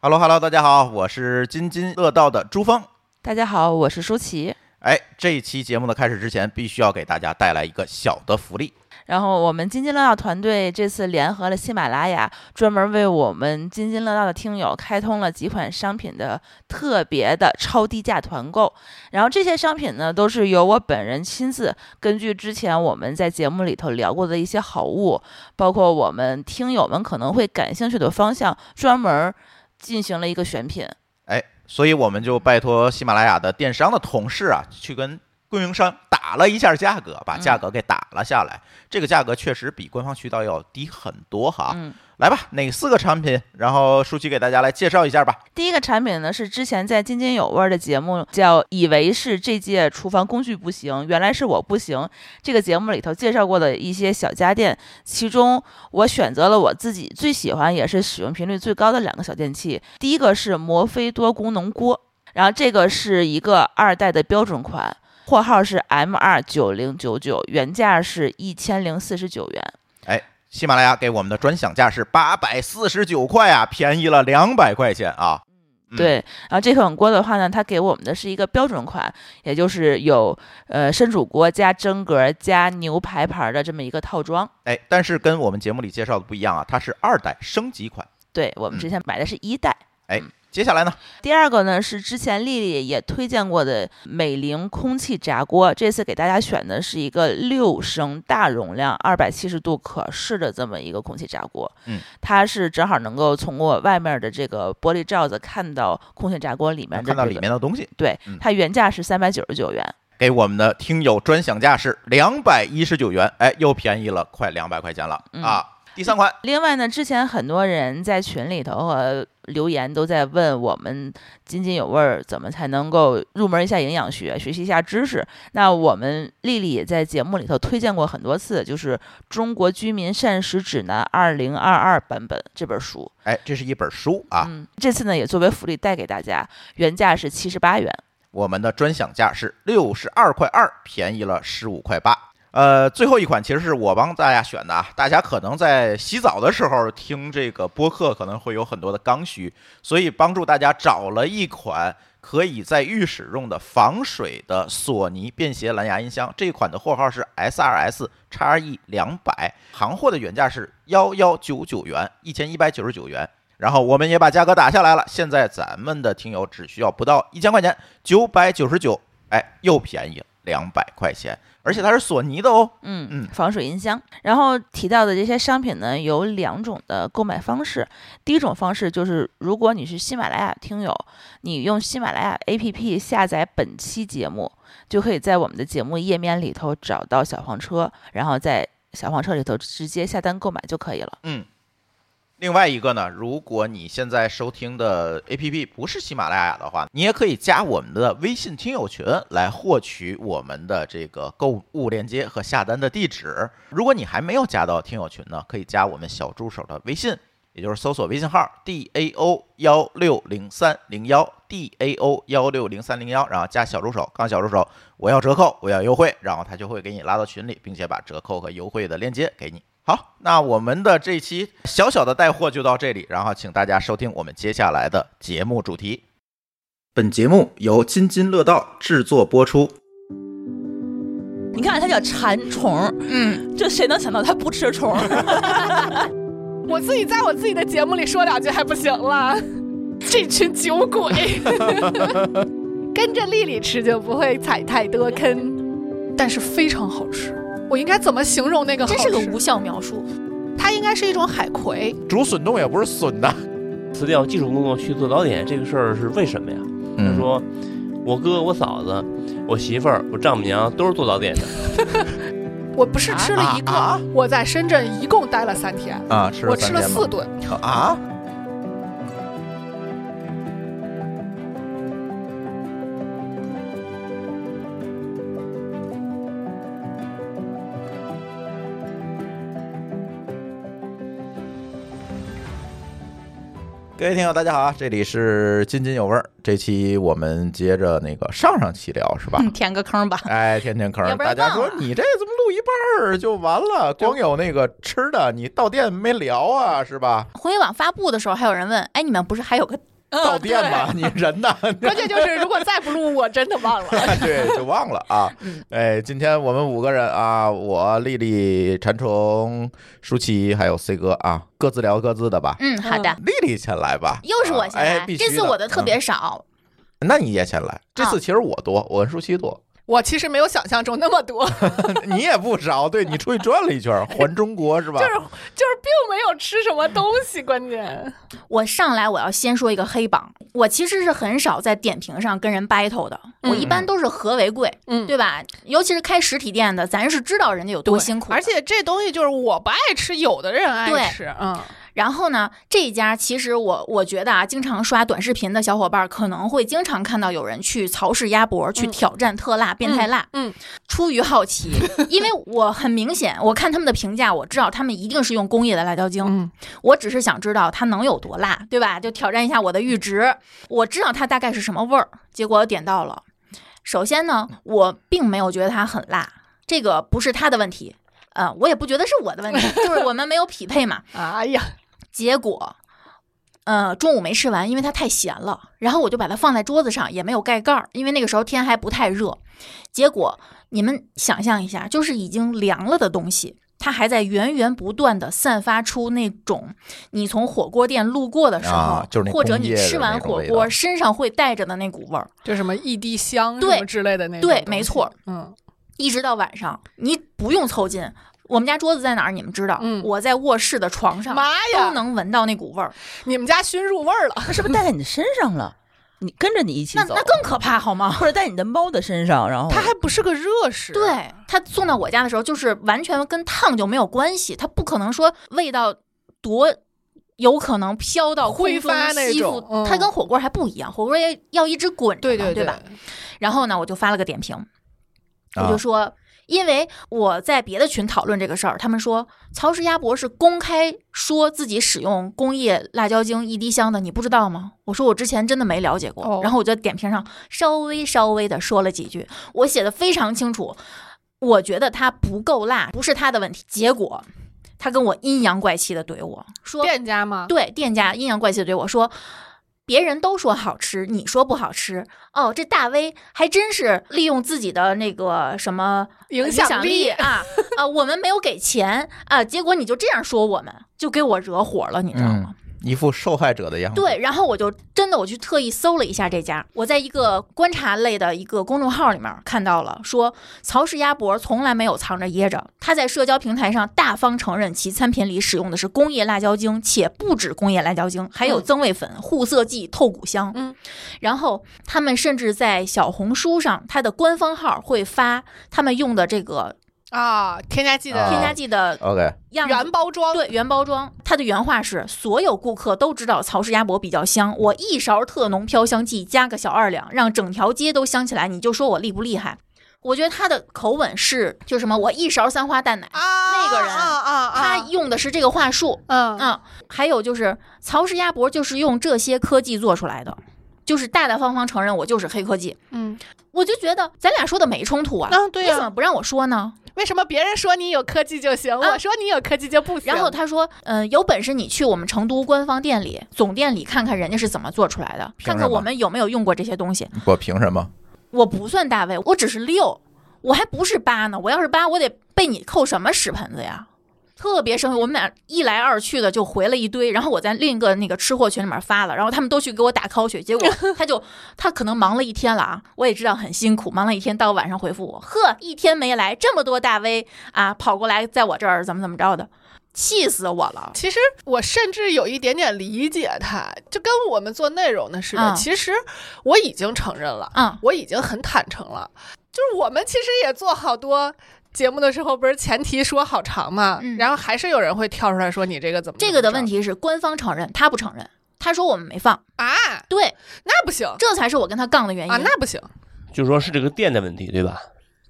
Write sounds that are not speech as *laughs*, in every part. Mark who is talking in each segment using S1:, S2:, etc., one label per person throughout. S1: Hello Hello，大家好，我是津津乐道的朱峰。
S2: 大家好，我是舒淇。
S1: 哎，这一期节目的开始之前，必须要给大家带来一个小的福利。
S2: 然后我们津津乐道团队这次联合了喜马拉雅，专门为我们津津乐道的听友开通了几款商品的特别的超低价团购。然后这些商品呢，都是由我本人亲自根据之前我们在节目里头聊过的一些好物，包括我们听友们可能会感兴趣的方向，专门进行了一个选品。
S1: 哎，所以我们就拜托喜马拉雅的电商的同事啊，去跟供应商打了一下价格，把价格给打了下来。这个价格确实比官方渠道要低很多哈。
S2: 嗯。
S1: 来吧，哪四个产品？然后舒淇给大家来介绍一下吧。
S2: 第一个产品呢是之前在津津有味儿的节目叫“以为是这届厨房工具不行，原来是我不行”这个节目里头介绍过的一些小家电，其中我选择了我自己最喜欢也是使用频率最高的两个小电器，第一个是摩飞多功能锅，然后这个是一个二代的标准款，货号是 M 二九零九九，原价是一千零四十九元。
S1: 喜马拉雅给我们的专享价是八百四十九块啊，便宜了两百块钱啊。嗯
S2: 对，然后这款锅的话呢，它给我们的是一个标准款，也就是有呃深煮锅加蒸格加牛排盘的这么一个套装。
S1: 哎，但是跟我们节目里介绍的不一样啊，它是二代升级款。
S2: 对
S1: 嗯
S2: 我们之前买的是一代。
S1: 接下来呢？
S2: 第二个呢是之前丽丽也推荐过的美菱空气炸锅，这次给大家选的是一个六升大容量、二百七十度可视的这么一个空气炸锅。
S1: 嗯，
S2: 它是正好能够从我外面的这个玻璃罩子看到空气炸锅里面
S1: 能
S2: 的、
S1: 看
S2: 这个、
S1: 到里。面的东西。
S2: 对
S1: 嗯，
S2: 它原价是三百九十九元。
S1: 给我们的听友专享价是两百一十九元，哎，又便宜了快两百块钱了、
S2: 嗯
S1: 啊！第三款，
S2: 另外呢，之前很多人在群里头和留言都在问我们津津有味儿怎么才能够入门一下营养学，学习一下知识。那我们丽丽也在节目里头推荐过很多次，就是《中国居民膳食指南二零二二版本》这本书。
S1: 哎，这是一本书啊，
S2: 嗯，这次呢也作为福利带给大家，原价是七十八元。
S1: 我们的专享价是六十二块二，便宜了十五块八。呃，最后一款其实是我帮大家选的啊，大家可能在洗澡的时候听这个播客，可能会有很多的刚需，所以帮助大家找了一款可以在浴室用的防水的索尼便携蓝牙音箱。这款的货号是 SRS XE 两百，行货的原价是幺幺九九元，一千一百九十九元。然后我们也把价格打下来了，现在咱们的听友只需要不到一千块钱，九百九十九，哎，又便宜两百块钱，而且它是索尼的哦。嗯
S2: 嗯，防水音箱。然后提到的这些商品呢，有两种的购买方式。第一种方式就是，如果你是喜马拉雅听友，你用喜马拉雅 APP 下载本期节目，就可以在我们的节目页面里头找到小黄车，然后在小黄车里头直接下单购买就可以了。
S1: 嗯，另外一个呢，如果你现在收听的 APP 不是喜马拉雅的话，你也可以加我们的微信听友群来获取我们的这个购物链接和下单的地址。如果你还没有加到听友群呢，可以加我们小助手的微信。也就是搜索微信号 d a o 幺六零三零幺 d a o 幺六零三零幺，然后加小助手，告诉小助手我要折扣，我要优惠，然后他就会给你拉到群里，并且把折扣和优惠的链接给你。好，那我们的这期小小的带货就到这里，然后请大家收听我们接下来的节目主题。本节目由津津乐道制作播出。
S3: 你看它叫馋虫，
S4: 嗯，
S3: 这谁能想到它不吃虫？
S4: 我自己在我自己的节目里说两句还不行了，这群酒鬼，跟着丽丽吃就不会踩太多坑，但是非常好吃。我应该怎么形容那个好
S3: 真
S4: 吃？
S3: 是个无效描述。
S4: 它应该是一种海葵，
S5: 竹笋冻也不是笋呐。
S6: 辞掉技术工作去做早点这个事儿是为什么呀？他说，我哥、我嫂子、我媳妇儿、我丈母娘都是做早点的。
S4: 我不是吃了一个，
S1: 啊
S4: 我在深圳一共待了三天，
S1: 啊，吃
S4: 我
S1: 了
S4: 吃
S1: 三
S4: 了
S1: 天
S4: 四
S1: 吗？
S4: 顿。
S1: 啊，各位听友，大家好啊！这里是津津有味儿。这期我们接着那个上上期聊，是吧？
S3: *laughs* 填个坑吧。
S1: 哎，天天坑儿，
S3: 嗯要不
S1: 大
S3: 然
S1: 家说
S3: 忘了
S1: 你这怎么录一半儿就完了，光有那个吃的，你到店没聊啊，是吧？
S3: 互联网发布的时候，还有人问：“哎，你们不是还有个
S1: *laughs* 到店吗？你人
S3: *laughs*
S1: 呢？
S4: 嗯关键就是如果再不录，我真的忘
S1: *laughs*
S4: 了。
S1: 对，就忘了啊。
S3: 嗯
S1: 哎，今天我们五个人啊，我丽丽、馋虫、舒淇还有 C 哥啊，各自聊各自的吧？”。
S3: 嗯，好的，
S1: 丽丽先来吧，
S3: 又是我先来。
S1: 哎、必须
S3: 这次我的特别少，
S1: 那你也先来。这次
S3: 啊
S1: 其实我多，我跟舒淇多， *laughs*
S4: 我其实没有想象中那么多，就
S1: 你也不少。对你出去转了一圈，环中国是吧？
S4: 是就是并没有吃什么东西，关键
S3: 我上来我要先说一个黑榜。我其实是很少在点评上跟人 battle 的，我一般都是和为贵，
S4: 嗯
S3: 对吧？尤其是开实体店的，咱是知道人家有多辛苦的。
S4: 而且这东西就是我不爱吃，有的人爱
S3: 对
S4: 吃，嗯，
S3: 然后呢，这一家其实我我觉得啊，经常刷短视频的小伙伴儿可能会经常看到有人去曹氏鸭脖去挑战特辣、变态辣。
S4: 嗯嗯嗯
S3: 出于好奇，因为我很明显，我看他们的评价，我知道他们一定是用工业的辣椒精。
S4: 嗯
S3: 我只是想知道它能有多辣，对吧？就挑战一下我的阈值。我知道它大概是什么味儿，结果我点到了。首先呢，我并没有觉得它很辣，这个不是他的问题，呃，我也不觉得是我的问题，就是我们没有匹配嘛。
S4: 哎呀，
S3: 结果，呃，中午没吃完，因为它太咸了。然后我就把它放在桌子上，也没有盖盖儿，因为那个时候天还不太热。结果你们想象一下，就是已经凉了的东西，它还在源源不断的散发出那种你从火锅店路过的时候，
S1: 啊就是那
S3: 或者
S1: 工业
S3: 你
S1: 的
S3: 吃完
S1: 那种
S3: 火
S1: 味道
S3: 锅身上会带着的那股味儿。
S4: *laughs* 就什么一滴香什
S3: 对
S4: 么之类的那种，
S3: 对没错，
S4: 嗯
S3: 一直到晚上，你不用凑近。我们家桌子在哪儿？你们知道，
S4: 嗯
S3: 我在卧室的床上，
S4: 妈呀
S3: 啊都能闻到那股味儿，
S4: 你们家熏入味
S2: *laughs*
S4: 儿了，
S7: 那是不是带在你的身上了？你跟着你一起
S3: 啊那
S7: 走，
S3: 那更可怕，好吗？
S7: 或者带你的猫的身上，然后
S4: 它还不是个热食，
S3: 哦对他送到我家的时候，就是完全跟烫就没有关系，他不可能说味道多有可能飘到
S4: 挥
S3: 空中
S4: 发那
S3: 吸
S4: 种嗯
S3: 附，它跟火锅还不一样，火锅也要一直滚着
S4: 对
S3: 嘛，
S4: 对
S3: 吧？？然后呢，我就发了个点评，我
S1: 啊
S3: 就说，因为我在别的群讨论这个事儿，他们说曹氏鸭脖是公开说自己使用工业辣椒精一滴香的，你不知道吗？我说我之前真的没了解过，
S4: 哦
S3: 然后我就在点评上稍微稍微的说了几句，我写的非常清楚，我觉得它不够辣，不是他的问题。结果他跟我阴阳怪气的怼我说，
S4: 店家吗？
S3: 对店家阴阳怪气的对我说：“别人都说好吃，你说不好吃。”哦，这大 V 还真是利用自己的那个什么
S4: 影
S3: 响
S4: 响力 *laughs*
S3: 啊啊！我们没有给钱啊，结果你就这样说我们，就给我惹火了，你知道吗？
S1: 嗯，一副受害者的
S4: 嗯
S1: 样子。
S3: 对，然后我就真的我去特意搜了一下这家，我在一个观察类的一个公众号里面看到了，说曹氏鸭脖从来没有藏着掖着，他在社交平台上大方承认其餐品里使用的是工业辣椒精，且不止工业辣椒精，还有
S4: 嗯
S3: 增味粉、护色剂、透骨香。
S4: 嗯，
S3: 然后他们甚至在小红书上，他的官方号会发他们用的这个
S4: 啊，添加剂的
S1: 啊
S3: 添加剂的
S1: OK，
S3: 样子
S4: 原包装，
S3: 对，原包装，它的原话是：所有顾客都知道曹氏鸭脖比较香，我一勺特浓飘香剂加个小二两，让整条街都香起来，你就说我厉不厉害？我觉得他的口吻是，就什么我一勺三花淡奶，
S4: 啊，
S3: 那个人
S4: 啊啊
S3: 他
S4: 啊，
S3: 用的是这个话术。
S4: 嗯
S3: 嗯，还有就是曹氏鸭脖就是用这些科技做出来的，就是大大方方承认我就是黑科技。
S4: 嗯，
S3: 我就觉得咱俩说的没冲突啊，
S4: 啊对
S3: 你
S4: 呀
S3: 怎么不让我说呢？
S4: 为什么别人说你有科技就行，我说你有科技就不行？
S3: 啊然后他说，嗯、有本事你去我们成都官方店里、总店里看看人家是怎么做出来的，
S1: 凭什么
S3: 看看我们有没有用过这些东西。
S1: 我凭什么？
S3: 我不算大卫，我只是六，我还不是八呢。我要是八，我得被你扣什么屎盆子呀？特别生气，我们俩一来二去的就回了一堆，然后我在另一个那个吃货群里面发了，然后他们都去给我打 call 去，结果他就他可能忙了一天了啊，我也知道很辛苦，忙了一天到晚上回复我，呵，一天没来，这么多大 V 啊跑过来在我这儿怎么怎么着的，气死我了。
S4: 其实我甚至有一点点理解他，就跟我们做内容的似的。
S3: 嗯
S4: 其实我已经承认了，
S3: 嗯
S4: 我已经很坦诚了。就是我们其实也做好多节目的时候，不是前提说好长嘛，
S3: 嗯
S4: 然后还是有人会跳出来说你这个怎么
S3: 这个的
S4: 怎
S3: 问
S4: 么着
S3: 题是官方承认，他不承认，他说我们没放，
S4: 啊？
S3: 对，
S4: 那不行啊，
S3: 这才是我跟他杠的原因。
S4: 那不行，
S6: 就说是这个店的问题，对吧？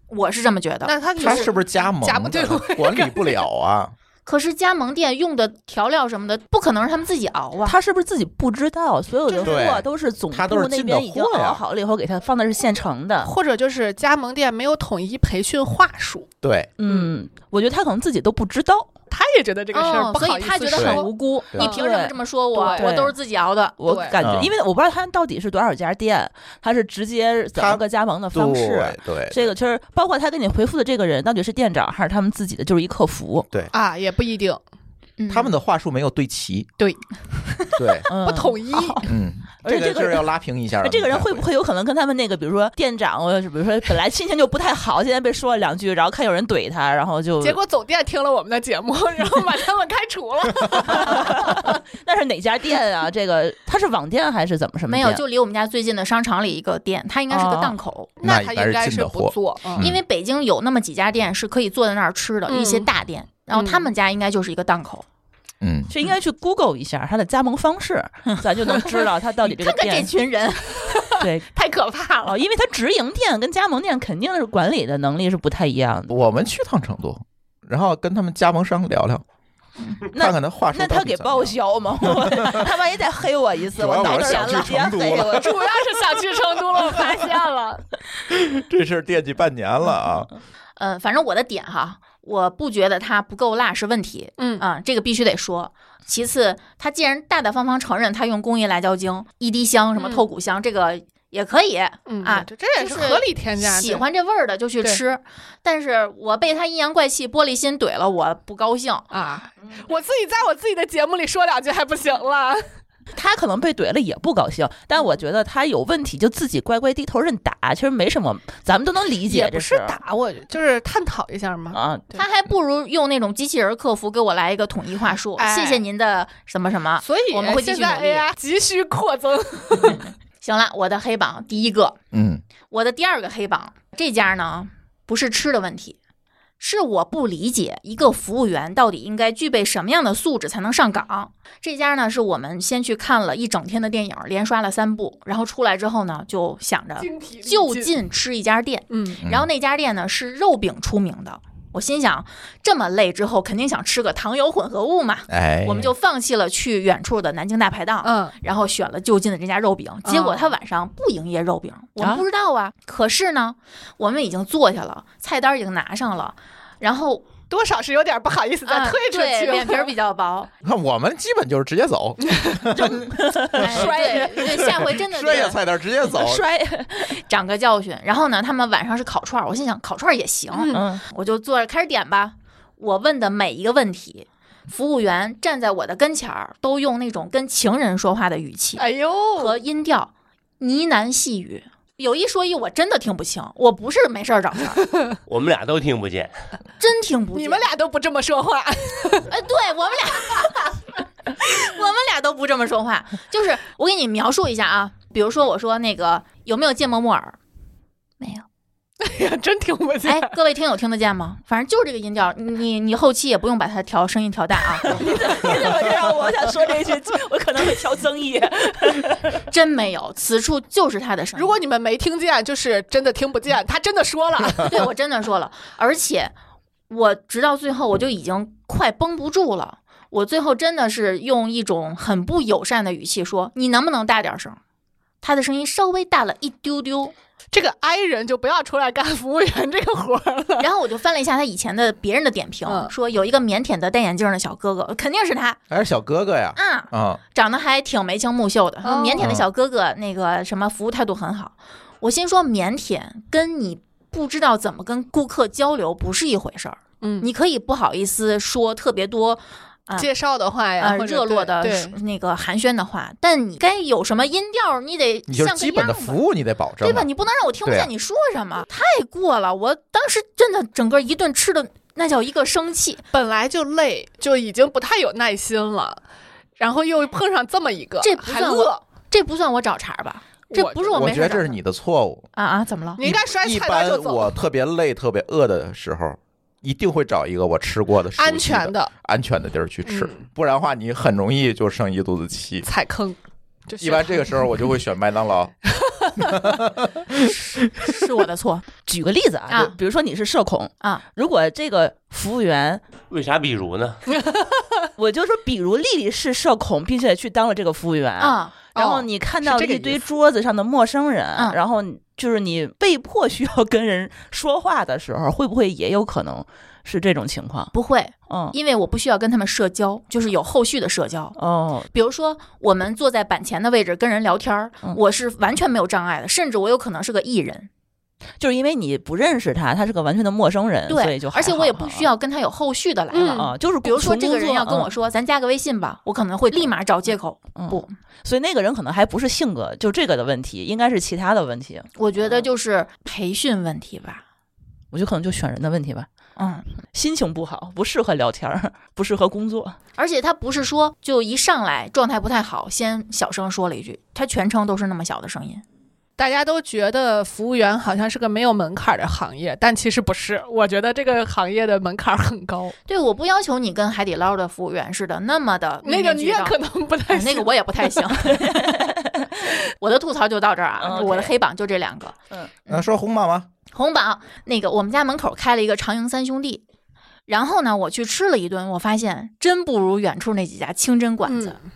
S3: 我是这么觉得。
S4: 那他
S1: 他是不是加盟的？
S4: 加盟对
S1: 他管理不了啊！
S3: 可是加盟店用的调料什么的，不可能是他们自己熬啊。
S2: 他是不是自己不知道？所有的
S1: 对
S2: 货都是总部
S1: 他都是
S2: 那
S1: 进的
S2: 边已经
S1: 货呀
S2: 熬好了以后，给他放的是现成的。
S4: 或者就是加盟店没有统一培训话术，
S1: 对，
S2: 嗯，我觉得他可能自己都不知道。
S4: 他也觉得这个事儿
S3: 嗯，
S4: 不
S3: 所
S4: 好
S3: 以
S4: 意
S3: 他
S4: 思
S3: 觉得很
S4: 说。
S3: 无辜。
S1: 对
S3: 你凭什么
S2: 对
S3: 这么说我？
S2: 对
S3: 我都是自己熬的。
S2: 我
S4: 对
S2: 感觉，
S1: 嗯
S2: 因为我不知道他到底是多少家店，他是直接怎
S1: 他
S2: 么个加盟的方式。
S1: 对对，
S2: 这个就是包括他给你回复的这个人，到底是店长还是他们自己的，就是一
S1: *laughs*
S2: 客服。
S4: 啊，也不一定
S3: 嗯
S1: 他们
S3: *laughs*
S1: 的话术没有对齐，
S4: 对
S1: 对，
S2: 嗯，
S4: 不统一，
S3: 哦
S1: 嗯，
S2: 而且
S1: 个
S2: 这个
S1: 事儿要嗯拉平一下
S2: 那
S1: 了。
S2: 这个人会不会有可能跟他们那个，比如说店长，或者是比如说本来心情就不太好，现在被说了两句，然后看有人怼他，然后就
S4: 结果总店听了我们的节
S3: *laughs*
S4: 目，然后把他们开除
S2: *laughs*
S4: 了。
S2: 那是哪家店啊？这个他是网店还是怎么什么
S3: 没
S2: 店？啊
S3: 有，就离我们家最近的商场里一个店，它应该是个
S2: 哦
S3: 档口。
S1: 那
S4: 他
S1: 应该
S4: 应该
S1: 是进
S4: 是
S1: 的
S4: 不
S1: 货，
S4: 做，
S1: 嗯
S4: 嗯
S3: 因为北京有那么几家店是可以坐在那儿吃的，
S4: 嗯
S3: 一些大店，然后他们家应该就是一个档口。
S1: 嗯，
S2: 就应该去 Google 一下他的加盟方式，咱就能知道他到底这
S3: *laughs*
S2: 个
S3: 看看这
S2: 店
S3: 群人，
S2: 对
S3: 太可怕了。
S2: 哦，因为他直营店跟加盟店肯定是管理的能力是不太一样的。
S1: 我们去趟成都，然后跟他们加盟商聊聊，
S2: 那
S1: 看看他话术
S2: 那
S1: 到
S2: 他
S1: 底
S2: 给
S1: 怎么样
S2: 报销吗？
S1: *laughs*
S2: 我他万一再黑我一
S1: 主
S2: 次，
S1: 要
S2: 我
S1: 我
S2: 脑
S1: 是
S2: 子
S1: 想
S2: 人
S1: 去
S2: 了，别
S1: 成都
S2: 黑
S1: 了
S2: 我。
S4: 主要是想去成都了，我发现了。
S1: 这事儿惦记半年了啊。
S3: 嗯、反正我的点哈，我不觉得它不够辣是问题，
S4: 嗯
S3: 啊、这个必须得说。其次，他既然大大方方承认他用工业辣椒精、一滴香、什么
S4: 嗯
S3: 透骨香，这个也可以，
S4: 嗯
S3: 啊
S4: 这这也是
S3: 就是
S4: 合理添加的，
S3: 喜欢这味儿的就去
S4: 对
S3: 吃。但是我被他阴阳怪气、玻璃心怼了，我不高兴。
S4: 啊。
S1: 嗯
S4: 我自己在我自己的节目里说两句还不行了，
S2: *laughs* 他可能被怼了也不高兴，但我觉得他有问题就自己乖乖低头认打，其实没什么，咱们都能理解
S4: 也
S2: 这
S4: 不
S2: 事
S4: 是
S2: 儿。
S4: 打我，就是探讨一下嘛。
S2: 啊，
S4: 对
S3: 他还不如用那种机器人客服给我来一个统一话术，
S4: 哎
S3: 谢谢您的什么什么。
S4: 啊 *laughs* 所以
S3: 我们会继
S4: 现
S3: 续
S4: 在
S3: 努力
S4: AI 急需扩增。
S3: 嗯行了，我的黑榜第一个，
S1: 嗯，
S3: 我的第二个黑榜这家呢，不是吃的问题，是我不理解一个服务员到底应该具备什么样的素质才能上岗。这家呢，是我们先去看了一整天的电影，连刷了三部，然后出来之后呢，就想着
S4: 精疲力
S3: 啊就
S4: 尽
S3: 近吃一家店，
S4: 嗯，
S1: 嗯
S3: 然后那家店呢是肉饼出名的。我心想，这么累之后，肯定想吃个糖油混合物嘛，
S1: 哎，
S3: 我们就放弃了去远处的南京大排档，
S4: 嗯，
S3: 然后选了就近的这家肉饼，结果他晚上不营业肉饼，我们不知道啊。可是呢，我们已经坐下了，菜单已经拿上了，然后
S4: 多少是有点不好意思再
S3: 啊
S4: 退出
S3: 对
S4: 去，
S3: 脸皮儿比较薄，
S1: 那我们基本就是直接走，
S3: 哎
S2: 摔
S3: 对对，下啊回真的
S1: *laughs* 摔下
S3: *laughs* 得
S1: 菜单直接走。
S2: 摔，
S3: 长个教训。然后呢，他们晚上是烤串儿，我心想烤串儿也行，
S2: 嗯，
S3: 我就坐着开始点吧。我问的每一个问题，服务员站在我的跟前儿，都用那种跟情人说话的语气，
S4: 哎呦，
S3: 和音调呢喃细语。有一说一，我真的听不清，我不是没事儿找事儿，
S6: 我们俩都听不见，
S3: 真听不见。
S4: 你们俩都不这么说话， *laughs*
S3: 哎，对我们俩， *laughs* 我们俩都不这么说话。就是我给你描述一下啊，比如说我说那个有没有芥末木耳？没有。
S4: 真听不见。
S3: 哎，各位听友听得见吗？反正就是这个音调，你你后期也不用把它调声音调大啊，
S2: *laughs* 你怎么就让我想说这句？我可能会挑增益。
S3: *laughs* 真没有，此处就是他的声音。
S4: 如果你们没听见，就是真的听不见，他真的说了，啊
S3: *laughs* 对我真的说了，而且我直到最后我就已经快绷不住了，我最后真的是用一种很不友善的语气说：“你能不能大点声？”他的声音稍微大了一丢丢，
S4: 这个 I 人就不要出来干服务员这个活儿了。
S3: 然后我就翻了一下他以前的别人的点评，
S4: 嗯
S3: 说有一个腼腆的戴眼镜的小哥哥，肯定是他
S1: 还是小哥哥呀，
S3: 啊，
S1: 啊，
S3: 长得还挺眉清目秀的，
S4: 哦
S3: 腼腆的小哥哥，那个什么服务态度很好。我心说腼腆跟你不知道怎么跟顾客交流不是一回事儿。
S4: 嗯
S3: 你可以不好意思说特别多
S4: 介绍的话呀，
S3: 呃
S4: 或者
S3: 嗯热络的
S4: 对
S3: 说那个寒暄的话，但你该有什么音调，你得
S1: 你就
S3: 像
S1: 是
S3: 个
S1: 基本的
S3: 样子
S1: 服务你得保证
S3: 对吧？
S1: 啊，
S3: 你不能让我听不
S1: 对啊
S3: 见你说什么，太过了。我当时真的整个一顿吃的那叫一个生气，
S4: 本来就累，就已经不太有耐心了，然后又碰上这么一个，
S3: 这不
S4: 还
S3: 算我
S4: 饿，这
S3: 这不算我找茬儿吧？这不是
S4: 我
S3: 我
S1: 我
S3: 没
S1: 觉得
S3: 事儿
S1: 这
S3: 找
S1: 是你的错误。
S3: 啊啊，怎么了？
S4: 你应该摔
S1: 一
S4: 菜单就
S1: 般
S4: 走，
S1: 我特别累、特别饿的时候，一定会找一个我吃过的、熟悉
S4: 安全
S1: 的、
S4: 的
S1: 安全的地儿去吃
S4: 嗯，
S1: 不然的话你很容易就剩一肚子气。
S4: 踩坑。就
S1: 一般这个时候我就会选麦当劳，
S3: 嗯 *laughs* 是我的错，
S2: 举个例子啊，
S3: 啊
S2: 就比如说你是社恐
S3: 啊，
S2: 如果这个服务员，
S6: 为啥比如呢？
S2: 我就说，比如丽丽是社恐，并且去当了这个服务员，
S3: 啊，
S2: 然后
S4: 哦
S2: 你看到
S4: 是
S2: 了
S4: 这个
S2: 一
S4: 意
S2: 堆
S4: 思
S2: 桌子上的陌生人，
S3: 嗯
S2: 然后就是你被迫需要跟人说话的时候，会不会也有可能是这种情况？
S3: 不会，
S2: 嗯，
S3: 因为我不需要跟他们社交，就是有后续的社交。
S2: 哦，
S3: 比如说，我们坐在板前的位置跟人聊天儿
S2: 嗯，
S3: 我是完全没有障碍的，甚至我有可能是个艺人，
S2: 就是因为你不认识他，他是个完全的陌生人，所以
S3: 对
S2: 就，还
S3: 而且我也
S2: 好
S3: 不需要跟他有后续的来
S4: 嗯
S3: 往。
S2: 啊、就是
S3: 比如说
S2: 纯
S3: 这个人
S2: 工作嗯
S3: 要跟我、说，咱加个微信吧，我可能会立马找借口。
S2: 嗯嗯
S3: 不，
S2: 所以那个人可能还不是性格，就这个的问题，应该是其他的问题。
S3: 我觉
S2: 嗯
S3: 得就是培训问题吧。
S2: 我觉得可能就选人的问题吧，
S3: 嗯，
S2: 心情不好，不适合聊天儿，不适合工作。
S3: 而且他不是说就一上来状态不太好，先小声说了一句，他全程都是那么小的声音。
S4: *laughs* 大家都觉得服务员好像是个没有门槛的行业，但其实不是。我觉得这个行业的门槛很
S3: *laughs*
S4: 高，
S3: 对，我不要求你跟海底捞的服务员似的那么的面
S4: 那个
S3: 面
S4: 你
S3: 俱
S4: 也
S3: 到
S4: 可能不太
S3: 哎
S4: 行、
S3: 那个我也不
S4: *laughs*
S3: 太行。 *laughs* 我的吐槽就到这儿啊，
S2: 嗯
S3: 我的
S2: OK
S3: 黑榜就这两个。
S1: *laughs* 那说红榜吗？
S3: 红榜那个，我们家门口开了一个长营三兄弟，然后呢，我去吃了一顿，我发现真不如远处那几家清真馆子。
S4: 嗯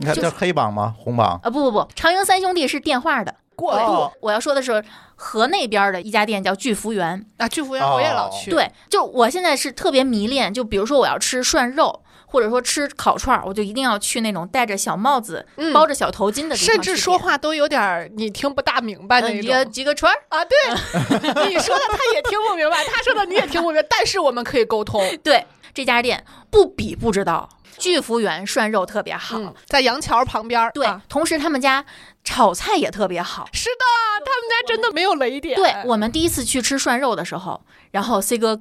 S1: 你看
S3: 就
S1: 这是黑榜吗？红榜
S3: 啊，不不不，长营三兄弟是电话的。
S4: 过
S3: 对
S1: 哦
S3: 我要说的是河那边的一家店叫聚福园，
S4: 啊，去服务员我也老
S1: 哦
S4: 去。，
S3: 对，就我现在是特别迷恋，就比如说我要吃涮肉，或者说吃烤串儿，我就一定要去那种戴着小帽子、
S4: 嗯
S3: 包着小头巾的地方去
S4: 甚
S3: 点，
S4: 至说话都有点儿你听不大明白
S3: 嗯，
S4: 那
S3: 一个
S4: 种。
S3: 几个串儿，
S4: 啊，对， *laughs* 你说的他也听不明白，他说的你也听不明白，但是我们可以沟通。
S3: 对，这家店不比不知道，聚福园涮肉特别好。
S4: 嗯，在杨桥旁边儿，
S3: 对，
S4: 啊
S3: 同时他们家炒菜也特别好。
S4: 是的，他们家真的没有雷点。
S3: 对我们第一次去吃涮肉的时候，然后 C 哥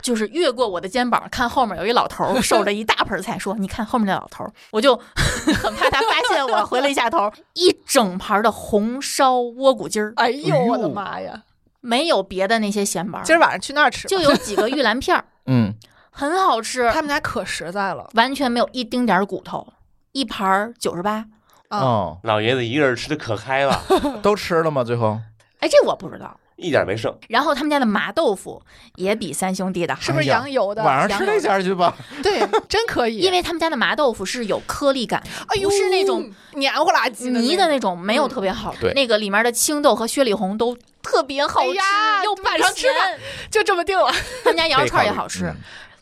S3: 就是越过我的肩膀，看后面有一老头儿手着一大盆菜， *laughs* 说：“你看后面那老头儿。”我就很怕他发现我，回了一下头， *laughs* 一整盘的红烧窝骨筋儿，
S4: 哎呦，
S1: 哎呦
S4: 我的妈呀！
S3: 没有别的那些闲玩儿，
S4: 今儿晚上去那儿吃吧，
S3: 就有几个玉兰片儿，
S1: 嗯，
S3: 很好吃，
S4: 他们家可实在了
S3: 完全没有一丁点儿骨头，一盘九十八。
S4: 啊！
S1: 哦，
S6: 老爷子一个人吃的可开了，
S1: 都吃了吗？最后
S3: 哎，这我不知道。
S6: 一点没剩。
S3: 然后他们家的麻豆腐也比三兄弟的好，
S4: 是不是
S1: 哎呀
S4: 羊油的？
S1: 晚上吃
S3: 羊
S1: 那
S3: 肉
S1: 家去吧。
S4: 对，真可以。
S3: 因为他们家的麻豆腐是有颗粒感，
S4: 哎呦，
S3: 不是那种
S4: 黏糊拉几
S3: 泥的
S4: 的
S3: 那种没
S4: 嗯
S3: 有特别好，
S1: 对
S3: 那个里面的青豆和雪里红都特别好
S4: 哎
S3: 吃，
S4: 呀
S3: 又不
S4: 晚上吃吧
S3: 咸，
S4: 那，就这么定了。
S3: 他们家羊肉串儿也
S1: 可以考虑
S3: 好吃，
S1: 嗯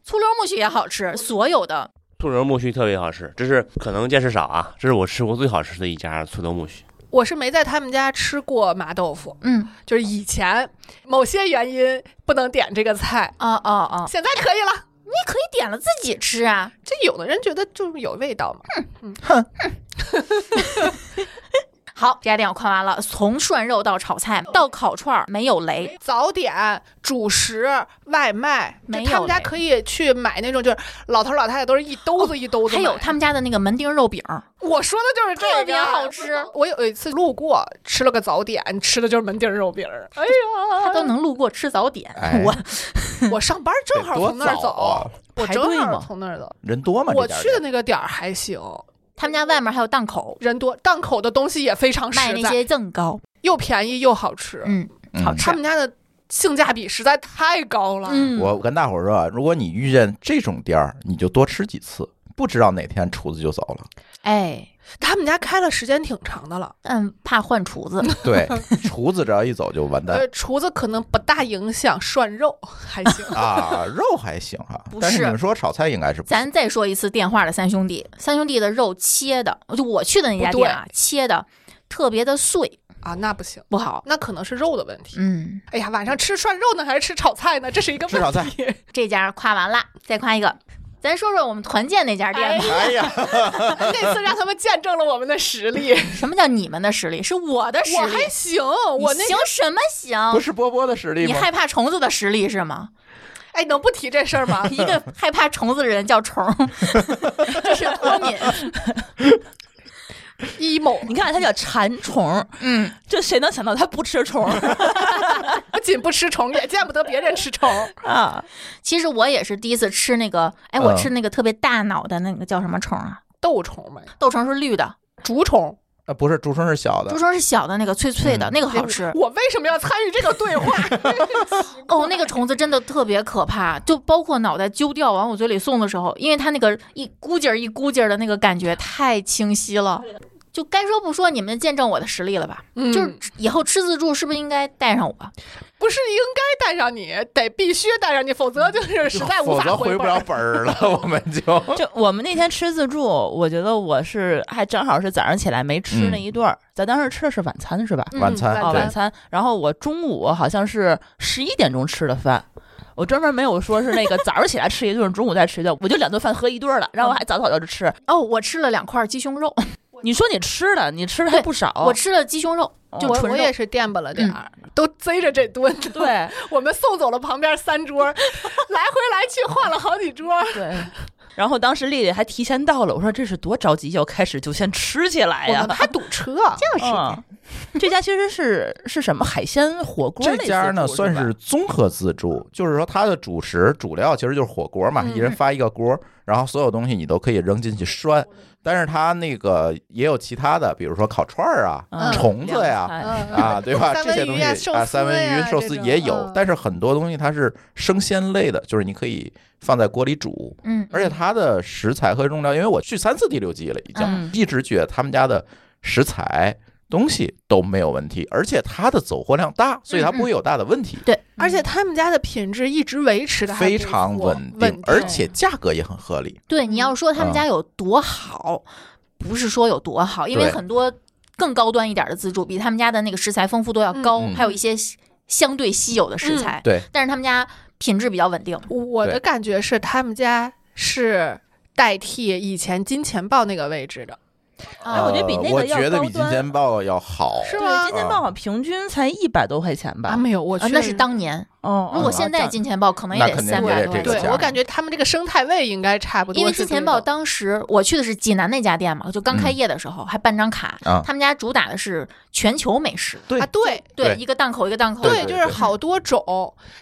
S3: 醋溜木须也好吃，所有的
S6: 醋溜木须特别好吃，这是可能见识少啊，这是我吃过最好吃的一家醋溜木须。
S4: 我是没在他们家吃过麻豆腐，
S3: 嗯
S4: 就是以前某些原因不能点这个菜，
S3: 啊啊啊，
S4: 现在可以了。
S3: 你可以点了自己吃啊。
S4: 这有的人觉得就是有味道嘛，
S3: 好，这家店我看完了，从涮肉到炒菜到烤串儿没有雷，
S4: 早点、主食、外卖，就
S3: 没有
S4: 他们家
S3: 嘞
S4: 可以去买那种，就是老头老太太都是一兜子一兜子
S3: 哦还
S4: 买。
S3: 有他们家的那个门钉肉饼儿，
S4: 我说的就是这个，
S3: 特别好吃。
S4: 我有一次路过，吃了个早点，吃的就是门钉肉饼儿。哎呀，
S3: 他都能路过吃早点，
S4: 嗯
S1: 哎
S3: 我
S4: *laughs* 我上班正好
S1: 得多
S4: 从那儿
S1: 早
S4: 走
S1: 啊，
S4: 我
S2: 排队
S4: 正好
S2: 吗
S4: 从那儿走。
S1: 人多吗？
S4: 我
S1: 这家
S4: 去的
S1: 店
S4: 那个点儿还行，
S3: 他们家外面还有档口
S4: 人多，档口的东西也非常
S3: 卖
S4: 实
S3: 那
S4: 在，
S3: 些赠糕，
S4: 又便宜又好吃。
S3: 嗯，
S1: 嗯
S3: 好吃
S4: 他们家的性价比实在太高了。
S3: 嗯，
S1: 我跟大伙儿说啊，如果你遇见这种店儿，你就多吃几次，不知道哪天厨子就走了。
S3: 哎，
S4: 他们家开了时间挺长的了，
S3: 嗯，怕换厨
S4: *laughs*
S3: 子，
S1: 对，厨子只要一走就完蛋。
S4: 呃，厨子可能不大影响涮肉， *laughs* 还行
S1: *laughs* 啊。肉还行哈、
S3: 不
S1: 但是
S3: 是
S1: 你们说炒菜应该是不
S3: 咱再说一次电话的三兄弟，三兄弟的肉切的，就我去的那家店啊，切的特别的碎，
S4: 啊，那不行，
S3: 不好。
S4: 那可能是肉的问题。
S3: 嗯，
S4: 哎呀，晚上吃涮肉呢，还是吃炒菜呢？这是一个
S1: 吃炒
S4: 问题。
S3: 这家夸完了，再夸一个，咱说说我们团建那家店吧。
S1: 哎呀，
S4: *laughs* 那次让他们见证了我们的实力，
S3: 什么叫你们的实力？是我的实
S4: 哎我
S3: 力
S4: 还。行，我
S3: 你
S4: 那
S3: 行什么行？
S4: 哦
S1: 不是波波的实力
S3: 你
S1: 吗？
S3: 害怕虫子的实力是吗？？
S4: 哎，能不提这事儿吗 *laughs*
S3: 一
S1: *laughs*
S3: 个害怕虫子的人叫虫，这是脱敏。
S4: emo，
S2: 你看，它叫馋虫，
S3: 嗯，
S4: *laughs*
S2: 这谁能想到它不吃虫儿
S4: 不仅不吃虫，也见不得别人吃虫。
S2: 啊？
S3: 其实我也是第一次吃那个，哎，我
S1: 嗯
S3: 吃那个特别大脑的那个叫什么虫啊？
S4: 豆虫嘛，
S3: 豆虫是绿的，
S4: 竹虫，
S1: 呃，不是，竹荪是小
S3: 竹
S1: 的，
S3: 荪是小的那个脆脆的、
S1: 嗯
S3: 那个好吃。
S4: 我为什么要参与这个对话？
S3: 哦，那个虫子真的特别可怕，就包括脑袋揪掉往我嘴里送的时候，因为它那个一咕叽儿一咕叽儿的那个感觉太清晰了。就该说不说，你们见证我的实力了吧？
S4: 嗯
S3: 就是以后吃自助是不是应该带上我？
S4: 不是应该带上你，得必须带上你，否则就是实在
S1: 嗯
S4: 无
S1: 否
S4: 法
S1: 则回
S4: 本
S1: 不
S4: 儿
S1: 了本儿
S4: *laughs*
S1: 了，我们就
S2: *laughs* 就我们那天吃自助，我觉得我是还正好是早上起来没吃那一顿儿，咱当时吃的是晚餐是吧？
S3: 嗯
S1: 晚餐
S4: 晚
S2: 哦，
S4: 对
S2: 晚餐。然后我中午好像是十一点钟吃的饭，我专门没有说是那个早上起来吃一顿， *laughs* 中午再吃一顿，我就两顿饭合一顿儿了。然后我还早早的吃。
S4: 嗯
S3: 哦，我吃了两块鸡胸肉，
S2: 你说你吃了，你吃的还不少，
S1: 哦
S2: 嗯
S3: 我吃了鸡胸肉，就
S4: 我我
S3: 纯肉嗯
S4: 也是垫吧了点儿，都贼着这蹲。 *laughs*
S2: 对
S4: 我们送走了旁边三桌，来回来去换了好几桌。
S2: 对。然后当时丽丽还提前到了，我说这是多着急，要开始就先吃起
S3: 哎
S2: 来
S4: 我
S2: 呀
S4: 们。怕堵车，
S2: 嗯，这家其实是是什么海鲜火锅
S1: 这
S2: 类
S1: 家
S2: 自
S1: 呢
S2: 助
S1: 算
S2: 吧
S1: 是综合自助，就是说它的主食主料其实就是火锅嘛，
S3: 嗯
S1: 一人发一个锅，然后所有东西你都可以扔进去涮。但是它那个也有其他的，比如说烤串儿啊、
S2: 嗯
S1: 虫子呀、
S2: 凉菜
S4: 嗯
S1: 啊，对吧？
S4: *laughs* 三
S1: 这
S4: 文
S1: 些东
S4: 鱼
S1: 西
S4: 呀
S1: 啊，
S4: 寿司
S1: 三文鱼、
S4: 呀
S1: 寿
S4: 这
S1: 司
S4: 种
S1: 也有
S4: 嗯，
S1: 但是很多东西它是生鲜类的，就是你可以放在锅里煮。
S3: 嗯，
S1: 而且它的食材和用料，因为我去三次第六季了，已经、
S2: 嗯
S1: 一直觉得他们家的食材东西都没有问题，而且它的走货量大，所以它不会有大的问题，
S4: 而且他们家的品质一直维持的
S1: 非常稳定，
S4: 定，
S1: 而且价格也很合理。
S3: 对，你要说他们
S1: 嗯
S3: 家有多好，不是说有多好，因为
S1: 对
S3: 很多更高端一点的自助比他们家的那个食材丰富度要高，
S1: 嗯嗯
S3: 还有一些稀相对稀有的
S2: 嗯
S3: 食材，
S1: 对，
S3: 但是他们家品质比较稳定。
S4: 我的
S1: 对
S4: 感觉是他们家是代替以前金钱豹那个位置的，
S3: 啊
S2: 哎我觉得比那个
S1: 呃我
S2: 要
S1: 觉得
S2: 高
S1: 比金
S2: 端
S1: 钱豹要好，
S4: 是
S2: 对，
S4: 吗
S2: 今？天傍晚平均才一百多块钱
S4: 啊，
S2: 吧。
S4: 没有，我
S3: 啊
S4: 去
S3: 那是当年，
S2: 哦，
S3: 如果
S1: 嗯
S3: 现在金钱豹可能也
S1: 那
S3: 得
S1: 肯定
S3: 三
S1: 也得
S3: 百多
S1: 这
S3: 块
S1: 个
S3: 钱。
S4: 啊对
S1: 价
S4: 我感觉他们这个生态位应该差不多
S3: 因为
S4: 是
S3: 金
S4: 这
S3: 钱豹
S4: 种
S3: 当时我去的是济南那家店嘛，就刚开
S1: 嗯
S3: 业的时候、还办张卡、
S1: 啊
S3: 他们家主打的是全球美食，
S1: 对
S4: 啊，对
S1: 对
S3: 一个档口一个档口，
S1: 对对
S4: 就是好多种，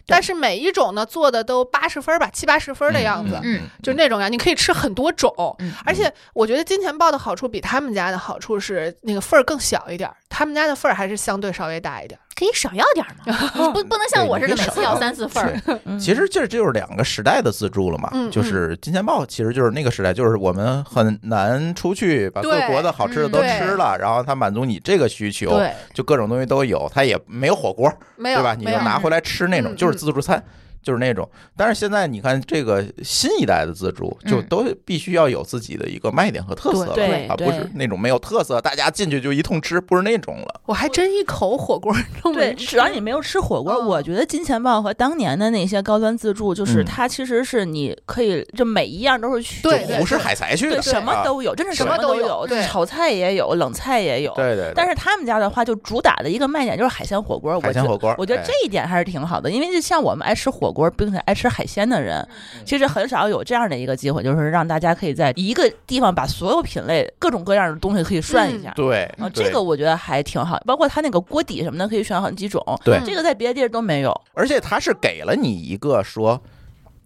S4: 但是每一种呢做的都八十分儿吧，七八十分儿的样子，
S3: 嗯
S4: 就那种呀，你可以吃很多种。
S3: 嗯
S4: 而且我觉得金钱豹的好处比他们家的好处是那个份儿更小一点儿，他们家的份儿还是相对稍微大一点儿。
S3: 可以少要点儿嘛，
S4: *laughs*
S3: 你不不能像
S1: 对
S3: 我
S1: 你
S3: 似的
S1: 可
S3: 每
S1: 以
S3: 次
S1: 少
S3: 要
S1: 要
S3: 三四份儿。
S1: 对
S2: 嗯
S1: 其实这就是两个时代的自助了嘛，
S4: 嗯
S1: 就是金钱豹，其实就是那个时代，就是我们很难出去把各
S4: 对
S1: 国的好吃的都
S4: 嗯对
S1: 吃了，然后它满足你这个需求，
S4: 对，
S1: 就各种东西都有，它也没有火锅，
S4: 没有
S1: 对吧？你
S4: 没
S1: 就
S4: 有
S1: 拿回来吃那
S4: 嗯
S1: 种，就是
S4: 嗯
S1: 自助餐。就是那种，但是现在你看这个新一代的自助，就
S3: 嗯
S1: 都必须要有自己的一个卖点和特色了
S2: 对对
S1: 啊，
S2: 对
S1: 不是那种没有特色，大家进去就一通吃，不是那种了。
S4: 我还真一口火锅
S2: 嗯
S4: 都
S2: 对，
S4: 没吃
S2: 只要你没有吃火锅，
S4: 嗯
S2: 我觉得金钱豹和当年的那些高端自助，就是
S1: 嗯
S2: 它其实是你可以就每一样都是去
S4: 对
S1: 就胡吃海塞去
S2: 对
S1: 的，
S2: 什么
S1: 啊
S2: 都有，真是
S1: 什
S2: 么
S4: 么
S2: 都
S4: 都有对
S2: 炒菜也有，冷菜也有。
S1: 对对对。
S2: 但是他们家的话，就主打的一个卖点就是海鲜火锅。
S1: 海鲜火锅
S2: 我觉得，我觉得
S1: 哎
S2: 这一点还是挺好的，因为就像我们爱吃火锅并且爱吃海鲜的
S1: 嗯
S2: 人，其实很少有这样的一个机会，就是让大家可以在一个地方把所有品类、各种各样的东西可以涮一下。
S1: 对
S2: 啊，
S1: 嗯对
S2: 这个我觉得还挺好，包括它那个锅底什么的，可以选好几种。
S1: 对
S2: 这个在别的地儿都没有。
S1: 而且他是给了你一个说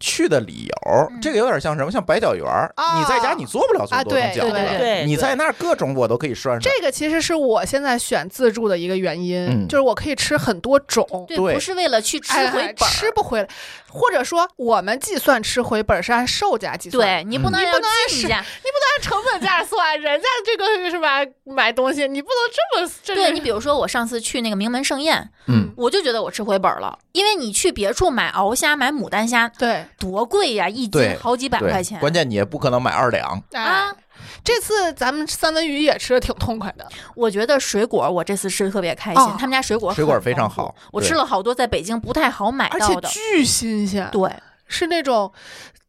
S1: 去的理由，
S2: 嗯
S1: 这个有点像什么，像白饺园儿
S4: 啊
S1: 你在家你做不了这么多
S4: 啊
S1: 种
S4: 对
S1: 饺子
S4: 对
S1: 了，
S2: 哦对
S1: 你在那儿各种我都可以涮涮。
S4: 这个其实是我现在选自助的一个原因，
S1: 嗯
S4: 就是我可以吃很多种。
S3: 对，
S1: 对
S3: 不是为了去吃
S4: 哎
S3: 回
S4: 哎
S3: 本儿，
S4: 吃不回来，或者说我们计算吃回本儿是按售价计算，
S3: 对你不能
S4: 你
S3: 要
S4: 不能
S3: 进
S4: 是
S3: 价，
S4: 按成本价算，人家这个是吧？买东西你不能这么这
S3: *laughs* 对你，比如说我上次去那个名门盛宴，
S1: 嗯，
S3: 我就觉得我吃回本儿了，因为你去别处买鳌虾、买牡丹虾
S4: 对
S3: 多贵呀，一斤
S1: 对
S3: 好几百
S1: 对
S3: 块钱
S1: 关键你也不可能买二两。
S4: 哎，
S3: 啊！
S4: 这次咱们三文鱼也吃的挺痛快的，
S3: 我觉得水果我这次吃的特别开心，
S4: 哦
S3: 他们家水果
S1: 水果
S3: 很
S1: 非常
S3: 丰富
S1: 好
S3: 我
S1: 对
S3: 吃了好多在北京不太好买
S4: 而
S3: 到
S4: 且
S3: 的，
S4: 巨新鲜，
S3: 对，
S4: 是那种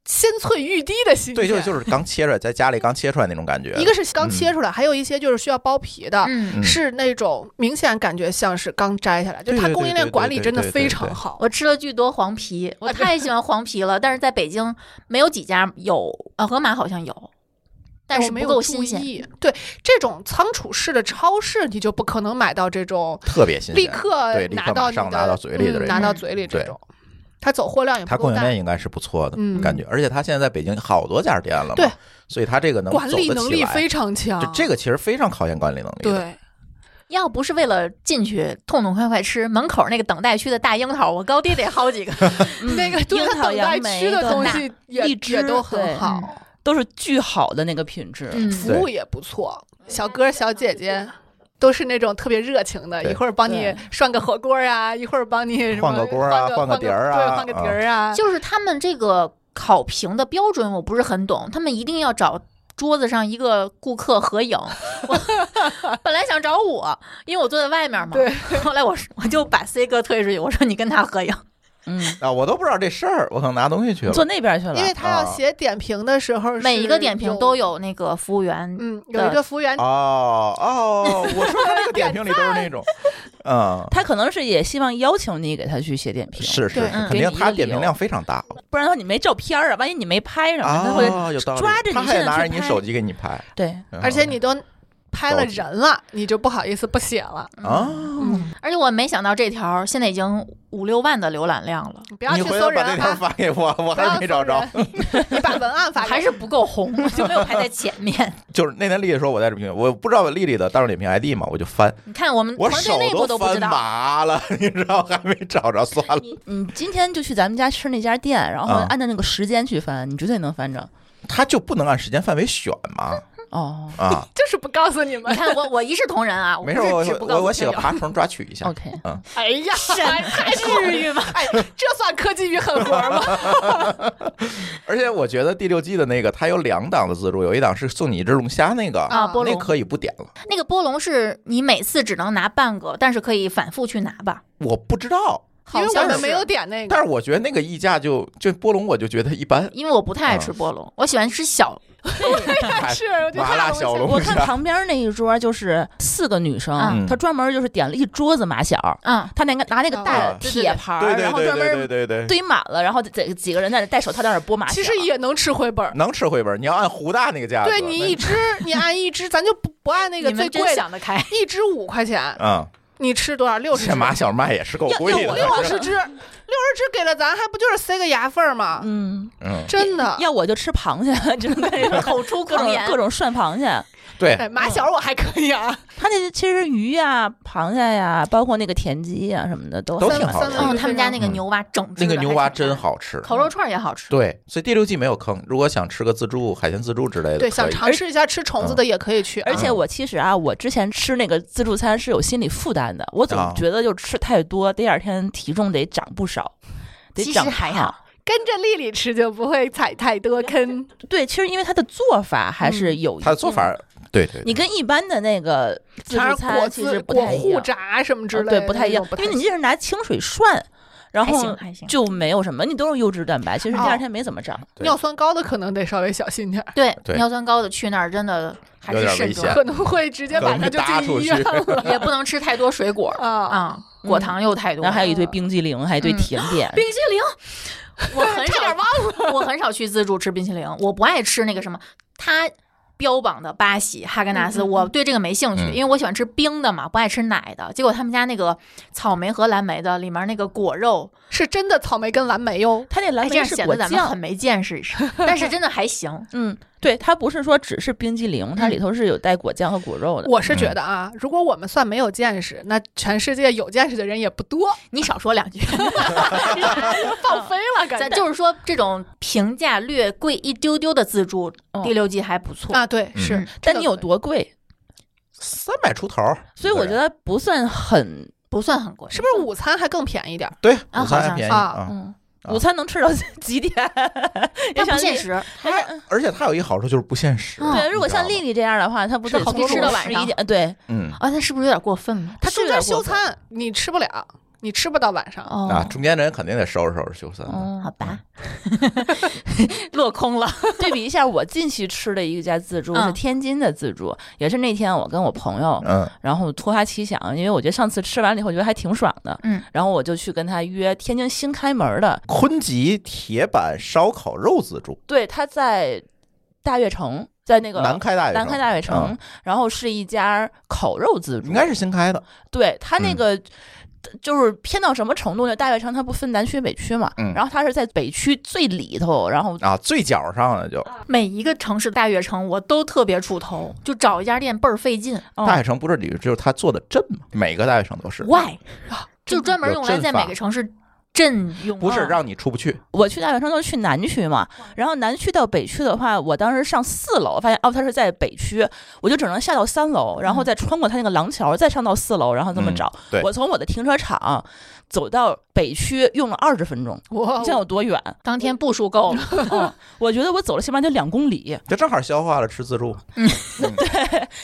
S4: 鲜脆欲滴的新鲜。
S1: 对，就就是刚切出来，在家里刚切出来那种感觉。
S4: 一个是刚切出来，还有一些就是需要剥皮的。
S3: 嗯。
S1: 嗯
S4: 是那种明显感觉像是刚摘下来，就
S1: 对
S4: 它
S1: 对
S4: 供
S1: 对
S4: 应链
S1: 对
S4: 管
S1: 对
S4: 理
S1: 对
S4: 真的
S1: 对
S4: 非
S1: 对
S4: 常
S1: 对
S4: 好。
S3: 我吃了巨多黄皮，
S4: *laughs*
S3: 我太喜欢黄皮了。但是在北京没有几家有，呃，盒马好像有，但
S4: 我
S3: 是
S4: 没
S3: 不
S4: 有注
S3: 够新鲜。
S4: 意。对，这种仓储式的超市，你就不可能买到这种
S1: 特别新鲜，
S4: 立刻
S1: 对，立
S4: 拿
S1: 刻
S4: 到
S1: 马
S4: 你
S1: 上
S4: 的
S1: 拿到嘴里的
S4: 嗯
S1: 这
S4: 拿
S1: 种。
S4: 到嘴里这种。它走货量也
S1: 它
S4: 不
S1: 供
S4: 够
S1: 应
S4: 大，
S1: 链应该是不错的
S4: 嗯
S1: 感觉，而且它现在在北京好多家店了嘛，
S4: 对，
S1: 所以它这个能
S4: 管
S1: 走
S4: 理
S1: 得
S4: 能
S1: 起
S4: 力
S1: 来
S4: 非常强
S1: 就。这个其实非常考验管理能力的。
S4: 对，
S3: 要不是为了进去痛痛快快吃，门口那个等待区的大樱桃，我高低得
S1: *laughs*
S3: 好几个。
S1: 嗯
S4: 那个
S2: 嗯
S4: 对
S2: 樱
S4: 它
S2: 桃
S4: 等待
S2: 杨梅
S4: 区的
S2: 都
S4: 东
S3: 大
S4: 西也
S2: 荔
S4: 也
S2: 枝
S4: 都很
S2: 对
S4: 好，
S2: *laughs* 都是巨好的那个品质。
S4: 嗯服务也不错，小哥小姐姐。都是那种特别热情的，
S1: 对
S4: 一会儿帮你
S2: 对
S4: 涮个火锅啊，一会儿帮你什么
S1: 换个锅啊
S4: 换
S1: 换个碟儿啊
S4: 对，换个碟儿啊，
S3: 就是他们这个考评的标准我不是很懂，他们一定要找桌子上一个顾客合影。我 *laughs* 本来想找我，因为我坐在外面嘛。
S4: 对。
S3: 后来我是我就把 C 哥推出去，我说你跟他合影。
S2: 嗯，
S1: 啊，我都不知道这事儿，我可能拿东西去了。
S2: 坐那边去了
S4: 因。为他要
S1: 啊
S4: 写点评的时候，
S3: 每一个点评都，有那个服务员。
S4: 嗯，有一个服务员
S1: 哦哦，我说他那个点评里都是那
S4: *laughs*
S1: 种，嗯，
S2: 他可能是也希望邀请你给他去写点评，
S1: 是是，是
S4: 对
S3: 嗯
S1: 肯
S2: 给
S1: 定
S2: 你一
S1: 他
S2: 个
S1: 点
S2: 理
S1: 评
S2: 由
S1: 量非常大。
S2: 不然的话你没照片儿啊，万一你没拍什么，他会
S1: 哦，有道理，
S2: 抓着你
S1: 他还
S2: 现
S1: 拿着
S2: 在去
S1: 你
S2: 拍
S1: 手机给你拍，
S2: 对
S4: 而且你都拍了
S1: 高级
S4: 人了，你就不好意思不写了，
S1: 啊，
S3: 嗯，而且我没想到这条现在已经五六万的浏览量了，
S4: 你不要
S1: 你
S4: 去
S1: 回
S4: 搜
S1: 头
S4: 人
S1: 把那条
S4: 啊，
S1: 发给我，我
S4: 不要
S1: 还是没找着。
S4: 搜人，你把文案发给我
S3: 还是不够红， *laughs* 就没有排在前面。
S1: 就是那天丽丽说我在这评，我不知道丽丽的大众点评 ID 嘛，我就翻，
S3: 你看我们
S1: 我
S3: 嗯团队
S1: 手
S3: 内部都不知
S1: 翻
S3: 道，
S1: 麻了， *laughs* 你知道还没找着，算了。
S2: 你嗯今天就去咱们家吃那家店，然后
S1: 啊
S2: 按照那个时间去翻，你绝对能翻着。
S1: 他就不能按时间范围选嘛？
S2: 哦
S1: 啊，
S4: 就是不告诉你
S3: *laughs* 你
S4: 们。
S3: 看我我一视同仁啊，
S1: *laughs* 没事，
S3: 不
S1: 我
S3: 是只不告
S1: 我
S3: 诉
S1: 我
S3: 听
S1: 写个
S3: 友
S1: 爬虫抓取一下。
S2: ，OK，
S1: 嗯，
S4: 哎呀，还
S3: 至于吗？
S4: 哎，这算科技与狠活吗？
S1: 而且我觉得第六季的那个，它有两档的自助，有一档是送你一只龙虾那个，
S3: 啊，波
S1: 那
S3: 龙
S1: 可以不点了。
S3: 那个波龙是你每次只能拿半个，但是可以反复去拿吧？
S1: 我不知道，
S4: 因
S3: *laughs* 好
S4: 为我
S3: 像
S4: 们
S3: 是
S4: 没有，点那
S1: 但
S4: 个，
S1: 是我觉得那个溢价就就波龙，我就觉得一般。
S3: 因为我不太爱吃波龙，我喜欢吃小。
S1: 但
S4: *laughs* 是我觉得
S1: 麻辣小龙
S2: 我看
S1: 虾，
S2: 旁边那一桌就是四个女生，
S3: 嗯
S2: 她专门就是点了一桌子马小，
S3: 嗯，
S2: 她那个拿那个大
S1: 啊
S4: 对哦对对
S2: 铁盘
S1: 对
S2: 儿，
S1: 对
S2: 哎然后专
S1: 对对对
S2: 门
S1: 对对，
S2: 堆满了，然后这几个人在那戴手套在那剥马小。
S4: 其实也能吃回本儿。
S1: 能吃回本儿。你要按胡大那个价格，
S4: 对你
S1: 那
S4: 一只，
S1: *laughs*
S4: 你按一只，咱就不不按那个
S3: 你
S4: 最
S3: 们真
S4: 贵的，
S3: 想得开。
S4: 一只五块钱，
S1: 嗯，
S4: 你吃多少？六十只
S1: 这，马小卖也是够贵
S4: 要
S1: 的。
S4: 六十只，六十只给了咱，还不就是塞个牙缝儿吗？
S2: 嗯，
S1: 嗯，
S4: 真的，
S2: 要我就吃螃蟹，真
S4: *laughs*
S3: *laughs*
S2: 的
S3: 口出
S2: 各
S3: 狂
S2: 种
S3: 言
S2: 各，种涮螃蟹。
S1: 对，
S4: 哎，马小我还可以啊，
S2: 它那其实鱼呀、螃蟹呀、包括那个田鸡呀、什么的都
S1: 都
S2: 很
S1: 挺好的哦
S4: 三文
S3: 嗯，
S4: 鱼
S3: 他们家那个牛蛙
S2: 嗯
S3: 整只
S1: 那
S3: 的
S1: 个牛蛙
S3: 还挺
S1: 真，好吃。嗯
S3: 烤肉串儿也好吃。
S1: 对，所以第六季没有坑。如果想吃个自助、海鲜自助之类的，
S4: 对，
S1: 可
S4: 想
S1: 以嗯
S4: 尝试一下吃虫子的也可以去啊，
S2: 而且我其实啊，我之前吃那个自助餐是有心理负担的，我总
S1: 啊
S2: 觉得就吃太多，第二天体重得长不少，得
S3: 其实
S2: 长
S3: 还
S2: 胖
S3: 好。
S4: 跟着丽丽吃就不会踩太多坑。
S2: 对，其实因为它的做法还
S3: 嗯
S2: 是有一定
S1: 它的做法儿，对对，对
S2: 嗯你跟一般的那个自助
S4: 全是果
S2: 餐其
S4: 子
S2: 实、不
S4: 果
S2: 太一
S4: 糊
S2: 样，
S4: 炸什么之
S2: 呃
S4: 类的，
S2: 对，不太一样
S4: 那种，不
S2: 因为你
S4: 行
S2: 这是拿清水涮，然
S3: 还行
S2: 后
S3: 还行，
S2: 就没有什么，你都是优质蛋白，其实第
S4: 哦
S2: 二天没怎么长。
S1: 对
S4: 尿酸高的可能得稍微小心点儿，
S3: 对
S1: 对
S3: 尿酸高的去那儿真的还
S1: 有
S3: 是
S1: 点
S3: 慎
S1: 危
S3: 重
S1: 险，
S4: 可能会直接晚上就
S1: 可能
S4: 进
S1: 会
S4: 医院
S1: 搭
S2: *laughs*
S4: 了
S3: 也不能吃太多水果
S4: 啊。
S3: *laughs* 啊，果糖又太多
S2: 然后
S3: 了。
S2: 还有一堆冰激凌，还有一堆
S3: 嗯
S2: 甜点，
S3: 冰淇淋， *laughs* 我很少忘了， *laughs* 我很少去自助吃冰淇淋，我不爱吃那个什么，它标榜的巴西哈根达斯，
S4: 嗯嗯嗯
S3: 我对这个没兴趣，
S1: 嗯
S3: 因为我喜欢吃冰的嘛，不爱吃奶的。结果他们家那个草莓和蓝莓的里面那个果肉，
S4: *laughs* 是真的草莓跟蓝莓哟，
S2: 它那蓝
S3: 哎，这
S2: 莓
S3: 样
S2: 是
S3: 显
S2: 果
S3: 得咱们
S2: 酱
S3: 很，没见识，但是真的还行。
S2: 嗯，对，它不是说只是冰激凌，
S3: 嗯
S2: 它里头是有带果酱和果肉的。
S4: 我是觉得啊，如果我们算没有见识，那全世界有见识的人也不多，
S3: 你少说两句，
S4: *laughs* 放飞
S2: 啊
S4: 了感
S3: 咱
S4: 觉
S3: 就是说这种评价略贵一丢丢的自助，
S2: 哦
S3: 第六季还不错。
S4: 啊，对，
S1: 嗯
S4: 是
S3: 嗯，
S2: 但你有多贵？
S1: 三百出头儿，
S2: 所以我觉
S1: 啊
S2: 得不算很，
S3: 不算很贵，
S4: 是不是午餐还更便宜点儿？
S1: 对
S3: 啊
S1: 午
S3: 好
S1: 餐还
S3: 像
S1: 便宜
S4: 是
S1: 啊。
S2: 嗯，
S1: 啊
S2: 午餐能吃到几点？ *laughs*
S3: 它
S2: 要像
S3: 不现
S2: 丽，
S3: 实，
S2: 还是嗯
S1: 而且它有一好处就是不限时，
S3: 嗯
S2: 对，如果
S1: 你知道
S2: 像
S1: 吗
S2: 丽丽这样的话，她不
S3: 是
S2: 得
S3: 好
S2: 从
S3: 多
S2: 中
S3: 吃到
S2: 午
S3: 晚
S2: 十
S3: 上
S2: 一点？对，
S1: 嗯
S3: 啊，那是不是有点过分了？
S4: 他
S2: 是
S4: 中
S2: 有
S4: 间
S2: 点
S4: 休
S2: 过分
S4: 餐，你吃不了，你吃不到晚上。
S3: 哦，
S1: 啊，中间人肯定得收拾收拾修身的。
S2: 嗯
S3: 好，吧， *laughs* 落空了。
S2: 对比一下，我近期吃的一家自助
S3: 嗯
S2: 是天津的自助，也是那天我跟我朋友，
S1: 嗯
S2: 然后突发奇想，因为我觉得上次吃完了以后觉得还挺爽的，
S3: 嗯，
S2: 然后我就去跟他约天津新开门的，
S1: 昆吉铁板烧烤肉自助，
S2: 对，他在大悦城，在那个
S1: 南开大悦城，
S2: 南开大悦城，
S1: 嗯
S2: 然后是一家烤肉自助，
S1: 应该是新开的。
S2: 对他那
S1: 嗯
S2: 个。就是偏到什么程度呢？大悦城它不分南区北区嘛，
S1: 嗯
S2: 然后它是在北区最里头，然后
S1: 啊，最角上了就
S2: 哦
S3: 每一个城市大悦城我都特别出头，就找一家店倍儿费劲。
S2: 哦
S1: 大悦城不是里，就是他做的镇嘛，每个大悦城都是， *laughs*
S3: Why？就专门用来在
S1: 有阵法
S3: 每个城市镇用。嗯
S1: 不
S2: 哦
S1: 是让你出不去，
S2: 我去大学生都是去南区嘛，然后南区到北区的话，我当时上四楼，发现哦，它是在北区，我就只能下到三楼，然后再穿过它那个廊桥，再上到四楼，然后这么找。
S1: 嗯对
S2: 我从我的停车场走到北区用了二十分钟，
S4: 我
S2: 你想有多远？
S3: 当天步数够了，
S2: 嗯，我觉得我走了起码得两公里。
S1: 就正好消化了吃自助。
S2: *laughs*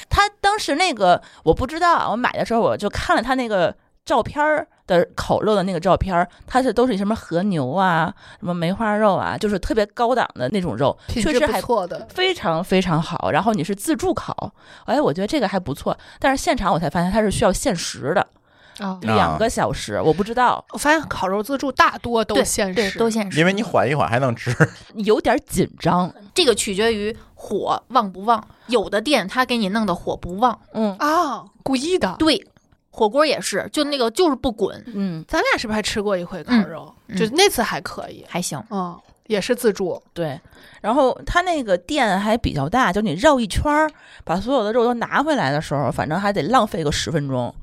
S2: 他当时那个我不知道，啊我买的时候我就看了他那个照片儿的烤肉的那个照片儿，它是都是什么和牛啊，什么梅花肉啊，就是特别高档的那种肉，
S4: 品
S2: 确
S4: 质
S2: 实
S4: 不
S2: 还
S4: 错的，
S2: 非常非常好。然后你是自助烤，哎，我觉得这个还不错。但是现场我才发现它是需要限时的，
S4: 啊
S1: 啊
S2: 两个小时，我不知道，
S4: 我发现烤肉自助大多都
S3: 对
S4: 限
S3: 对，
S4: 时，
S3: 都现实。嗯
S1: 因为你缓一缓还能吃，
S2: 有点紧张。
S3: 这个取决于火旺不旺，有的店他给你弄的火不旺，
S2: 嗯
S4: 啊，故意的。
S3: 对，火锅也是，就那个就是不滚，
S2: 嗯，
S4: 咱俩是不是还吃过一回烤
S3: 嗯
S4: 肉？
S3: 嗯
S4: 就那次还可以，
S3: 还行。
S4: 嗯，也是自助，
S2: 对。然后它那个店还比较大，就你绕一圈儿，把所有的肉都拿回来的时候，反正还得浪费个十分钟。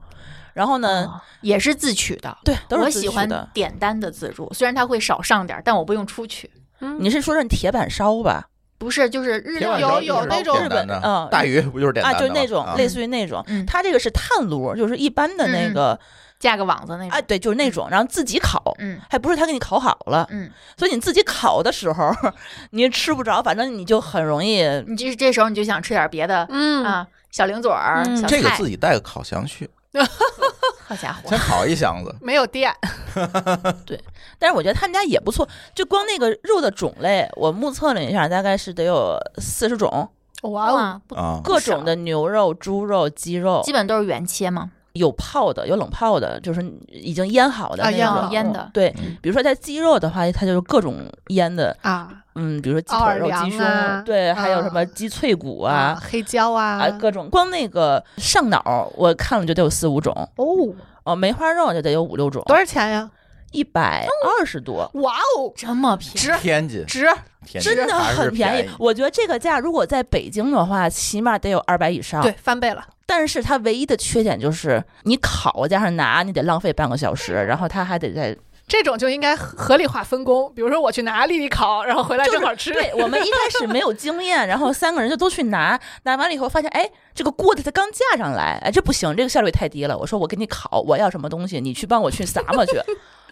S2: 然后呢，
S1: 啊
S3: 哦也是自取的。
S2: 对，都
S3: 我
S2: 是自
S3: 喜
S2: 取
S3: 欢
S2: 的。
S3: 点单的自助，虽然它会少上点儿，但我不用出去。
S2: 你是说是铁板烧吧？
S3: 不是，就是
S1: *laughs*
S3: 日
S1: 铁
S3: 料
S1: 板烧
S4: 有
S1: 就
S4: 有
S1: 是
S4: 那种
S1: 点单的
S2: 日本嗯
S1: 大鱼不就是点单
S2: 啊，
S1: 的
S2: 就
S1: 吗
S2: 那种
S1: 啊
S2: 类似于那种
S3: 嗯，
S2: 它这个是炭炉，就是一般的那
S3: 嗯嗯
S2: 个
S3: 架个网子那
S2: 啊，
S3: 种。
S2: 对，就是那种，然后自己烤，
S3: 嗯
S2: 还不是他给你烤好了，
S3: 嗯，
S2: 所以你自己烤的时候， *laughs* 你也吃不着，反正你就很容易。
S3: 你这这时候你就想吃点别的
S4: 嗯
S3: 啊，小零嘴儿、
S2: 嗯
S3: 小
S1: 这个
S3: 菜，
S1: 自己带个烤箱去，
S3: 好家伙
S1: 先，烤一箱子。
S4: 没有店，
S2: 但是我觉得他们家也不错，就光那个肉的种类，我目测了一下，大概是得有四十种，
S4: 哇哦，
S3: 嗯哇，不
S1: 啊，
S2: 各种的牛肉、猪肉、鸡肉
S3: 基，本都是原切嘛。
S2: 有泡的，有冷泡的，就是已经腌好的
S4: 啊
S2: 那
S4: 腌
S2: 种
S4: 好
S3: 腌的
S2: 对
S1: 嗯，
S2: 比如说在鸡肉的话，它就是各种腌的，
S4: 啊
S2: 嗯，比如说鸡
S4: 奥尔
S2: 腿肉、鸡
S4: 良
S2: 胸，
S4: 啊
S2: 对，还有什
S4: 啊
S2: 么鸡脆骨啊。
S4: 黑椒啊
S2: 啊，各种光那个上脑，我看了就得有四五种
S4: 哦，
S2: 哦，梅花肉就得有五六种，
S4: 多少钱呀？
S2: 一百二十多，
S4: 哇哦，
S3: 这么便宜，
S4: 值
S1: 天津，
S4: 值，
S1: 天津
S2: 真的
S1: 还是
S2: 很
S1: 便
S2: 便宜。我觉得这个价如果在北京的话，起码得有二百以上。
S4: 对，，翻倍了，
S2: 但是它唯一的缺点就是你烤加上拿，你得浪费半个小时，然后它还得再。
S4: 这种就应该合合理化分工，比如说我去拿丽丽烤，然后回来
S2: 就是
S4: 正好吃，
S2: 对我们一开始没有经验，然后三个人就都去拿，拿完了以后发现，哎，这个锅子它刚架上来，哎，这不行，这个效率太低了。我说我给你烤，我要什么东西，你去帮我去撒嘛
S4: *laughs*
S2: 去。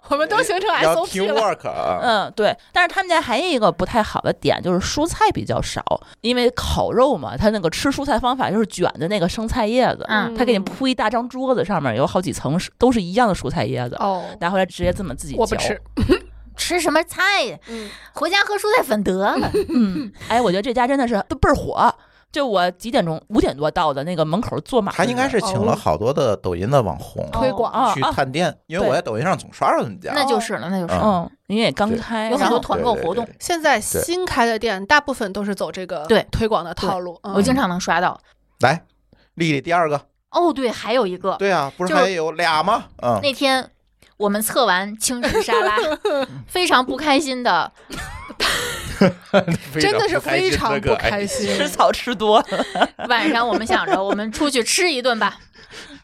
S4: 我们都形成
S1: 要
S4: SOP 了，
S1: teamwork 啊，
S2: 嗯，对。但是他们家还有一个不太好的点，就是蔬菜比较少，因为烤肉嘛，它那个吃蔬菜方法就是卷的那个生菜叶子，
S3: 嗯
S2: 他给你铺一大张桌子，上面有好几层是都是一样的蔬菜叶子，
S4: 哦，
S2: 拿回来直接这么自己嚼。
S4: 我不吃，
S3: 吃什么菜？
S4: 嗯
S3: 回家喝蔬菜粉得了。
S2: 嗯，哎，我觉得这家真的是都倍儿火。就我几点钟？五点多到的，那个门口坐满了
S1: 他
S2: 人。
S1: 应该是请了好多的抖音的网红
S4: 推广
S2: 哦
S1: 去
S2: 啊
S1: 探店，因为
S2: 对
S1: 我在抖音上总刷到他们家
S3: 那就是了，那就是了。
S2: 嗯，因为也刚
S1: 对
S2: 开，
S3: 有很
S2: 然
S3: 多
S2: 后
S3: 团购活
S1: 对
S3: 动，
S1: 对对
S4: 现在新开的店大部分都是走这个
S3: 对
S4: 推广的套路，嗯
S3: 我经常能刷到。
S1: 来，丽丽第二个，
S3: 哦，对，还有一个，
S1: 对啊，不是还有俩吗？嗯，
S3: 那天我们测完 *laughs* 轻食沙拉，非常不开心的，
S1: 非常
S4: 真的是非常不
S1: 不
S4: 开
S1: 心哎
S4: 心，
S2: 吃草吃多
S3: *laughs*
S2: 了，
S3: 晚上我们想着我们出去吃一顿 *laughs* 吧，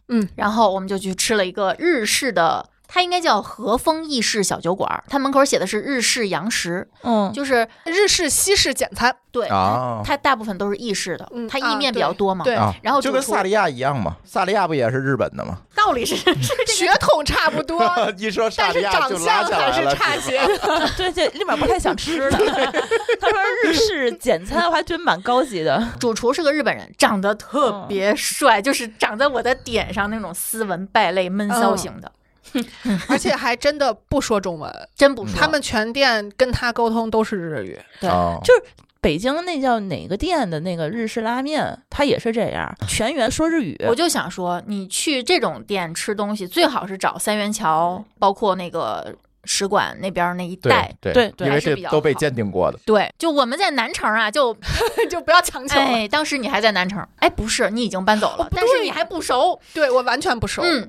S4: 嗯，
S3: 然后我们就去吃了一个日式的。它应该叫和风意式小酒馆儿，它门口写的是日式洋食，
S2: 嗯，
S3: 就是
S4: 日式、西式简餐，
S3: 对
S1: 啊
S3: 它，它大部分都是意式的
S4: 嗯，
S3: 它
S4: 啊
S3: 意面比较
S4: 对
S3: 多嘛，
S4: 对
S1: 啊，
S3: 然后
S1: 就
S3: 主
S1: 跟
S3: 厨
S1: 萨利亚一样嘛，萨利亚不也是日本的吗？*laughs*
S3: 道理是是
S4: 血统差不多，
S1: 一说萨
S4: 但
S1: 利
S4: 是
S1: 亚
S4: 长
S1: 就
S4: 相
S1: 拉下
S4: 还
S1: 来了，
S4: 是差
S1: 是吧 *laughs*
S4: 些。
S2: 对，这立马不太想吃了。 *laughs* 他说日式简餐，我还觉得蛮高级的。
S3: 主厨是个日本人，长得
S4: 嗯
S3: 特别帅，就是长在我的点上那种斯文败类闷
S4: 嗯
S3: 骚型的，
S4: 而且还真的不说中文，
S3: 真
S1: 嗯
S3: 不错。
S4: 他们全店跟他沟通都是日语。
S2: 对
S1: 哦
S2: 就是北京那叫哪个店的那个日式拉面，它也是这样，全员说日语。
S3: 我就想说，你去这种店吃东西，最好是找三元
S4: 嗯
S3: 桥，包括那个使馆那边那一带。
S1: 对
S2: 对对
S1: 因为
S3: 还是
S1: 这
S3: 比较
S1: 都被
S3: 好
S1: 鉴定过的。
S3: 对，就我们在南城啊， *laughs*
S4: *laughs*
S3: 就
S4: 就不要强求了。
S3: 哎，当时你还在南城，哎，不是，你已经搬走了，但是你还不熟，
S4: 哦对我完全不熟。
S3: 嗯，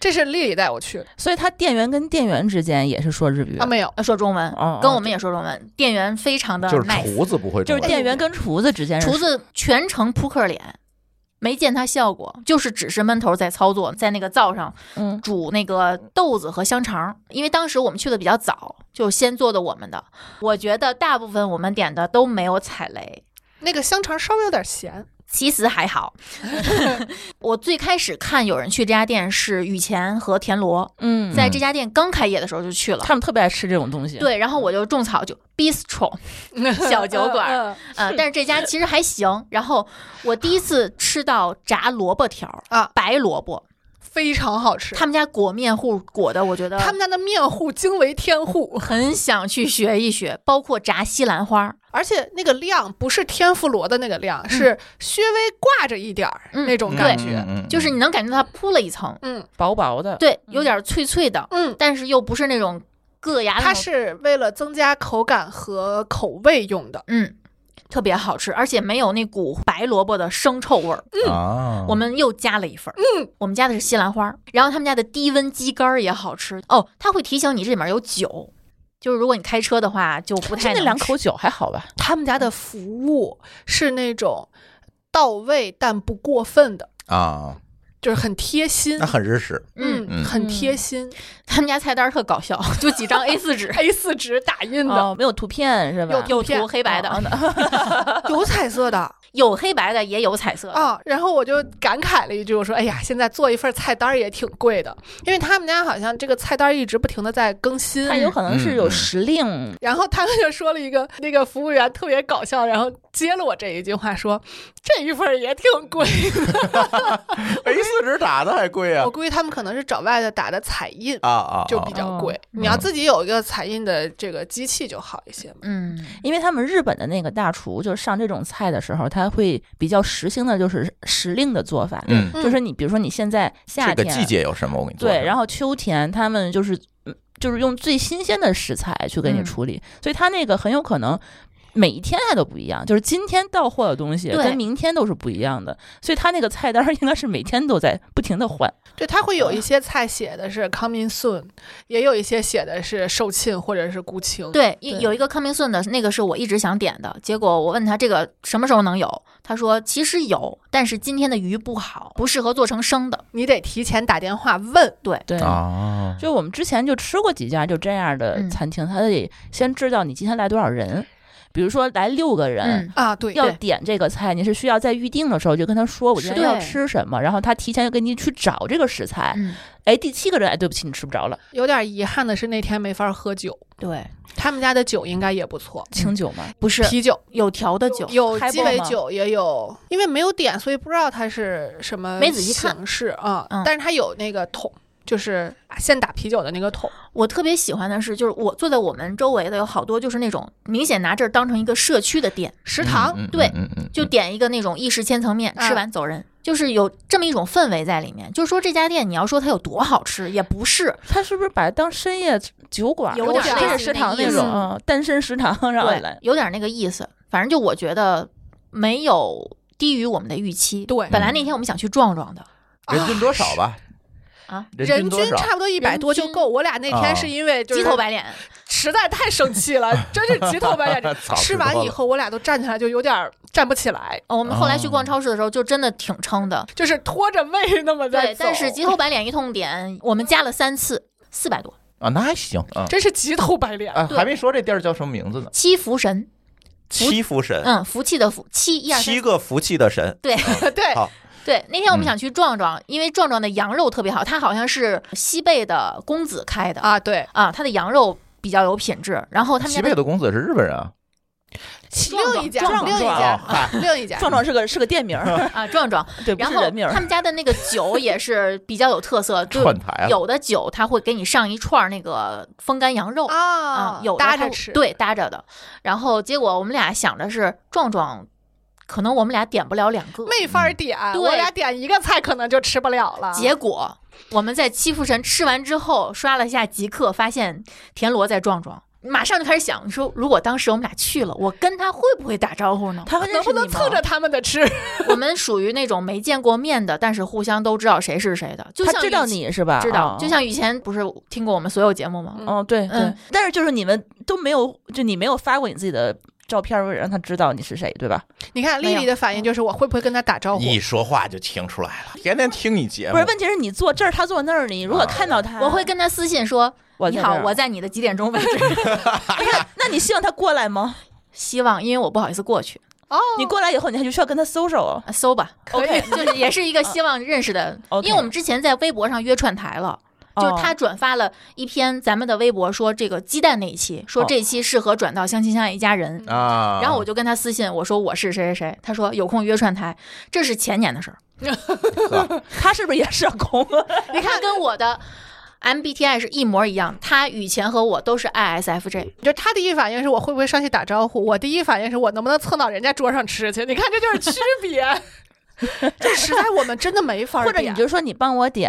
S4: 这是丽丽带我去的，
S2: 所以他店员跟店员之间也是说日语
S4: 啊，，没有，
S3: 呃说中文，
S2: 哦
S3: 跟
S2: 哦
S3: 我们也说中文，店员非常的
S1: 就是
S3: nice，
S1: 厨子不会中
S2: 就是
S1: 文，
S2: 店员跟厨子之间哎是
S3: 厨子全程扑克脸，没见他笑过，就是只是闷头在操作，在那个灶上
S2: 嗯
S3: 煮那个豆子和香肠。因为当时我们去的比较早，就先做的我们的。我觉得大部分我们点的都没有踩雷，
S4: 那个香肠稍微有点咸，
S3: 其实还好。 *laughs* 我最开始看有人去这家店是雨前和田螺，
S2: 嗯，
S3: 在这家店刚开业的时候就去了。
S2: 他们特别爱吃这种东西，，
S3: 对，然后我就种草就 bistro 小酒馆儿，
S4: 嗯
S3: 呃，但是这家其实还行。然后我第一次吃到炸萝卜条儿
S4: 啊
S3: 白萝卜，
S4: 非常好吃。
S3: 他们家裹面糊裹的，我觉得
S4: 他们家的面糊惊为天糊，
S3: 很想去学一学，包括炸西兰花儿，
S4: 而且那个量不是天妇罗的那个量，是稍微挂着一点儿
S3: 嗯
S4: 那种
S3: 嗯
S4: 感
S3: 对
S4: 觉。
S1: 嗯
S3: 就是你能感觉到它铺了一层，
S4: 嗯
S2: 薄薄的，
S3: 对，有点脆脆的，
S4: 嗯，
S3: 但是又不是那种硌牙
S4: 它
S3: 那种，
S4: 是为了增加口感和口味用的。
S3: 嗯，特别好吃，而且没有那股白萝卜的生臭味儿。
S1: 啊，
S3: 嗯我们又加了一份儿，嗯，我们加的是西兰花儿，然后他们家的低温鸡肝儿也好吃哦，他会提醒你这里面有酒，就是如果你开车的话就不太
S2: 就那
S3: 能
S2: 两
S3: 吃
S2: 口酒还好吧？
S4: 他们家的服务是那种到位但不过分的，
S1: 啊，
S4: 就是很贴心
S1: 那。很日式，
S3: 嗯，
S1: 啊嗯
S4: 很贴心。
S3: 他们家菜单儿特搞笑， *laughs* 就几张 A 四纸
S4: A 四纸打印的，
S2: 哦，没有图片是吧？
S3: *laughs* 有
S4: 片
S3: 涂黑白的，
S4: 有彩色的
S3: *laughs* 有黑白的也有彩色
S4: *laughs*
S3: 的，
S4: 啊。然后我就感慨了一句，我说：“哎呀，现在做一份菜单儿也挺贵的，因为他们家好像这个菜单儿一直不停的在更新。
S2: 他”有可能是
S1: 嗯
S2: 有
S1: 嗯
S2: 时令，
S4: 然后他们就说了一个那个服务员特别搞笑，然后接了我这一句话说：“这一份儿也挺贵。
S1: A 四纸打的还贵”啊
S4: 我估计他们可能是找外头打的彩印，
S1: 啊啊，
S4: 就比较贵
S2: 哦。
S3: 嗯
S4: 你要自己有一个彩印的这个机器就好一些嘛。
S3: 嗯，
S2: 因为他们日本的那个大厨就是上这种菜的时候，他会比较实行的就是时令的做法，
S1: 嗯，
S2: 就是你比如说你现在夏
S1: 这个
S2: 天
S1: 季节有什么我给你做什么？
S2: 对，然后秋天他们就是嗯就是用最新鲜的食材去给你
S3: 嗯
S2: 处理，所以他那个很有可能。每一天它都不一样，就是今天到货的东西
S3: 对
S2: 跟明天都是不一样的，所以他那个菜单儿应该是每天都在不停的换。
S4: 对，它会有
S3: 嗯
S4: 一些菜写的是 coming soon，也有一些写的是售罄或者是沽清。，
S3: 对，有有一个康明顺的那个是我一直想点的，结果我问他这个什么时候能有，他说其实有，但是今天的鱼不好，不适合做成生的。
S4: 你得提前打电话问。
S2: 对，
S1: 啊，
S2: 就我们之前就吃过几家就这样的
S3: 嗯
S2: 餐厅，他得先知道你今天来多少人，比如说来六个人，
S3: 嗯，
S4: 啊，对，
S2: 要
S4: 对
S2: 点这个菜，你是需要在预定的时候就跟他说我今天要
S3: 对
S2: 吃什么，然后他提前给你去找这个食材。
S3: 嗯，
S2: 哎，第七个人，哎，对不起，你吃不着了，
S4: 有点遗憾的是那天没法喝酒，
S3: 对，
S4: 他们家的酒应该也不错，
S3: 嗯
S2: 清酒嘛，
S3: 不是
S4: 啤酒。
S3: 有调的酒，
S4: 有
S2: Highball
S4: 鸡尾
S2: 吗
S4: 酒，也有，因为没有点，所以不知道它是什么
S3: 没仔细看
S4: 形式啊。
S3: 嗯
S4: 但是它有那个桶，就是现打啤酒的那个桶。
S3: 我特别喜欢的是，就是我坐在我们周围的有好多就是那种明显拿这儿当成一个社区的店，
S4: 食堂，
S1: 嗯
S3: 对，
S1: 嗯嗯嗯嗯
S3: 就点一个那种意式千层面，
S4: 啊
S3: 吃完走人。就是有这么一种氛围在里面，就是说这家店你要说它有多好吃，也不是，
S2: 他是不是把它当深夜酒馆、
S3: 有点
S2: 深
S4: 类
S2: 夜
S3: 似于
S2: 食
S3: 那
S2: 堂
S3: 意
S2: 那
S3: 思
S2: 种，嗯，单身食堂让我
S3: 对
S2: 来，，
S3: 有点那个意思。反正就我觉得没有低于我们的预期。
S4: 对啊
S3: 本来那天我们想去壮壮的，
S1: 人均多少吧？
S3: 啊，
S1: 人
S4: 人
S1: 均多
S4: 均
S1: 少？
S4: 差不多一百
S3: 人
S4: 多就
S3: 均
S4: 够。我俩那天
S1: 啊
S4: 是因为就是
S3: 鸡头白脸，
S4: 实在太生
S1: *laughs*
S4: 气了，真是急头白脸。
S1: 操
S4: 吃完
S1: 多
S4: 以
S1: 了
S4: 后，我俩都站起来就有点站不起来，
S3: 哦，我们后来去
S1: 哦
S3: 逛超市的时候就真的挺撑的。
S4: 就是拖着胃那么在
S3: 对，
S4: 走。
S3: 但是急头白脸一通点，我们加了三次，四百多。
S1: 啊，那还行啊。
S4: 真是急头白脸。
S1: 啊，
S3: 对
S1: 还没说这地儿叫什么名字呢？
S3: 七福神，
S1: 七福神，
S3: 嗯，福气的福，七一二三
S1: 七。个福气的神。
S3: 对
S4: 对，
S1: 哎好，
S3: 对，那天我们
S1: 嗯
S3: 想去壮壮，因为壮壮的羊肉特别好，它好像是西贝的公子开的
S4: 啊，对，
S3: 啊，它的羊肉比较有品质。然后他们
S1: 西
S3: 家
S1: 贝
S3: 的
S1: 的公子是日本人啊。
S4: 另一家，
S2: 壮
S4: 另一
S2: 壮
S1: 啊
S4: 家，
S1: 嗨，
S4: 另
S3: *laughs*
S4: 一家。
S2: 壮壮是个是个店名儿，
S3: 啊壮壮，
S2: 对，不
S3: 然
S2: 是
S3: 后
S2: 人名儿
S3: 他。们家的那个酒也是比较有特色，就
S1: 串台啊了。
S3: 有的酒它会给你上一串儿那个风干羊肉
S4: 啊
S3: 啊，有的
S4: 搭
S3: 它
S4: 着
S3: 会
S4: 吃，，
S3: 对，搭着的。然后结果我们俩想的是壮壮，可能我们俩点不了两个，
S4: 没法儿点，
S3: 嗯对
S4: 我俩点一个菜可能就吃不了了。
S3: 结果我们在七福神吃完之后刷了一下极客，发现田螺在壮壮，马上就开始想，你说如果当时我们俩去了，我跟他会不会打招呼
S2: *laughs*
S3: 呢？
S8: 他会认
S4: 能
S8: 识
S4: 不
S8: 你吗
S4: 能蹭着他们的吃？
S3: 我们属于那种没见过面的，但是互相都知道谁是谁的，就
S2: 他
S3: 像
S2: 知道
S3: 以前
S2: 你是吧？
S3: 知
S2: 哦，
S3: 道就像以前不是听过我们所有节目吗？
S2: 哦，对对
S3: 嗯，
S2: 但是就是你们都没有，就你没有发过你自己的照片儿，让他知道你是谁，对吧？
S4: 你看丽丽的反应就是我会不会跟他打招呼？
S1: 你一说话就听出来了，天天听你节目
S2: 不是，，问题是你坐这儿，他坐那儿，你如果看到他，
S3: 我会跟他私信说：“
S2: 啊我
S3: 你
S2: 在
S3: 好
S2: 这，儿
S3: 我在你的几点钟
S2: *laughs*
S3: 位置。
S2: 那你希望他过来吗？”
S3: 希望，因为我不好意思过去，
S4: 哦，
S2: 你过来以后，你还就需要跟他 social 啊
S3: 啊搜吧，
S4: 可以
S2: *laughs* OK，
S3: 就是也是一个希望认识的
S2: OK
S3: 因为我们之前在微博上约串台了。就是
S2: 哦
S3: 他转发了一篇咱们的微博，说这个鸡蛋那一期，说
S2: 哦
S3: 这期适合转到相亲相爱一家
S4: 嗯
S3: 人。
S1: 啊，
S3: 然后我就跟他私信，我说我是谁谁谁，他说有空约串台，这是前年
S2: *laughs*
S3: 的事儿。
S2: 他是不是也社 *laughs* 恐？
S3: 你看，跟我的 MBTI 是一模一样，他以前和我都是 ISFJ。
S4: 就他第一反应是我会不会上去打招呼，我第一反应是我能不能蹭到人家桌上吃去？你看这就是区 *laughs* 别，这实在我们真的没法
S2: 或者你
S4: 点。
S2: 就说你帮我点，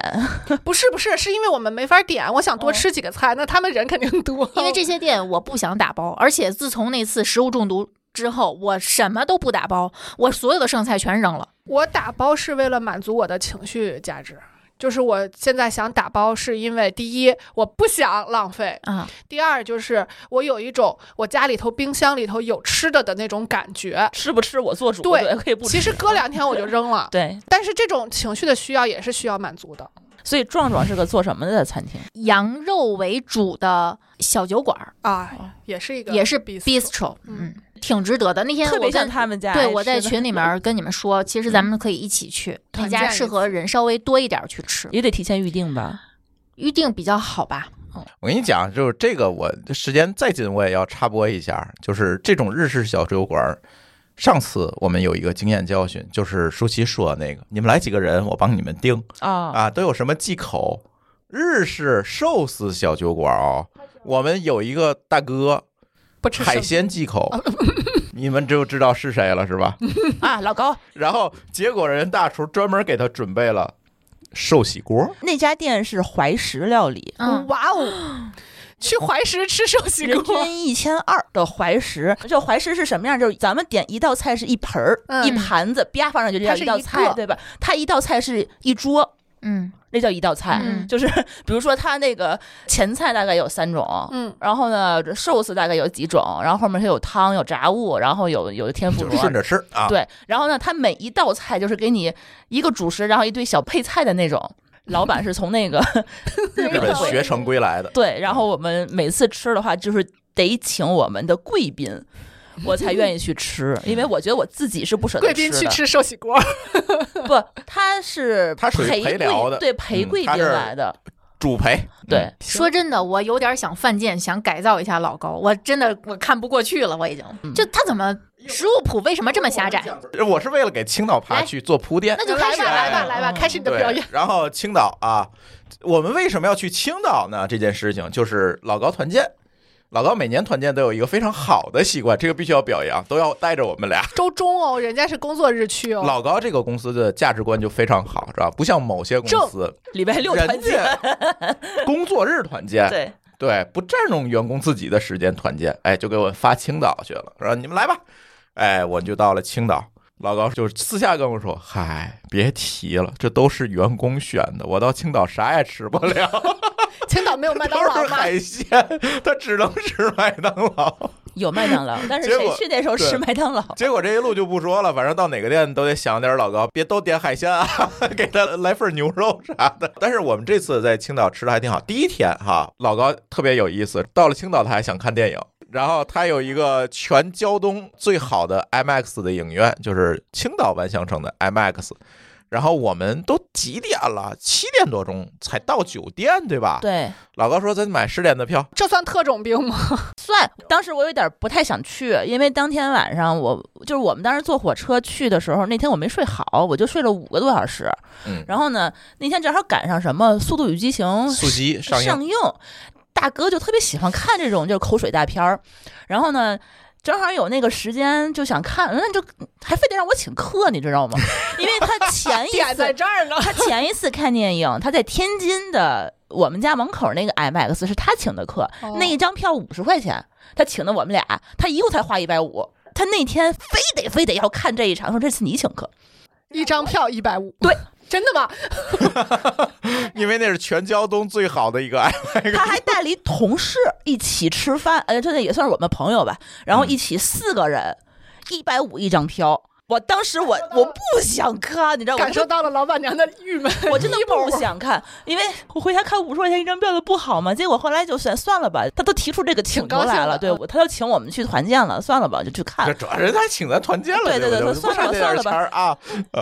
S4: 不是不是，是因为我们没法点，我想多吃几个菜，那他们人肯定
S2: 哦
S4: 多。
S3: 因为这些店我不想打包，而且自从那次食物中毒之后，我什么都不打包，我所有的剩菜全扔了。
S4: 我打包是为了满足我的情绪价值。就是我现在想打包，是因为第一我不想浪费，
S3: 啊，
S4: 第二就是我有一种我家里头冰箱里头有吃的的那种感觉。
S2: 吃不吃我做主，
S4: 对
S2: 可以不吃。，
S4: 其实隔两天我就扔了
S2: 对，
S4: 但是这种情绪的需要也是需要满足的。
S2: 所以壮壮是个做什么的餐厅？
S3: 羊肉为主的小酒馆儿
S4: 啊，也是一个，
S3: 也是
S4: bistro。
S3: bistro，
S4: 嗯
S3: 嗯，挺值得的。那天
S2: 特
S3: 我
S2: 别像
S3: 跟
S2: 他们家爱吃的。
S3: 对我在群里面跟你们说，其实咱们可以一起去，那
S4: 嗯团
S3: 家
S4: 建一
S3: 适合
S4: 次
S3: 人稍微多一点儿去
S2: *laughs*
S3: 吃，
S2: 也得提前预定吧。
S3: 预定比较好吧。
S1: 我跟你讲，就是这个我，时间再紧，我也要插播一下，就是这种日式小酒馆儿。上次我们有一个经验教训，就是舒淇说那个，你们来几个人，我帮你们定
S2: 啊，
S1: 啊，都有什么忌口？日式寿司小酒馆儿哦，我们有一个大哥
S4: 不吃
S1: 海
S4: 生
S1: 鲜忌
S2: *laughs*
S1: 口，你们就知道是谁了是吧？
S2: 啊，老高
S1: 然后结果人大厨专门给他准备了寿喜锅，
S2: 那家店是怀石料理，
S3: 嗯，
S4: 哇哦，去怀石吃寿喜
S2: 人
S4: 锅，
S2: 均一千二的怀石，这怀石是什么样？就是咱们点一道菜是一盆儿、
S4: 嗯
S2: 一盘子，啪放上去就叫
S4: 它是
S2: 一道
S4: 一
S2: 菜
S4: 个，
S2: 对吧？它一道菜是一桌，
S3: 嗯
S2: 那叫一道菜。
S3: 嗯
S2: 就是比如说它那个前菜大概有三种，
S4: *laughs* *laughs* 嗯，
S2: 然后呢寿司大概有几种，然后后面它有汤有炸物，然后有有天妇
S1: 就
S2: 罗。
S1: 顺着吃啊。
S2: 对，然后呢，它每一道菜就是给你一个主食，然后一堆小配菜的那种。老板是从那个，
S1: 日本学成归来的
S2: 对，然后我们每次吃的话，就是得请我们的贵宾，我才愿意
S1: *laughs*
S2: 去吃，因为我觉得我自己是不舍得
S4: 贵
S2: 吃
S4: 宾去
S2: 的。
S4: 吃寿喜锅，
S2: 不，他
S1: *laughs*
S2: 是
S1: 他属于
S2: 陪
S1: 陪
S2: 贵
S1: 聊的
S2: 对陪
S1: 嗯
S2: 贵
S1: 他
S2: 宾
S1: 是
S2: 来的，
S1: 主嗯陪
S2: 对。
S3: 说真的，我有点想犯贱，想改造一下老高。我真的我看不过去了，我已经。
S4: 嗯
S3: 就他怎么食物谱为什么这么狭窄？
S1: 我是为了给青岛爬去做铺垫
S3: 那。就开始
S4: 来吧，
S1: 哎
S4: 嗯来吧，
S3: 嗯
S4: 来吧，开始你的表
S1: 对
S4: 演。，
S1: 然后青岛啊，我们为什么要去青岛呢？这件事情就是老高团建，老高每年团建都有一个非常好的习惯，这个必须要表扬，都要带着我们俩。
S4: *laughs* 周中哦，人家是工作日去哦，
S1: 老高这个公司的价值观就非常好，知道吧不像某些公司，
S2: 礼拜六
S1: 人
S2: 团建，
S1: 家工作日团
S2: *laughs*
S1: 建，
S2: 对，
S1: 对，不占用员工自己的时间团建，哎，就给我发青岛去了，说你们来吧，哎，我就到了青岛。老高就私下跟我说：“嗨，别提了，这都是员工选的，我到青岛啥也吃不了，
S4: 青岛没有麦当
S1: 都
S4: 劳
S1: 是
S4: 吗？
S1: 海鲜，他只能吃麦当劳。
S2: 有麦当劳，但是
S1: 结
S2: 谁
S1: 果
S2: 去那时候吃
S1: 对
S2: 麦当劳？” *laughs*
S1: 结果这一路就不说了，反正到哪个店都得想点老高，别都点海鲜啊， *laughs* 给他来份牛肉啥的。但是我们这次在青岛吃的还挺好。第一天哈，老高特别有意思，到了青岛他还想看电影。然后他有一个全胶东最好的 IMAX 的影院，就是青岛万象城的 IMAX。然后我们都几点了？七点多钟才到酒店，对吧？
S2: 对，
S1: 老高说咱买十点的票，
S4: 这算特种兵 *laughs* 吗？
S2: 算，当时我有点不太想去，因为当天晚上我就是我们当时坐火车去的时候，那天我没睡好，我就睡了五个多小时。
S1: 嗯
S2: 然后呢，那天正好赶上什么《速度与激情》
S1: 速激上映，
S2: 上映，大哥就特别喜欢看这种就是口水大片儿，然后呢。正好有那个时间，就想看，那就还非得让我请客，你知道吗？因为他前
S1: *laughs*
S2: 一
S4: 点
S2: 次
S4: 在这儿呢，
S2: 他前一次看电影，他在天津的我们家门口那个 IMAX 是他请的客，
S1: 哦
S4: 哦
S2: 那一张票五十块钱，他请的我们俩，他一共才花一百五。他那天非得非得要看这一场，说这次你请客，
S4: 一张票一百五，
S2: 对，
S4: 真的吗？
S1: 因为那是全胶东最好的一个
S2: 他还带了一同事一起吃饭，呃，这也算是我们朋友吧。然
S1: 嗯
S2: 后一起四个人，一百五一张票。我当时我我不想看，你知道，我
S4: 感
S2: 真
S4: 受到了老板娘的郁闷，
S2: 我真的
S4: emo
S2: 不想看，因为我回家看五十块钱一张票的不好嘛。结果后来就算算了吧，他都提出这个请求
S4: 高兴
S2: 来了，
S4: 的嗯
S2: 对，我他都请我们去团建了，算了吧，就去看
S1: 这。主要是他请咱团建了，
S2: 对
S1: 对
S2: 对
S1: 不
S2: 对对算了
S1: 不差这点
S2: 算了吧
S1: 钱儿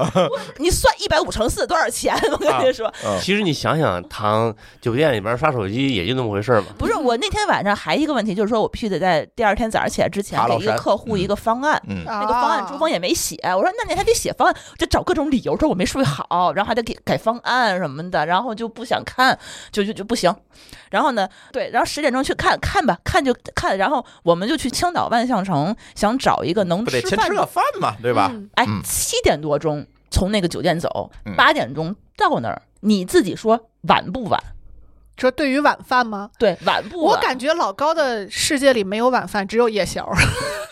S1: 啊，
S2: 你算一百五乘四多少钱？ *laughs* 我跟
S1: 啊
S2: 你说，
S6: 其实你想想，躺酒店里边刷手机也就那么回事儿嘛。
S2: 不是我那天晚上还一个问题，就是说我必须得在第二天早上起来之前
S1: 爬
S2: 给
S1: 老
S2: 一个
S1: 山
S2: 客户一个方案。
S1: 嗯，
S4: 那
S2: 那个方案朱峰也没写，我说那你还得写方案，就找各种理由说我没睡好，然后还得给改方案什么的，然后就不想看，就就就不行。然后呢，对，然后十点钟去看看吧，看就看，然后我们就去青岛万象城，想找一个能
S1: 不得
S2: 吃
S1: 先
S2: 饭
S1: 吃
S2: 的。
S1: 个饭嘛，对吧？
S4: 嗯
S2: 哎
S1: 嗯，
S2: 七点多钟从那个酒店走
S1: 嗯，
S2: 八点钟到那儿，你自己说晚不晚？
S4: 说对于晚饭吗？
S2: 对，晚不晚？
S4: 我感觉老高的世界里没有晚饭，只有夜宵。 *laughs*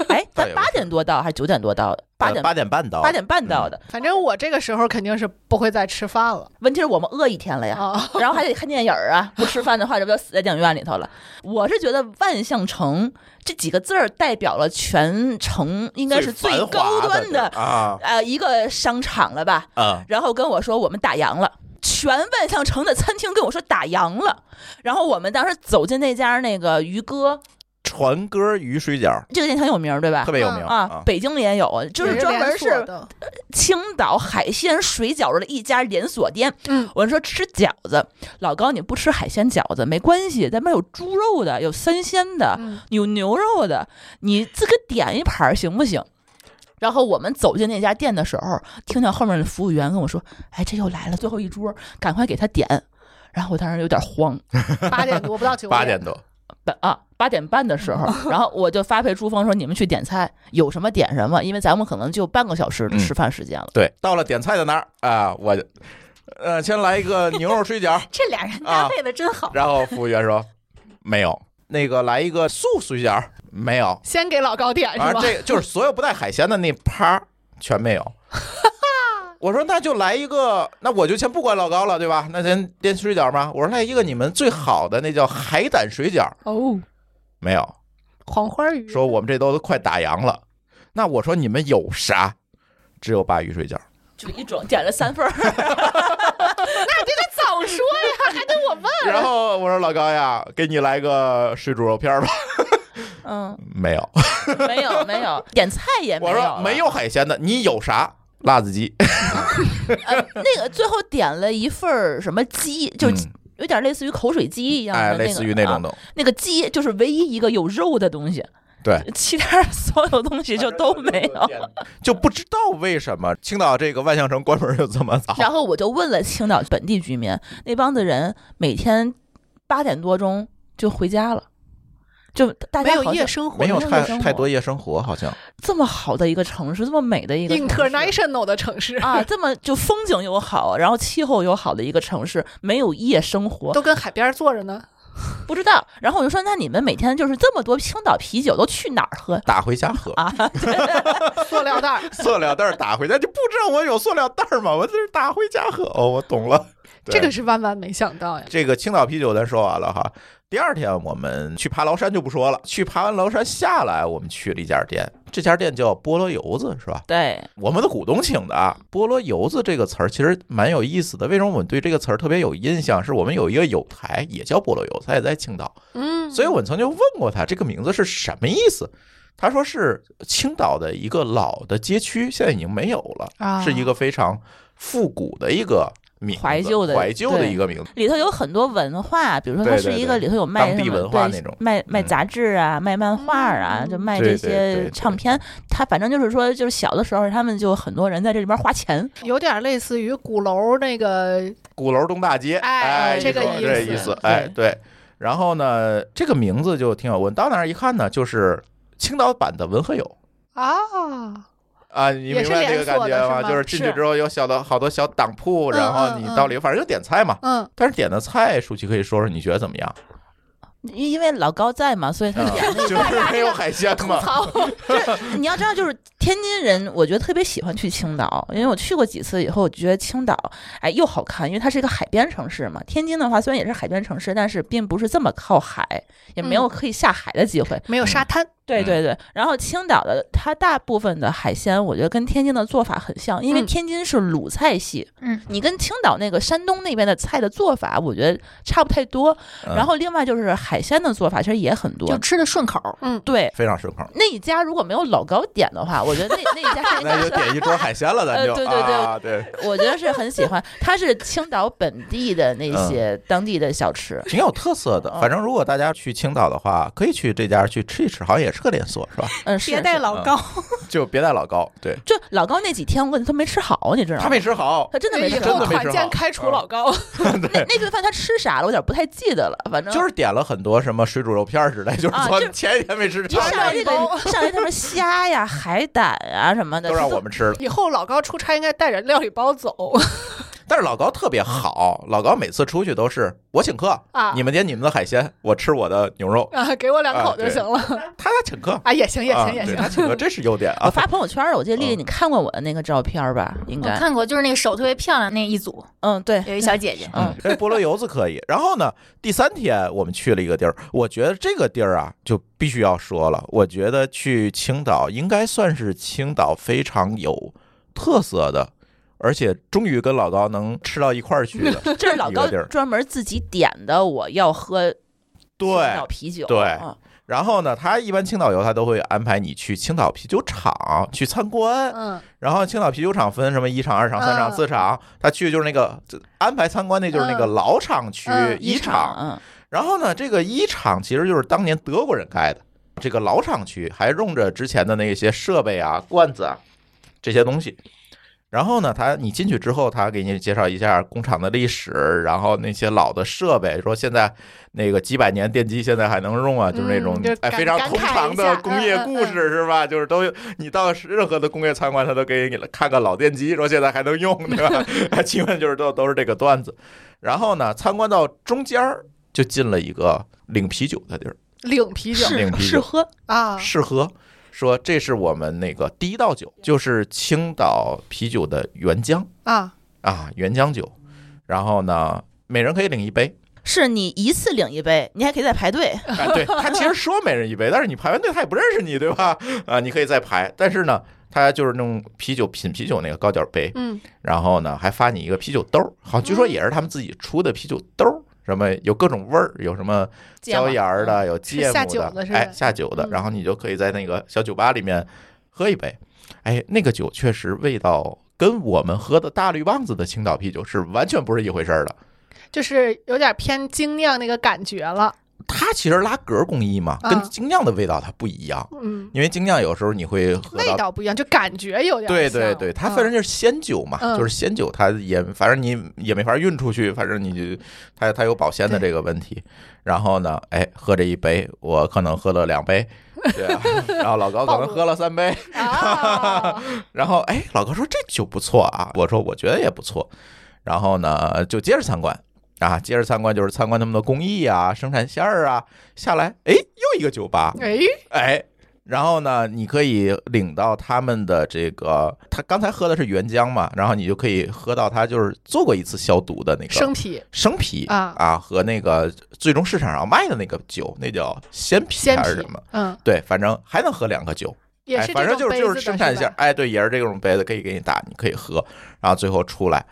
S2: 哎，
S1: 倒
S2: 咱
S1: 也不
S2: 八
S1: 是
S2: 点多到还是九点多到的？八点
S1: 呃八嗯点半到，
S2: 八点半到的，
S4: 反正我这个时候肯定是不会再吃饭了
S2: 问题是我们饿一天了呀。
S1: 哦 *laughs*
S4: 啊。
S2: 然后还得看电影儿啊，不吃饭的话，这不就死在电影院里头了？我是觉得“万象城”这几个字儿代表了全城应该是最
S1: 繁华
S2: 高端
S1: 的
S2: 的
S1: 啊
S2: 呃一个商场了吧？
S1: 啊，
S2: 然后跟我说我们打烊了。全万象城的餐厅跟我说打烊了，然后我们当时走进那家那个鱼哥，
S1: 船歌鱼水饺
S2: 这个店挺有名儿，对吧
S1: 特？别有名
S2: 啊，，北京也有，就是专门是
S4: 的，
S2: 青岛海鲜水饺的一家连锁店。
S4: 嗯，
S2: 我说吃饺子，老高你不吃海鲜饺子没关系，咱们有猪肉的，有三鲜
S1: 啊
S2: 的，
S4: 嗯
S2: 有牛肉的，你自个点一盘儿行不行？然后我们走进那家店的时候，听到后面的服务员跟我说：“哎，这又来了，最后一桌，赶快给他点。”然后我当时有点慌，
S4: 八点多不到九
S1: 八点多，
S2: 本啊八点半的时候，然后我就发配朱峰说：“你们去点菜，有什么点什么，因为咱们可能就半个小时的
S1: 嗯
S2: 吃饭时间了。
S1: 对，到了点菜的那儿啊，我呃先来一个牛肉水饺，
S3: *laughs* 这俩人搭配的真
S4: 啊
S3: 好。
S1: 然后服务员说 *laughs* 没有，那个来一个素水饺没有，
S4: 先给老高点是
S1: 啊，
S4: 吧？
S1: 这个就是所有不带海鲜的那趴儿全没
S2: *laughs*
S1: 有。我说那就来一个，那我就先不管老高了，对吧？那咱点水饺吧。我说来一个你们最好的，那叫海胆水饺，
S4: 哦，
S1: 没有。
S4: 黄花
S2: 嗯
S4: 鱼
S1: 说我们这都快打烊了，那我说你们有啥？只有鲅鱼水饺。
S2: 就一种点了三份儿，
S4: 早说呀，还得我问。
S2: 嗯
S1: 然后我说老高呀，给你来个水煮肉片儿吧。 *laughs*
S2: 嗯，
S1: 没有，
S2: 没有没有，点菜也没
S1: 我
S2: 有啊了。
S1: 说没有海鲜的，你有啥？辣子鸡，
S2: 呃，那个最后点了一份儿什么鸡，就是
S1: 嗯
S2: 有点类似于口水鸡一样的、
S1: 哎，
S2: 那个，
S1: 类似于那种
S2: 啊、
S1: 的，
S2: 那个鸡就是唯一一个有肉的东西，
S1: 对，
S2: *laughs* 其他所有东 *laughs* 西就都没有。
S1: 就不知道为什么青岛这个万象城关门就这么早。
S2: 然后我就问了青岛本地居民，那帮子人每天八点多钟就回家了，就大
S4: 没
S2: 家
S4: 有
S2: 好
S4: 夜
S2: 像
S4: 生活，
S1: 没有
S2: 夜
S1: 太
S2: 生活
S1: 太多夜生活，好像
S2: 这么好的一个城市，这么美的一个城市
S4: international 的城市
S2: 啊，这么就风景又好，然后气候又好的一个城市，没有夜生活，
S4: 都跟海边坐着 *laughs* 呢。
S2: 不知道。然后我就说，那你们每天就是这么多青岛啤酒都去哪儿喝？
S1: 打回家
S2: *laughs*
S1: 喝，
S4: 塑料袋儿，
S1: 塑料袋儿打回家，就不知道我有塑料袋儿吗？我这是打回家喝。哦，我懂
S2: *laughs*
S1: 了。对
S4: *laughs* 这个是万万没想到呀！
S1: 这个青岛啤酒咱说完了哈。第二天我们去爬崂山就不说了，去爬完崂山下来，我们去了一家店，这家店叫菠萝油子，是吧？
S2: 对，
S1: 我们的股东请的啊。菠萝油子这个词儿其实蛮有意思的，为什么我们对这个词儿特别有印象？是我们有一个友台也叫菠萝油，他也在青岛，
S4: 嗯，
S1: 所以我曾经问过他这个名字是什么意思，他说是青岛的一个老的街区，现在已经没有了，
S4: 啊
S1: 是一个非常复古的一个名字，
S2: 怀旧的
S1: 怀旧的
S2: 对
S1: 一个名字。
S2: 里头有很多文化，比如说它
S1: 对
S2: 是
S1: 对
S2: 一个
S1: 对
S2: 里头有卖
S1: 当地
S2: 什么
S1: 文化
S2: 对
S1: 那种
S2: 卖卖
S1: 嗯
S2: 杂志啊，卖漫画啊，
S4: 嗯
S2: 就卖
S1: 对
S2: 这
S1: 对对
S2: 些
S1: 对
S2: 唱片。他反正就是说，就是小的时候他们就很多人在这里边花钱，
S4: 有点类似于鼓楼那个，
S1: 鼓楼东大街，
S4: 哎
S1: 哎，
S4: 这个
S1: 一说
S4: 意
S1: 这
S4: 思
S1: 意思，哎，对。然后呢，这个名字就挺有问，到那儿一看呢，就是青岛版的文和友。
S4: 啊，
S1: 啊，你明白这个感觉吗？
S4: 也是连锁的是吗
S1: 就是进去之后有小的好多小党铺，
S4: 嗯
S1: 然后你到里反正就点菜嘛。
S4: 嗯，
S1: 但是点的菜，舒淇可以说说你觉得怎么样？
S2: 因因为老高在嘛，所以他
S1: 啊 *laughs*
S2: 演那
S1: 就
S2: 个。
S1: 是没有海鲜
S3: 吐
S1: 嘛。
S3: 槽，
S2: *clears throat* 你要知道，就是天津人，我觉得特别喜欢去青岛，因为我去过几次以后，我觉得青岛，哎，又好看，因为它是一个海边城市嘛。天津的话，虽然也是海边城市，但是并不是这么靠海，也
S3: 嗯
S2: 没有可以下海的机会。
S4: 没有
S1: 嗯
S4: 沙滩，
S2: 对对对，然后青岛的它大部分的海鲜，我觉得跟天津的做法很像，因为
S4: 嗯
S2: 天津是鲁菜系，
S3: 嗯，
S2: 你跟青岛那个山东那边的菜的做法，我觉得差不太多。
S1: 嗯
S2: 然后另外就是海鲜的做法，其实也很
S3: 就
S2: 多。
S3: 吃的顺口。
S4: 嗯
S2: 对，
S1: 非常顺口，
S2: 那一家如果没有老高点
S1: *laughs*
S2: 的话，我觉得那那一家应
S1: 那
S2: 该。
S1: 就是点一桌海鲜了，咱就
S2: 呃对对对
S1: 啊，对，
S2: *laughs* 我觉得是很喜欢，它是青岛本地的那些
S1: 嗯
S2: 当地的小吃，
S1: 挺有特色的。反正如果大家去青岛的话，可以去这家去吃一吃，好像也是个连锁，是吧？ *laughs*
S2: 嗯，是
S4: 别带
S2: 是
S4: 老高，
S1: 就别带老高，对
S2: 就老高那几天我都没吃好，你知道吗？
S1: 他没吃
S2: *laughs*
S1: 好，
S2: 他真的没
S4: 以
S2: 吃
S4: 后
S1: 真
S2: 好
S1: 的。没吃好嗯
S4: 团建开除老高， *laughs*
S2: 那那顿饭他吃啥了？我有点不太记得了，反正
S1: 就是点了很多什么水煮肉片儿之类，就是
S2: 嗯啊
S1: 说
S2: 就
S1: 前一天没吃
S2: 一上
S1: 上
S2: 来这个上来他们
S1: *laughs*
S2: 虾呀、海胆啊什么的，
S1: 都让我们吃了。
S4: 以后老高出差应该带着料理包走 *laughs*
S1: 但是老高特别好，老高每次出去都是我请客，
S4: 啊
S1: 你们点你们的海鲜，我吃我的牛肉，
S4: 啊，给我两口
S1: 啊对
S4: 就行了 *laughs*
S1: 他请客。
S4: 啊，也行也
S1: 啊，
S4: 行也
S1: 对
S4: 行
S1: 他，请客，这是优点
S4: *laughs*
S2: 我
S1: 啊！
S2: 发朋友圈了，我记得丽丽
S1: 嗯
S2: 你看过我的那个照片吧？应
S3: 我
S2: 该，
S3: 看过，就是那个手特别漂亮那一
S4: *laughs*
S3: 组，
S2: 嗯，对，
S3: 有一小姐姐，
S2: 嗯，
S1: 这菠萝油子可以。然后
S4: 嗯
S1: 呢，第三天我们去了一个地儿，我觉得这个地儿啊，就必须要说了。我觉得去青岛应该算是青岛非常有特色的，而且终于跟老高能吃到一块儿去
S4: *laughs*
S1: 的
S2: 这是老
S1: 一
S2: 高
S1: 个地儿
S2: 专门自己点的，我要喝青
S1: 对，
S2: 岛啤酒，
S1: 对
S2: 嗯
S1: 然后呢，他一般青岛游他都会安排你去青岛啤酒厂去参观。
S4: 嗯
S1: 然后青岛啤酒厂分什么一厂、二厂、三厂、
S4: 嗯
S1: 四厂，他去就是那个安排参观那就是那个
S4: 嗯
S1: 老厂区
S4: 嗯
S1: 一厂。
S2: 嗯，
S1: 然后呢，这个一厂其实就是当年德国人盖的，这个老厂区还用着之前的那些设备啊、罐子啊这些东西。然后呢，他你进去之后，他给你介绍一下工厂的历史，然后那些老的设备，说现在那个几百年电机现在还能用啊，就是那种、
S4: 嗯就
S1: 哎
S4: 感
S1: 非常
S4: 感慨
S1: 通常的
S4: 一下
S1: 工业
S4: 嗯嗯
S1: 故事、是吧？就是都有你到任何的工业参观，他都给你看看老电机，说现在还能用，对
S4: *laughs*
S1: 吧？基本就是都都是这个段子。然后呢，参观到中间儿就进了一个领啤酒的地儿，
S4: 领啤酒
S1: 领啤
S2: 是
S1: 酒
S2: 喝，
S4: 啊，
S1: 试喝，说这是我们那个第一道酒，就是青岛啤酒的原浆
S4: 啊，
S1: 啊，原浆酒。然后呢，每人可以领一杯。
S2: 是你一次领一杯，你还可以再排 *laughs* 队，
S1: 啊，对他其实说每人一杯，但是你排完队他也不认识你，对吧？啊，你可以再排，但是呢，他就是那种啤酒品啤酒那个高脚杯，
S4: 嗯，
S1: 然后呢还发你一个啤酒兜儿，好像据说也是他们自己出的啤酒兜儿，什么有各种味儿，有什么椒盐儿的，有芥
S4: 嗯是下
S1: 末
S4: 酒
S1: 的
S4: 的，是吧
S1: 哎，下酒的，
S4: 嗯
S1: 然后你就可以在那个小酒吧里面喝一杯，哎，那个酒确实味道跟我们喝的大绿棒子的青岛啤酒是完全不是一回事儿的。
S4: 就是有点偏精酿那个感觉了，
S1: 它其实拉格工艺嘛，跟
S4: 嗯
S1: 精酿的味道它不一样，
S4: 嗯，
S1: 因为精酿有时候你会喝
S4: 味
S1: 到
S4: 道不一样，就感觉有点
S1: 对对
S4: 像
S1: 对，它
S4: 嗯
S1: 反正就是仙酒嘛，
S4: 嗯
S1: 就是仙酒，它也反正你也没法运出去，反正你就它它有保鲜的这个问题。然后呢，哎，喝这一杯，我可能喝了两
S4: *laughs*
S1: 杯，对、啊，然后老高可能喝了三杯，
S4: 啊，
S1: 然后哎，老高说这酒不错啊，我说我觉得也不错，然后呢就接着参观。啊，接着参观就是参观他们的工艺啊、生产线儿啊，下来，哎，又一个酒吧，
S4: 哎，
S1: 哎，然后呢，你可以领到他们的这个，他刚才喝的是原浆嘛，然后你就可以喝到他就是做过一次消毒的那个 *laughs*
S4: 生啤
S1: 生啤
S4: 啊
S1: 和那个最终市场上卖的那个酒，那叫鲜啤
S4: 鲜
S1: 还是
S4: 啤
S1: 什么？，
S4: 嗯，
S1: 对，反正还能喝两个酒，
S4: 也
S1: 哎
S4: 是，
S1: 反
S4: 这
S1: 正
S4: 种
S1: 就是就
S4: 杯
S1: 是
S4: 子的
S1: 生产线
S4: 吧，
S1: 哎，对，也是这种杯子可以给你打，你可以喝，然后最后出来。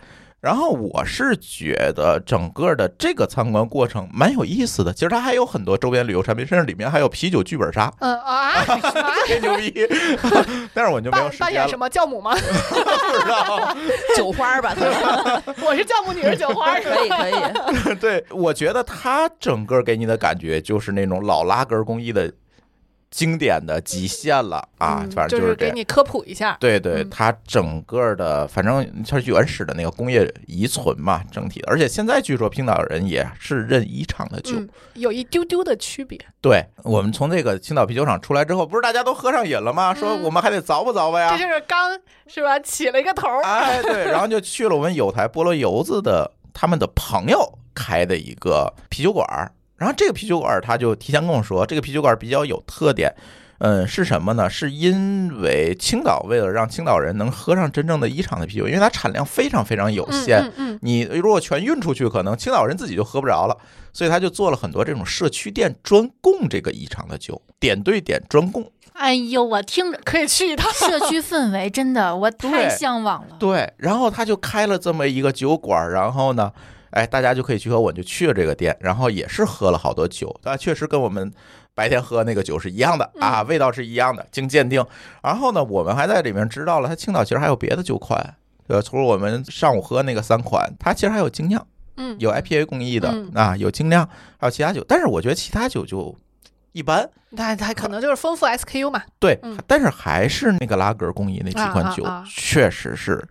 S1: 然后我是觉得整个的这个参观过程蛮有意思的，其实它还有很多周边旅游产品，甚至里面还有啤酒剧本杀，
S4: 嗯啊，
S1: *laughs*
S4: 啊
S1: 吹牛
S4: *laughs*
S1: 逼，但是我就没有
S4: 扮
S1: 时
S4: 扮
S1: 间
S4: 演
S1: 了
S4: 什，么教母吗？ *laughs*
S1: 不知道。
S2: 酒花吧，可能
S4: 我是教母，你是酒花，是吧
S2: 可以 *laughs* 可
S1: *laughs*
S2: 以，
S1: 对，我觉得它整个给你的感觉就是那种老拉格工艺的经典的极限了啊，
S4: 嗯
S1: 反正
S4: 就
S1: 就是这
S4: 给
S1: 样。
S4: 你科普一下，
S1: 对对，
S4: 嗯
S1: 它整个的，反正它是原始的那个工业遗存嘛，整体的。而且现在据说冰岛人也是认一厂的酒。
S4: 嗯，有一丢丢的区别，
S1: 对我们从这个青岛啤酒厂出来之后，不是大家都喝上瘾了吗？说
S4: 嗯
S1: 我们还得凿吧凿吧呀。
S4: 这就是刚是吧？起了一个头儿，
S1: 哎，对，然后就去了我们有台菠萝油子的他们的朋友开的一个啤酒馆儿。然后这个啤酒馆儿他就提前跟我说，这个啤酒馆儿比较有特点，嗯，是什么呢？是因为青岛为了让青岛人能喝上真正的一厂的啤酒，因为它产量非常非常有
S4: 嗯
S1: 限，
S4: 嗯嗯，，
S1: 你如果全运出去，可能青岛人自己就喝不着了，所以他就做了很多这种社区店专供这个异常的酒，点对点专供。
S3: 哎呦，我听着
S4: 可以去一趟。
S3: 社区氛围真的我太
S1: 对
S3: 向往了。
S1: 对，然后他就开了这么一个酒馆儿，然后呢，哎，大家就可以去喝，我就去了这个店，然后也是喝了好多酒，但确实跟我们白天喝那个酒是一样
S4: 嗯
S1: 的啊，味道是一样的，经鉴定。然后呢，我们还在里面知道了，它青岛其实还有别的酒款。呃，除了我们上午喝那个三款，它其实还有精酿，
S4: 嗯，
S1: 有 IPA 工艺的、
S4: 嗯
S1: 啊，有精酿，还有其他酒。但是我觉得其他酒就一般，
S4: 那它可能就是丰富 SKU 嘛，
S1: 对，
S4: 嗯
S1: 但是还是那个拉格工艺那几款酒，
S4: 啊啊啊
S1: 确实是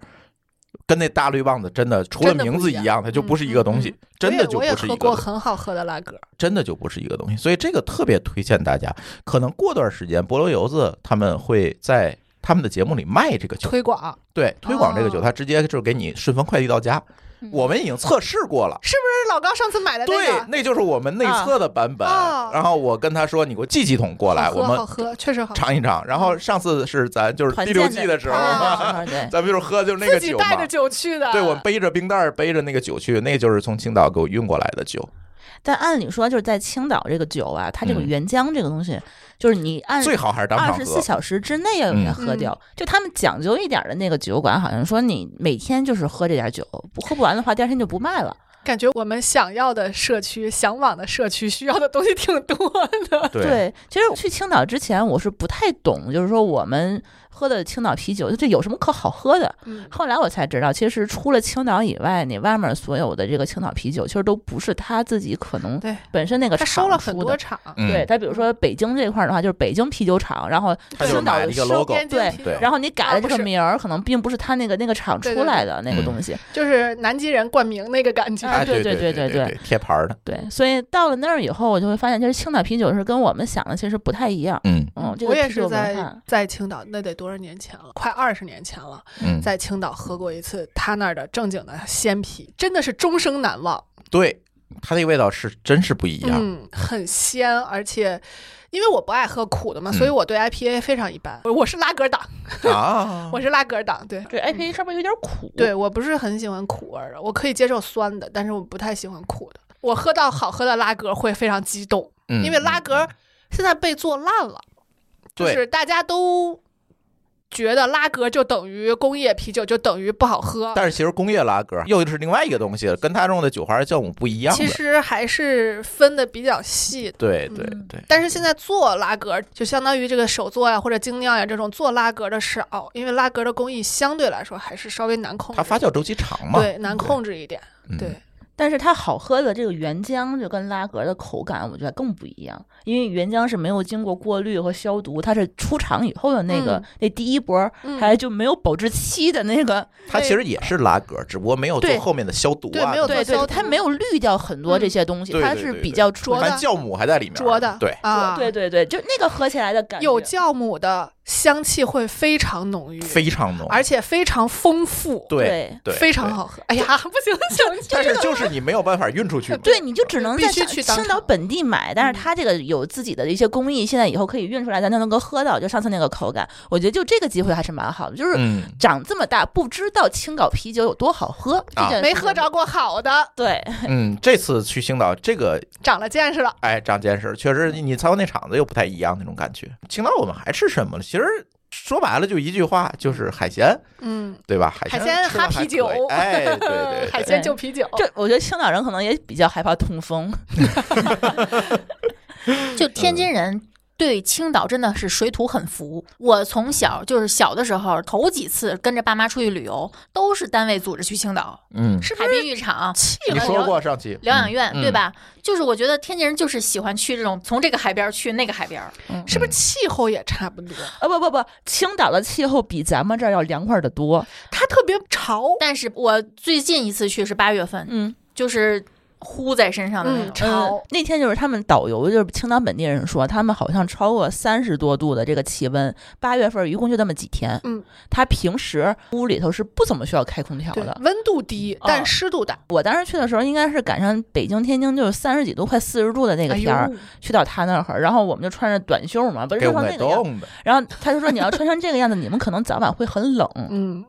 S1: 跟那大绿棒子真的除了
S4: 真的不
S1: 名字
S4: 一样嗯
S1: 样，它就不是一个东西，真的就
S4: 我也
S1: 不
S4: 我
S1: 是
S4: 也
S1: 一个东
S4: 喝过
S1: 西，
S4: 很好喝的拉格，
S1: 真的就不是一个东西。所以这个特别推荐大家，可能过段时间菠萝油子他们会在。他们的节目里卖这个酒，
S4: 推广
S1: 对推广这个酒，
S4: 哦
S1: 他直接就是给你顺丰快递到家。
S4: 嗯
S1: 我们已经测试过了，
S4: 是不是老高上次买的哎那
S1: 对
S4: 个，？
S1: 那就是我们内测的版本
S4: 啊。
S1: 然后我跟他说，你给我寄几桶过来，
S4: 好
S1: 我
S4: 喝
S1: 们
S4: 好喝，确实好，
S1: 尝一尝。然后上次是咱就是
S2: 团
S1: 第
S2: 建
S1: 六季的时候嘛，
S2: 啊对，
S1: 咱们就是喝的就是那个
S4: 自己
S1: 酒
S4: 带
S1: 嘛
S4: 着。酒去的，
S1: 对，我们背着冰袋儿背着那个酒去，那个就是从青岛给我运过来的酒。
S2: *laughs* 但按理说就是在青岛这个酒啊，它这个
S1: 嗯
S2: 原浆这个东西，就是你
S4: 嗯
S2: 按
S1: 最好还是当
S2: 二
S1: 场嗯
S2: 十四
S1: 喝。
S2: 小时之内要给它喝掉。就他们讲究一点的那个酒馆，好像说你每天就是喝这点酒，不喝不完的话，第二天就不卖了。
S4: 感觉我们想要的社区、向往的社区需要的东西挺多的。
S1: 对
S2: 其实去青岛之前，我是不太懂，就是说我们喝的青岛啤酒，这有什么可好喝的？
S4: 嗯
S2: 后来我才知道，其实除了青岛以外，你外面所有的这个青岛啤酒，其实都不是他自己可能
S4: 对
S2: 本身那个
S4: 他收
S2: 厂
S4: 了很
S2: 出
S4: 多
S2: 的。
S4: 厂，
S1: 嗯
S2: 对，他比如说北京这块儿的话，就是北京啤酒厂，然后
S1: 他就是
S2: 青岛
S1: 买了
S2: 的
S1: 一个
S2: 收
S1: logo，
S4: 边境
S2: 对
S4: 啤酒
S1: 对
S2: 然后你改
S4: 啊
S2: 了这
S4: 不
S2: 个
S4: 是
S2: 名儿，可能并不是他那个那个厂
S4: 对
S2: 出
S4: 对对
S2: 来的那个
S1: 嗯
S2: 东西。
S4: 就是南极人冠名那个感觉。
S2: 哎
S1: 对
S2: 对
S1: 对
S2: 对对
S1: 对
S2: 对，
S1: 贴牌儿的。
S2: 对，所以到了那儿以后，我就会发现，其实青岛啤酒是跟我们想的其实不太一样。
S1: 嗯
S2: 嗯，这
S4: 我
S2: 个
S4: 也
S2: 啤
S4: 是
S2: 酒
S4: 在
S2: 文化，
S4: 在青岛，那得多少年前了？快二十年前了，
S1: 嗯，
S4: 在青岛喝过一次他那儿的正经的鲜啤，真的是终生难忘。
S1: 对，它那个味道是真是不一样。
S4: 嗯，很鲜，而且因为我不爱喝苦的嘛，
S1: 嗯
S4: 所以我对 IPA 非常一般。我我是拉格党，
S1: 啊，
S4: 嗯 *laughs* 我是拉格党，对。
S2: 对哎 IPA 稍微有点苦。
S4: 对，我不是很喜欢苦味儿的，我可以接受酸的，但是我不太喜欢苦的。我喝到好喝的拉格会非常激动，
S1: 嗯
S4: 因为拉格现在被做烂了，就
S1: 对
S4: 是大家都觉得拉格就等于工业啤酒，就等于不好喝。
S1: 但是其实工业拉格又是另外一个东西了，跟它用的酒花酵母不一样
S4: 其
S1: 的。
S4: 实还是分的比较细的。
S1: 对对对，
S4: 嗯但是现在做拉格，就相当于这个手做呀或者精酿呀这种做拉格的少，因为拉格的工艺相对来说还是稍微难控制，
S1: 它发酵周期长嘛。
S4: 对难控制一点。
S1: 嗯
S4: 对，
S2: 但是它好喝的这个原浆就跟拉格的口感，我觉得更不一样，因为原浆是没有经过过滤和消毒，它是出厂以后的那个、
S4: 嗯
S2: 那第一波，
S4: 嗯
S2: 还就没有保质期的那个，
S1: 它其实也是拉格，只不过没有做
S4: 对
S1: 后面的消毒啊。
S4: 对没有做
S2: 对
S4: 消
S2: 对，
S4: 毒嗯
S2: 它没有滤掉很多这些东西，
S1: 对
S2: 它
S1: 对
S2: 是
S1: 对
S2: 比
S1: 对
S2: 较浊
S4: 浊
S1: 反
S4: 的
S1: 正酵母还在里面。
S4: 浊的
S1: 嗯对，
S4: 啊，
S2: 对对对，就那个喝起来的感觉
S4: 有酵母的香气会非常浓郁，
S1: 非常浓。
S4: 而且非常丰富，
S1: 对对，
S4: 非常
S1: 对
S4: 好喝。哎呀， *laughs* 不行不
S1: *laughs*
S4: 行，
S1: 但是就是你没有办法运出去嘛。
S2: 对，你就只能
S4: 必
S2: 在
S4: 须
S2: 青
S4: 去当
S2: 青岛
S4: 场
S2: 本地买，但
S4: 嗯
S2: 是它这个有自己的一些工艺，现在以后可以运出来，咱就能够喝到，就上次那个口感，我觉得就这个机会还是蛮好的，就是
S1: 嗯，
S2: 长这么大不知道青岛啤酒有多好喝，这
S1: 啊
S2: 件
S4: 没
S2: 事
S4: 喝
S2: 情
S4: 着过好的，
S2: 对，
S1: 嗯，这次去青岛，这个
S4: 长了见识了。
S1: 哎，长见识，确实你参观那场子又不太一样那种感觉。青岛我们还吃什么呢？其实说白了就一句话，就是海鲜，
S4: 嗯，
S1: 对吧？海
S4: 海
S1: 鲜
S4: 鲜
S1: 吃了
S4: 哈
S1: 还
S4: 啤酒
S1: 可以，哎，对对对，
S4: 海鲜就啤酒，
S2: 这我觉得青岛人可能也比较害怕痛风，
S3: 就天津人对青岛真的是水土很服。我从小就是小的时候头几次跟着爸妈出去旅游，都是单位组织去青岛，
S1: 嗯，
S3: 海滨浴场、
S1: 你说过上期
S3: 疗养院，
S1: 嗯
S3: 对吧？就是我觉得天津人就是喜欢去这种从这个海边儿去那个海边儿，
S4: 是
S1: 嗯
S4: 不是气候也差不多？
S2: 呃，不不不，青岛的气候比咱们这儿要凉快的多。
S4: 它特别潮，
S3: 但是我最近一次去是八月份，
S2: 嗯，呃
S3: 就是呼在身上的那
S4: 嗯，
S3: 种。
S4: 潮。
S2: 那天就是他们导游，就是青岛本地人说，他们好像超过三十多度的这个气温，八月份一共就那么几天。
S4: 嗯，
S2: 他平时屋里头是不怎么需要开空调
S4: 对
S2: 的，。嗯
S4: 温度低，但湿度大。
S2: 我当时去的时候，应该是赶上北京、天津就是三十几度、快四十度的那个
S4: 哎
S2: 天
S4: 呦，
S2: 儿，去到他那儿，然后我们就穿着短袖嘛，不是
S1: 嗯给
S2: 热
S1: 我
S2: 成
S1: 们
S2: 那个样。
S1: 冻的，
S2: 然后他就说，你要穿成这个样子，你们可能早晚会很冷。
S4: 嗯，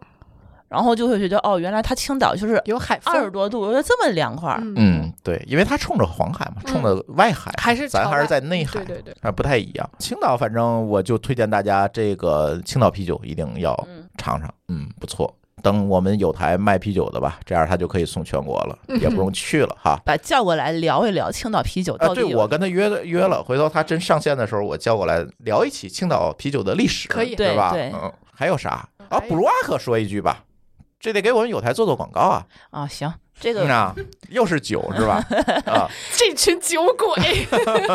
S2: 然后就会觉得，哦，原来他青岛就是
S4: 有海
S2: 二十
S4: 风。
S2: 多度，我觉得这么凉快儿。
S4: 嗯，
S1: 嗯，对，因为它冲着黄海嘛，冲着外海，
S4: 还是
S1: 咱
S4: 朝
S1: 还是
S4: 外
S1: 在内
S4: 嗯
S1: 海
S4: 对对对，
S1: 啊，不太一样。青岛，反正我就推荐大家这个青岛啤酒一定要
S2: 嗯
S1: 尝尝，嗯，不错。等我们有台卖啤酒的吧，这样他就可以送全国了，也不用去了哈。
S2: 把叫过来聊一聊青岛啤酒
S1: 啊，
S2: 到底
S1: 对，
S2: 有、
S1: 我跟他约了约了，回头他真上线的时候，我叫过来聊一起青岛啤酒的历史，
S4: 可以
S1: 对吧？
S2: 对对
S1: 嗯，还有啥啊？
S4: 还有
S1: 布鲁瓦克说一句吧，这得给我们有台做做广告啊！
S2: 啊，行，这
S1: 嗯
S2: 个
S1: 啊，又是酒是吧？啊，
S4: 这群酒鬼，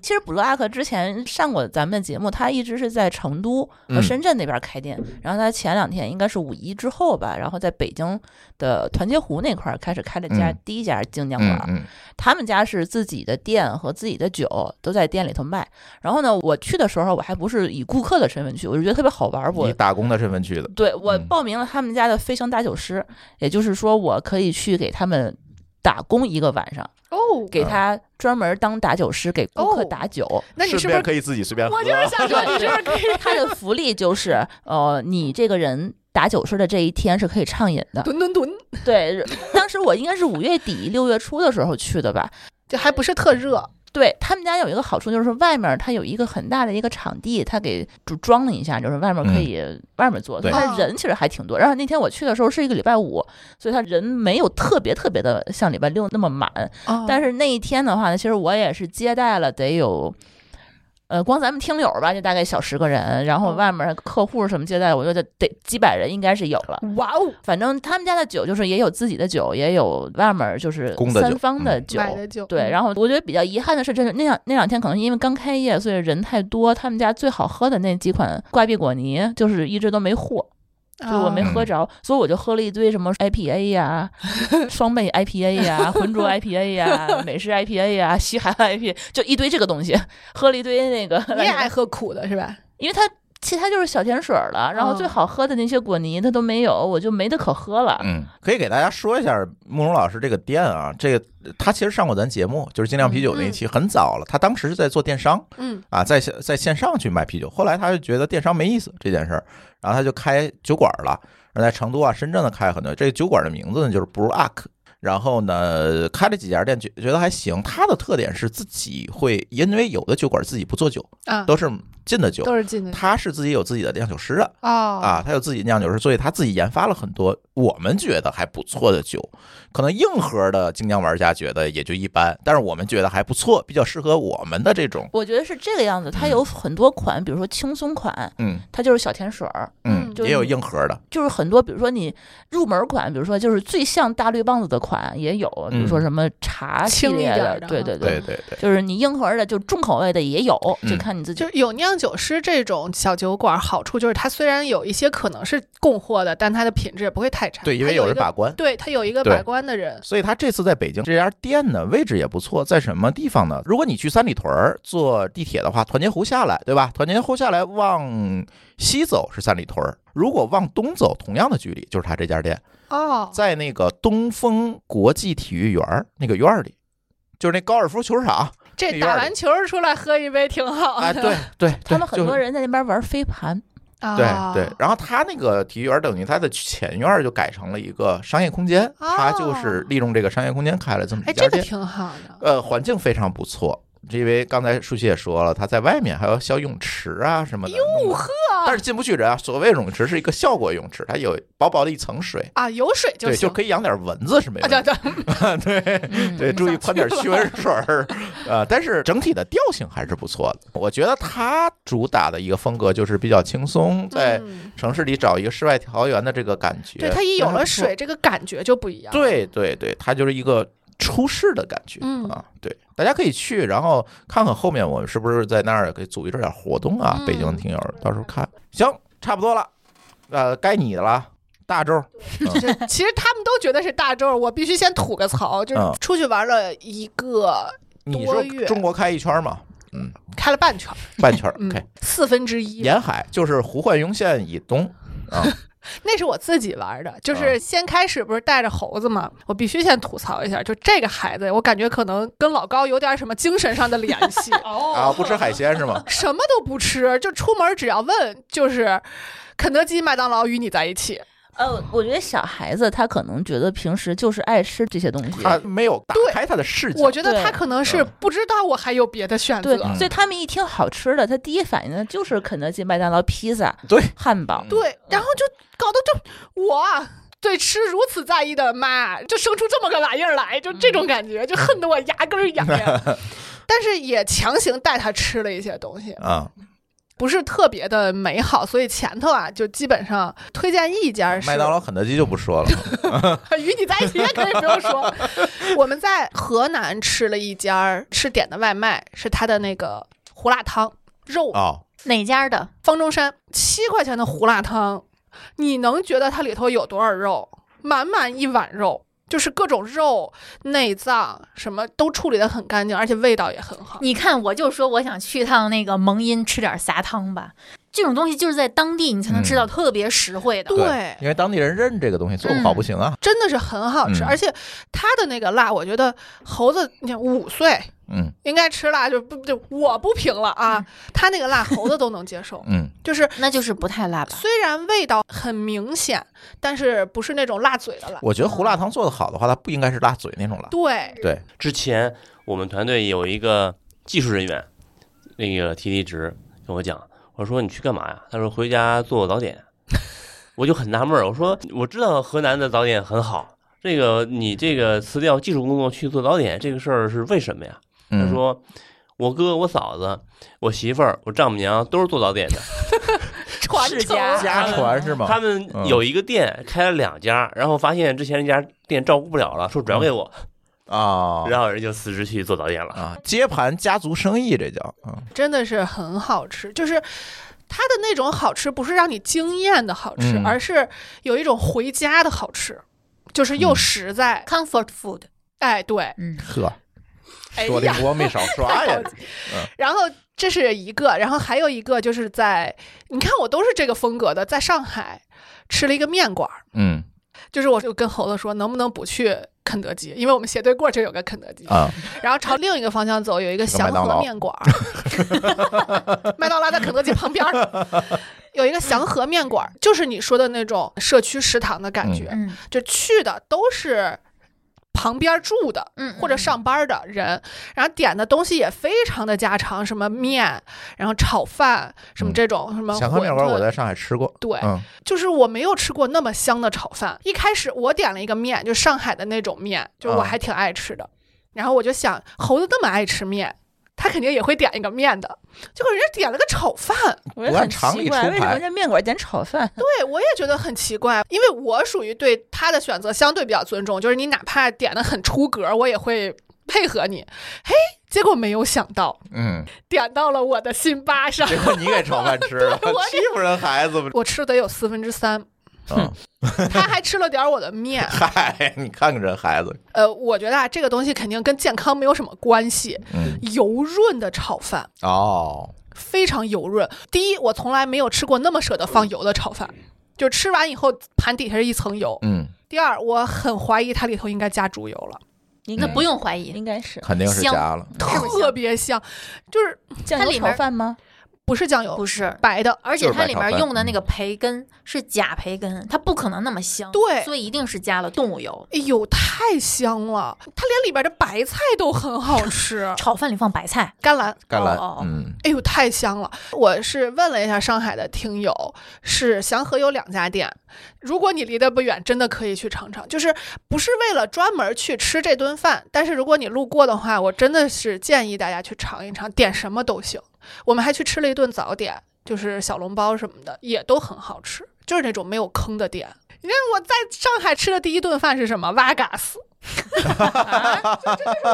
S2: 其实布洛阿克之前上过咱们的节目，他一直是在成都和
S1: 嗯
S2: 深圳那边开店，然后他前两天应该是五一之后吧，然后在北京的团结湖那块儿开始开了家、
S1: 嗯
S2: 第一家精酿馆
S1: 嗯
S2: 儿，
S1: 嗯
S2: 他们家是自己的店和自己的酒都在店里头卖。然后呢，我去的时候我还不是以顾客的身份去，我就觉得特别好玩儿，我
S1: 以打工的身份去的，
S2: 对我
S1: 嗯
S2: 报名了他们家的飞行打酒师，也就是说我可以去给他们打工一个晚上，
S4: 哦，
S2: 给
S1: 啊
S2: 他专门当打酒师，给顾客
S4: 哦
S2: 打酒。 *laughs*
S4: 那你
S1: 顺
S4: 是不是
S1: 便可以自己随便喝
S4: 我就是想说，
S1: *laughs*
S4: 你是不是可以
S2: 他的福利就是，呃，你这个人打酒师的这一天是可以畅饮的。
S4: 吨吨吨？
S2: 对，当时我应该是五月底六月初的时候去的吧，
S4: 这还不是特热，
S2: 对他们家有一个好处，就是外面它有一个很大的一个场地，它给就装了一下，就是外面可以外面坐，
S1: 嗯对
S2: 但是人其实还挺多。然后那天我去的时候是一个礼拜五，所以他人没有特别特别的像礼拜六那么满。嗯但
S4: 是
S2: 是那一天的话呢，其实我也是接待了得有。呃，光咱们听友吧，就大概小十个人，然后
S4: 嗯
S2: 外面客户什么接待，我觉得得几百人应该是有了。
S4: 哇哦，
S2: 反正他们家的酒就是也有自己的酒，也有外面就是
S1: 公的酒
S2: 三方的
S1: 嗯
S2: 酒，
S4: 买的酒，
S2: 对，
S4: 后
S2: 然后我觉得比较遗憾的是，真是那两那两天可能是因为刚开业，所以人太多，他们家最好喝的那几款挂壁果泥就是一直都没货，就是我
S4: 啊
S1: 嗯
S2: 没喝着，所以我就喝了一堆什么 IPA
S4: *laughs*
S2: 呀、双倍 IPA 呀、浑浊 IPA 呀、美式 IPA 呀、西海岸 IPA，就一堆这个东西，喝了一堆那个，
S4: 你也爱喝苦的是吧？
S2: 因为它。其他就是小甜水儿了，然后最
S4: 嗯
S2: 好喝的那些果泥它都没有，我就没得可喝了。
S1: 嗯，可以给大家说一下慕容老师这个店啊，这个他其实上过咱节目，就是精酿啤酒那一期，很早了。他当时是在做电商
S4: 嗯，
S1: 啊，在线在线上去卖啤酒，后来他就觉得电商没意思这件事儿，然后他就开酒馆了，然后在成都啊、深圳呢开了很多。这个酒馆的名字呢就是 Brew Ark。然后呢，开了几家店，觉觉得还行。它的特点是自己会，因为有的酒馆自己不做酒，
S2: 嗯
S4: 啊，
S1: 都是进的酒，
S4: 都是嗯进的
S1: 他是自己有自己的酿酒师的，
S4: 哦
S1: 啊
S4: 啊，，
S1: 他有自己酿酒师，所以他自己研发了很多我们觉得还不错的酒，可能硬核的精酿玩家觉得也就一般，但是我们觉得还不错，比较适合我们的这种，
S2: 我觉得是这个样子，它有很多款，比如说轻松款，
S1: 嗯
S2: 它就是小甜水儿，
S1: 嗯，
S2: 就是
S1: 也有
S2: 你
S1: 硬核的，
S2: 就是很多，比如说你入门款，比如说就是最像大绿棒子的款也有，比如说什么茶系
S4: 轻一
S2: 列
S4: 点
S2: 的，
S4: 儿的
S2: 对
S4: 哈
S2: 对
S1: 嗯对对对，
S2: 就是你硬核的，就重口味的也有，
S1: 嗯
S2: 就看你自己
S4: 就。是有酿酒师这种小酒馆，好处就是它虽然有一些可能是供货的，但它的品质也不会太差。
S1: 对，因为
S4: 它有
S1: 有人
S4: 一个
S1: 把关。
S4: 对它有一个
S1: 对
S4: 把关的人，
S1: 所以他这次在北京这家店呢，位置也不错，在什么地方呢？如果你去三里屯儿坐地铁的话，团结湖下来，对吧？团结湖下来往西走是三里屯儿，如果往东走，同样的距离就是他这家店。
S4: 哦，
S1: 在那个东风国际体育园儿那个院儿里，就是那高尔夫球场。那
S4: 这
S1: 院
S4: 打
S1: 儿里
S4: 完球出来喝一杯挺好的。
S1: 哎，
S4: *laughs*
S1: 对对，
S2: 他
S1: 对
S2: 们很
S1: 就
S2: 多
S1: 是
S2: 人在那边玩飞
S1: *laughs*
S2: 盘，
S4: 啊
S1: 对对，，然后他那个体育园儿等于他的前院儿就改成了一个商业空间，他就是利用这个商业空间开了这么
S4: 哦哎，
S1: 一
S4: 这
S1: 家
S4: 个
S1: 店，
S4: 挺好的。
S1: 呃，环境非常不错，因为刚才舒淇也说了，它在外面还有小泳池啊什么的，
S4: 哟
S1: 弄得
S4: 呵
S1: 但是进不去人啊。所谓泳池是一个效果泳池，它有薄薄的一层水，
S4: 啊，有水就
S1: 对，就
S4: 行。
S1: 可以养点蚊子是没
S4: 啊，
S1: 问
S4: 对
S1: 题
S4: 对，
S1: 的。
S4: *laughs*
S1: 对，
S2: 嗯
S1: 对，注意
S4: 想
S1: 喷
S4: 去
S1: 点
S4: 了
S1: 驱蚊水
S4: *laughs*
S1: 儿，呃，但是整体的调性还是不错的。我觉得它主打的一个风格就是比较轻松，在
S4: 嗯
S1: 城市里找一个世外桃源的这个感觉。
S4: 对它一有
S1: 还
S4: 了
S1: 不错
S4: 水，，这啊个感觉就不一样。，
S1: 对对对，它就是一个出世的感觉、
S4: 嗯
S1: 啊。对，大家可以去，然后看看后面我们是不是在那儿给组织点活动啊？北京
S4: 嗯
S1: 听友到时候看。行，差不多了，呃，该你的了，大周。
S4: 其实他们都觉得是大周，我必须先吐个槽，就是
S1: 嗯
S4: 出去玩了一个，
S1: 你
S4: 多
S1: 说
S4: 月
S1: 中国开一圈嘛，
S4: 开了半圈儿，
S1: 半
S4: *laughs*
S1: 圈儿
S4: 嗯
S1: ，OK。
S4: 四分之一。
S1: 沿海就是胡焕庸县以东啊，
S4: 那是我自己玩的，
S1: 嗯
S4: 就是先开始不是带着猴子嘛，我必须先吐槽一下，就这个孩子，我感觉可能跟老高有点什么精神上的联系，
S1: 啊，不吃海鲜是吗？
S4: 什么都不吃，就出门只要问就是肯德基、麦当劳与你在一起，
S2: 呃，我觉得小孩子他可能觉得平时就是爱吃这些东西，
S1: *laughs* 他没有打
S4: 对
S1: 开他的嗯视角
S4: 我，觉得
S2: 对
S4: 他可能是不知道我还有别的选择
S2: 对，
S1: 嗯
S2: 所以他们一听好吃的，他第一反应呢就是肯德基、麦当劳、披萨、
S1: 对
S2: 汉堡。
S1: 嗯
S4: 对，然后就搞得就我啊对吃如此在意的妈，就生出这么个玩意儿来，就这种感
S1: 嗯
S4: 觉，就恨得我牙根儿
S1: *laughs*
S4: 痒痒。但是也强行带他吃了一些东西，
S1: 啊，
S4: 不是特别的美好，所以前头啊就基本上推荐一家是
S1: 麦当劳、肯德基就不说了，
S4: *laughs* 与你在一起也可以不用说。我们在河南吃了一家儿是点的外卖，是他的那个胡辣汤肉
S1: 哦，
S3: *laughs* 哪家的？
S4: 方中山七块钱的胡辣汤，你能觉得它里头有多少肉？满满一碗肉，就是各种肉、内脏什么都处理得很干净，而且味道也很好。
S3: 你看，我就说我想去趟那个蒙阴吃点杂汤吧。这种东西就是在当地你才能吃
S1: 嗯
S3: 到特别实惠的。
S4: 对
S1: 因为当地人认这个东西，做不
S4: 嗯
S1: 好不行啊，
S4: 真的是很好吃，
S1: 嗯
S4: 而且它的那个辣，我觉得猴子你看五岁
S1: 嗯，
S4: 应该吃辣，就不就我不评了啊，它那个辣猴子都能接受
S1: *laughs* 嗯，
S4: 就是
S3: 那就是不太辣吧？
S4: 虽然味道很明显，但是不是那种辣嘴的辣。
S1: 我觉得胡辣汤做的好的话，它不应该是辣嘴那种辣，
S4: 对，
S1: 对，
S6: 之前我们团队有一个技术人员，那个提离职跟我讲，我说你去干嘛呀？他说回家做早点。 *laughs* 我就很纳闷儿，我说我知道河南的早点很好，这个你这个辞掉技术工作去做早点这个事儿是为什么呀？他
S1: 嗯，
S6: 说我哥、我嫂子、我媳妇儿、我丈母娘都是做早点的，
S4: 传
S2: 世
S4: 承
S2: 家
S1: 家传是吗？
S6: 他们有一个店开了两家，然后发现之前那家店照顾不了了，说转给我，
S1: 啊
S6: 然后人就辞职去做早点了。
S1: 啊，接盘家族生意这叫啊，
S4: 真的是很好吃，就是。它的那种好吃不是让你惊艳的好吃，
S1: 嗯
S4: 而是有一种回家的好吃，就是又实在。
S3: Comfort food，
S4: 哎，对，
S3: 嗯，
S1: 呵，
S4: 哎
S1: 说的
S4: 呀，
S1: 锅没少刷呀
S4: *laughs* 太高，然后这是一个，然后还有一个就是在你看我都是这个风格的，在上海吃了一个面馆儿，
S1: 嗯
S4: 就是我就跟猴子说，能不能不去肯德基，因为我们斜对过就有个肯德基。
S1: 啊，
S4: 然后朝另一个方向走，有一个祥
S1: 麦当劳
S4: 和面馆儿， *laughs* 麦当劳在肯德基旁边儿有一个祥和面馆儿，就是你说的那种社区食堂的感觉，
S3: 嗯
S4: 就去的都是旁边儿住的。
S3: 嗯，
S4: 或者上班的人，然后点的东西也非常的家常，什么面，然后炒饭，什么这种什么
S1: 嗯祥和面馆
S4: 馄饨
S1: 我在上海吃过，
S4: 对
S1: 嗯
S4: 就是我没有吃过那么香的炒饭。一开始我点了一个面，就上海的那种面，就
S1: 啊
S4: 我还挺爱吃的。然后我就想，猴子那么爱吃面，他肯定也会点一个面的。结果人家点了个炒饭，
S2: 我觉
S1: 不
S2: 得
S1: 按
S2: 很
S1: 常理
S2: 奇怪，
S1: 出
S2: 为什么
S1: 牌
S2: 人家面馆点炒饭？
S4: 对我也觉得很奇怪，因为我属于对他的选择相对比较尊重，就是你哪怕点的很出格，我也会配合你。嘿，结果没有想到 *laughs*
S1: 嗯，
S4: 点到了我的辛巴上，
S1: 结果你给炒饭吃了，
S4: *laughs* 我
S1: 欺负人孩子不？
S4: 我吃了得有四分之三， *laughs*
S1: 啊，
S4: 他还吃了点我的面。
S1: 嗨，你看看人孩子，
S4: 呃，我觉得啊，这个东西肯定跟健康没有什么关系。
S1: 嗯，
S4: 油润的炒饭，
S1: 哦，
S4: 非常油润。第一，我从来没有吃过那么舍得放油的炒饭，就吃完以后盘底下是一层油。
S1: 嗯，
S4: 第二，我很怀疑它里头应该加猪油了，
S2: 应
S3: 那
S2: 该
S3: 不用怀
S4: 嗯
S3: 疑，
S2: 嗯应该是
S1: 肯定是
S3: 香
S1: 加了，
S3: 是不是
S4: 特别香，就是
S2: 酱
S3: 它
S2: 油
S3: 里
S2: 炒
S3: 面
S2: 饭吗？
S4: 不是酱油，
S3: 不是。
S4: 白的。
S3: 而且
S1: 就是
S3: 它
S1: 白
S3: 里
S1: 炒
S3: 面
S1: 饭
S3: 用的那个培根是假培根，它不可能那么香，
S4: 对
S3: 所以一定是加了动物油。，
S4: 哎呦，太香了！它连里边的白菜都很好
S1: *laughs*
S4: 吃
S3: 炒饭里放白菜，
S4: 甘蓝。
S1: 甘蓝
S3: 哦哦，
S1: 嗯，
S4: 哎呦，太香了！我是问了一下上海的听友，是祥和有两家店，如果你离得不远，真的可以去尝尝。就是不是为了专门去吃这顿饭，但是如果你路过的话，我真的是建议大家去尝一尝，点什么都行。我们还去吃了一顿早点，就是小笼包什么的，也都很好吃，就是那种没有坑的店。你看我在上海吃的第一顿饭是什么？瓦嘎斯，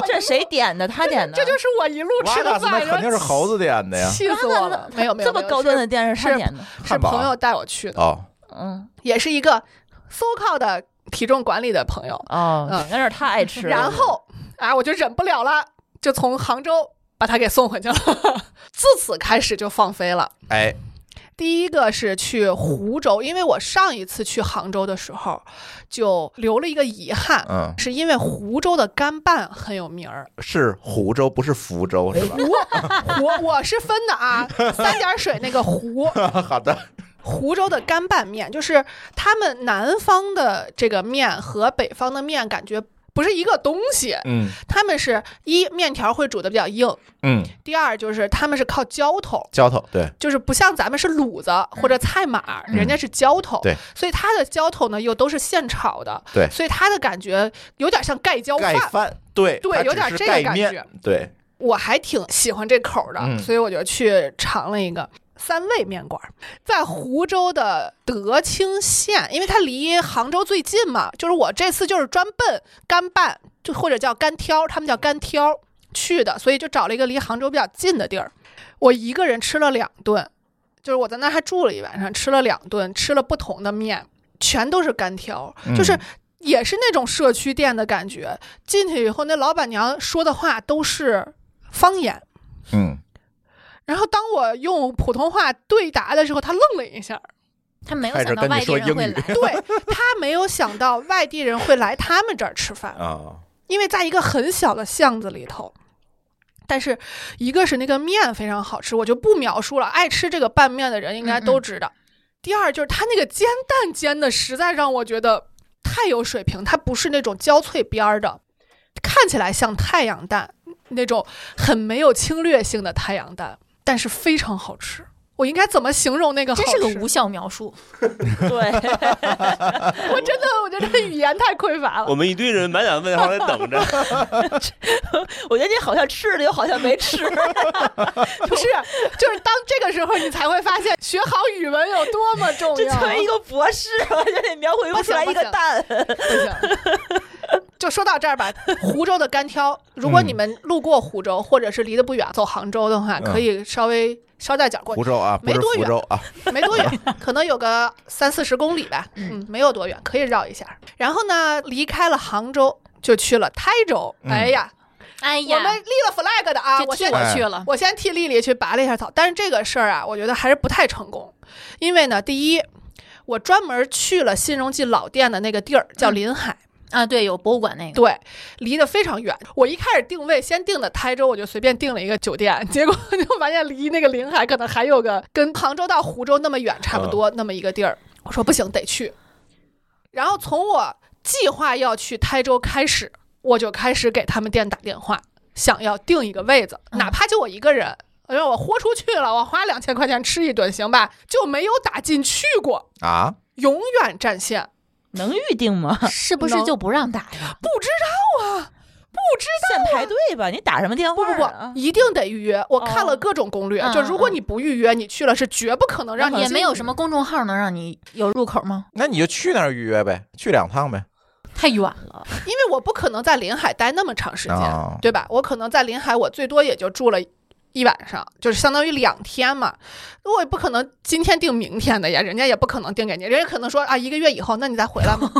S7: 这谁点的？他
S1: 啊
S7: 点的，
S4: *laughs* 这就是我一路吃的
S1: 哇那
S4: 饭，
S1: 肯定是猴子点的呀，
S4: 气死我了！ *laughs* 没有没有，
S7: 这么高端的店是他
S4: 是
S7: 点的，
S4: 是
S1: 汉堡
S4: 朋友带我去的，
S1: 哦，
S7: 嗯
S4: 也是一个 so called 的体重管理的朋友。
S7: 哦，
S4: 嗯
S7: 那是他爱吃了。
S4: 然 *laughs* 后啊，我就忍不了了，就从杭州把他给送回去了。 *laughs* 自此开始就放飞了。
S1: 哎，
S4: 第一个是去湖州，因为我上一次去杭州的时候，就留了一个遗憾，
S1: 嗯，
S4: 是因为湖州的干拌很有名儿。
S1: 是湖州不是福州
S4: 哎
S1: 是 *laughs* 吧？
S4: 我我是分的啊，三点水那个湖，
S1: 好的，
S4: 湖州的干拌面，就是他们南方的这个面和北方的面感觉不是一个东西。
S1: 嗯
S4: 他们是一面条会煮的比较硬，
S1: 嗯，
S4: 第二就是他们是靠浇头，
S1: 浇头对，
S4: 就是不像咱们是卤子或者菜码，
S3: 嗯
S4: 人家是浇头。
S1: 对，
S4: 所以它的浇头呢又都是现炒的。
S1: 对
S4: 所以它的感觉有点像盖浇饭
S1: 盖。饭对，
S4: 对
S1: 它
S4: 有
S1: 只
S4: 点
S1: 是
S4: 这个
S1: 盖
S4: 感
S1: 面
S4: 觉，
S1: 对，
S4: 我还挺喜欢这口的，
S1: 嗯
S4: 所以我就去尝了一个三味面馆儿，在湖州的德清县，因为它离杭州最近嘛，就是我这次就是专奔干拌，就或者叫干挑，他们叫干挑去的，所以就找了一个离杭州比较近的地儿。我一个人吃了两顿，就是我在那儿还住了一晚上，吃了两顿，吃了不同的面，全都是干挑，就是
S1: 嗯
S4: 也是那种社区店的感觉。进去以后，那老板娘说的话都是方言。
S1: 嗯，
S4: 然后当我用普通话对答的时候，他愣了一下，
S3: 他没有
S1: 开
S3: 想
S1: 始
S3: 到
S1: 跟
S3: 外
S1: 你
S3: 地
S1: 说
S3: 人会
S1: 英语
S3: *laughs* 来。
S4: 对他没有想到外地人会来他们这儿吃饭，
S1: 啊，
S4: 因为在一个很小的巷子里头。但是，一个是那个面非常好吃，我就不描述了，爱吃这个拌面的人应
S3: 嗯
S4: 该都知道。第二就是它那个煎蛋煎的实在让我觉得太有水平，它不是那种焦脆边儿的，看起来像太阳蛋那种很没有侵略性的太阳蛋，但是非常好吃。我应该怎么形容那个好
S3: 真
S4: 吃？
S3: 是个无效描述，
S7: 对，
S4: 我真的，我觉得语言太匮乏了。
S6: 我们一堆人满脸问号在等着，
S7: 我觉得你好像吃了，又好像没吃。
S4: 不是，就是当这个时候，你才会发现学好语文有多么重
S7: 这
S4: 要。啊
S7: 作为一个博士，我觉得你描绘不出来一个蛋。
S4: 不行。就说到这儿吧，湖州的干挑，如果你们路过湖州，或者是离得不远，走杭州的话，
S1: 嗯嗯
S4: 可以稍微捎带脚过
S1: 湖
S4: 去，
S1: 州啊，不
S4: 没
S1: 是
S4: 多
S1: 福
S4: 远
S1: 州啊，
S4: 没多远，可能有个三四十公里吧，嗯，没有多远，可以绕一下。然后呢，离开了杭州，就去了台州。
S1: 嗯
S4: 哎呀，
S3: 哎
S4: 我们
S3: 呀，
S4: 立了 flag 的啊，
S3: 这
S4: 我
S3: 替
S4: 先
S3: 我
S1: 哎
S3: 去了，
S4: 我先替丽丽去拔了一下草，但是这个事儿啊，我觉得还是不太成功，因为呢，第一，我专门去了新荣记老店的那个地儿，叫临海，
S3: 啊，对，有博物馆那个，
S4: 对，离得非常远。我一开始定位先定的台州，我就随便定了一个酒店，结果就发现离那个临海可能还有个跟杭州到湖州那么远，差不多那么一个地儿。我说不行，得去。然后从我计划要去台州开始，我就开始给他们店打电话，想要定一个位子，
S3: 嗯
S4: 哪怕就我一个人。让我豁出去了，我花两千块钱吃一顿行吧？就没有打进去过，
S1: 啊，
S4: 永远占线。
S7: 能预定吗？
S3: 是不是
S4: 能
S3: 就不让打呀？
S4: 不知
S7: 现排队吧，你打什么电
S4: 不
S7: 话
S4: 不
S7: 啊、
S4: 不，一定得预约。我看了各种攻略，
S3: 嗯
S4: 就如果你不预约，你去了是绝不可能让你
S3: 也
S4: 进
S3: 没有什么公众号能让你有入口吗？
S1: 那你就去那儿预约呗，去两趟呗，
S3: 太远了，
S4: 因为我不可能在临海待那么长时间，
S1: 啊
S4: 对吧？我可能在临海，我最多也就住了。一晚上就是相当于两天嘛，我也不可能今天定明天的呀，人家也不可能定给你，人家可能说啊一个月以后，那你再回来嘛。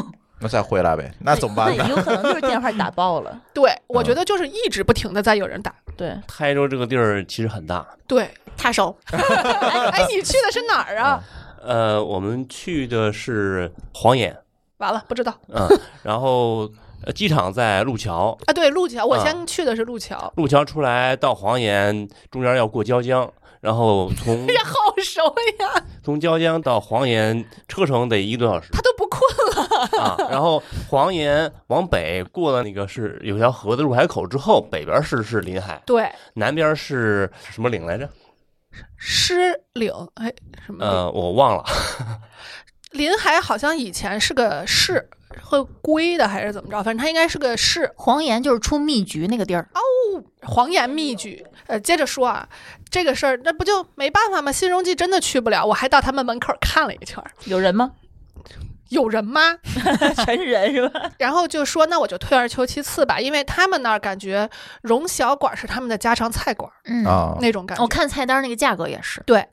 S1: 那再回来呗，那怎么办
S7: 那
S1: 呢？
S7: 有可能就是电话打爆
S4: *laughs*
S7: 了。
S4: 对，我觉得就是一直不停的在有人打，
S7: 对，
S6: 台州这个地儿其实很大，
S4: 对，
S3: 太熟，
S4: 哎，你去的是哪儿啊？
S6: 呃，我们去的是黄岩，
S4: 完了不知道
S7: *laughs*
S6: 嗯，然后呃机场在路桥，
S4: 啊，对，路桥，我
S6: 啊
S4: 先去的是路桥，
S6: 路桥出来到黄岩中间要过椒江，然后
S7: 哎
S6: 从
S4: 好熟呀，
S6: *laughs* 从椒江到黄岩车程得一个多小时
S4: 他都不困
S7: *laughs*
S6: 啊，然后黄岩往北过了那个是有条河的入海口之后，北边是是临海，
S4: 对，
S6: 南边是什么岭来着？
S4: 失岭哎什么地？
S6: 呃，我忘了，
S4: 临海好像以前是个市，会归的还是怎么着？反正它应该是个市。
S3: 黄岩就是出蜜橘那个地儿，
S4: 黄岩密局，呃，接着说啊，这个事儿那不就没办法吗？新荣记真的去不了，我还到他们门口看了一圈儿，
S2: 有人吗？
S4: 有人吗？ *laughs*
S2: 全是人是吧？
S4: 然后就说那我就退而求其次吧，因为他们那儿感觉荣小馆是他们的家常菜馆儿
S3: 嗯，
S1: 啊，
S4: 那种感觉。
S3: 我看菜单那个价格也是，
S4: 对，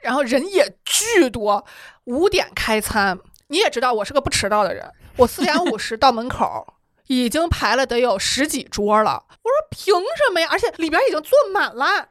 S4: 然后人也巨多，五点开餐。你也知道我是个不迟到的人，我四点五十到门口，已经排了得有十几桌了。我说凭什么呀？而且里边已经坐满了，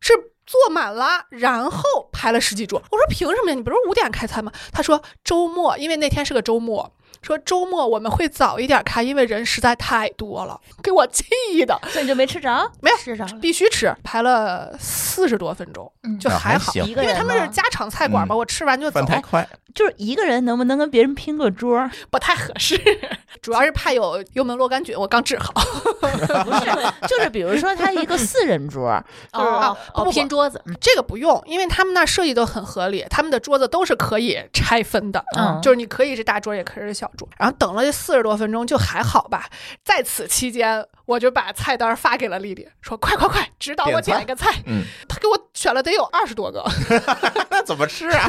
S4: 是坐满了，然后排了十几桌。我说凭什么呀？你不是五点开餐吗？他说周末，因为那天是个周末。说周末我们会早一点开，因为人实在太多了，给我气的，
S2: 所以你就没吃着？
S4: 没有
S3: 是着了，
S4: 必须吃，排了四十多分钟，
S3: 嗯
S4: 就
S1: 啊还
S4: 还好，
S1: 行
S2: 一个
S4: 因为
S2: 人
S4: 他们是
S2: 吗
S4: 家常菜馆嘛，
S1: 嗯
S4: 我吃完就走
S1: 饭，太快，
S2: 就是一个人能不能跟别人拼个桌儿？
S4: 不太合适。 *laughs* 主要是怕有幽门螺杆菌，我刚治好。哦
S2: 不是，就是比如说他一个四人桌儿，
S4: 就是啊
S3: 哦
S4: 不
S3: 哦，
S4: 不
S3: 拼桌子，嗯
S4: 这个不用，因为他们那儿设计都很合理，他们的桌子都是可以拆分的，
S2: 嗯
S4: 就是你可以是大桌，也可以是小桌。然后等了这四十多分钟，就还好吧。在此期间，我就把菜单发给了丽丽，说快快快，指导我
S1: 点
S4: 点
S1: 菜
S4: 一个菜。
S1: 嗯，
S4: 她给我选了得有二十多个。 *laughs*
S1: 那怎么吃啊？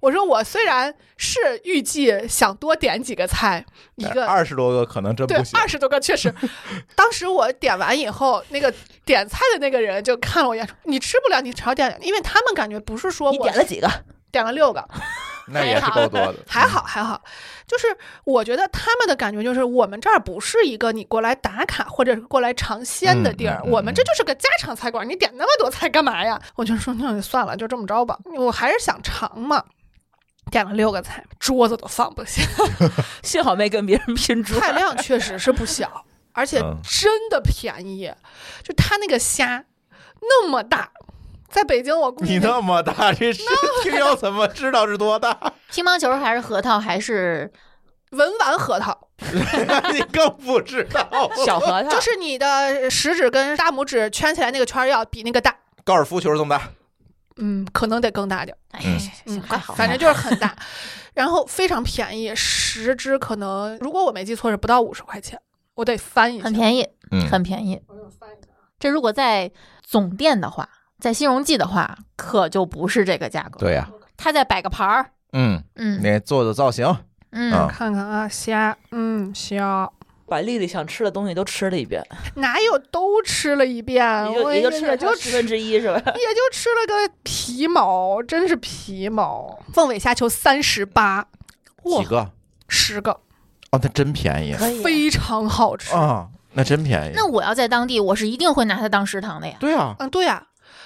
S4: 我说我虽然是预计想多点几个菜，一个
S1: 二十多个可能真
S4: 对
S1: 不，行
S4: 二，十多个确实。 *laughs* 当时我点完以后，那个点菜的那个人就看了我一眼，说：“你吃不了，你少点点。”因为他们感觉不是说
S2: 你
S4: 我
S2: 点了几个？
S4: 点了六个，
S1: 那也是够多的。
S4: 还好还好。就是我觉得他们的感觉就是，我们这儿不是一个你过来打卡或者是过来尝鲜的地儿，
S1: 嗯嗯嗯
S4: 我们这就是个家常菜馆，你点那么多菜干嘛呀？我就说那就算了，就这么着吧，我还是想尝嘛。点了六个菜，桌子都放不下。
S2: 幸好没跟别人拼桌儿。
S4: 菜量确实是不小，而且
S1: 嗯
S4: 真的便宜。就它那个虾那么大，在北京我估计
S1: 你那么大，这是 *laughs* 听友怎么知道是多大？
S3: 乒乓球还是核桃还是
S4: 文玩核桃，
S1: 你更不知道。
S2: 小核桃
S4: 就是你的食指跟大拇指圈起来那个圈儿要比那个大，
S1: 高尔夫球这么大，
S4: 嗯，可能得更大点儿，
S3: 哎
S1: 嗯
S3: 行行
S4: 嗯
S3: 行，快好，
S4: 反正就是很大。然后非常便宜，十只可能如果我没记错是不到五十块钱，我得翻一下
S3: 很。便宜，
S1: 嗯
S3: 很便宜。这如果在总店的话，在新荣记的话，可就不是这个价格。
S1: 对呀，
S3: 他再摆个盘儿，
S1: 嗯，
S3: 嗯
S1: 那做的造型，
S3: 嗯
S1: 啊，
S4: 看看啊，虾，嗯，虾，
S2: 把丽丽想吃的东西都吃了一遍，
S4: 哪有都吃了一遍，
S2: 也
S4: 啊我
S2: 就也就吃了
S4: 也就
S2: 十
S4: 吃
S2: 分之一是吧？
S4: *laughs* 也就吃了个皮毛，真是皮毛。凤尾虾球三十八，哇
S1: 几，个？
S4: 十个，
S1: 哦，那真便宜
S2: 可以啊
S4: 非常好吃。
S1: 啊，那真便宜。
S3: 那我要在当地，我是一定会拿它当食堂的呀。
S1: 对啊，
S4: 嗯，对呀、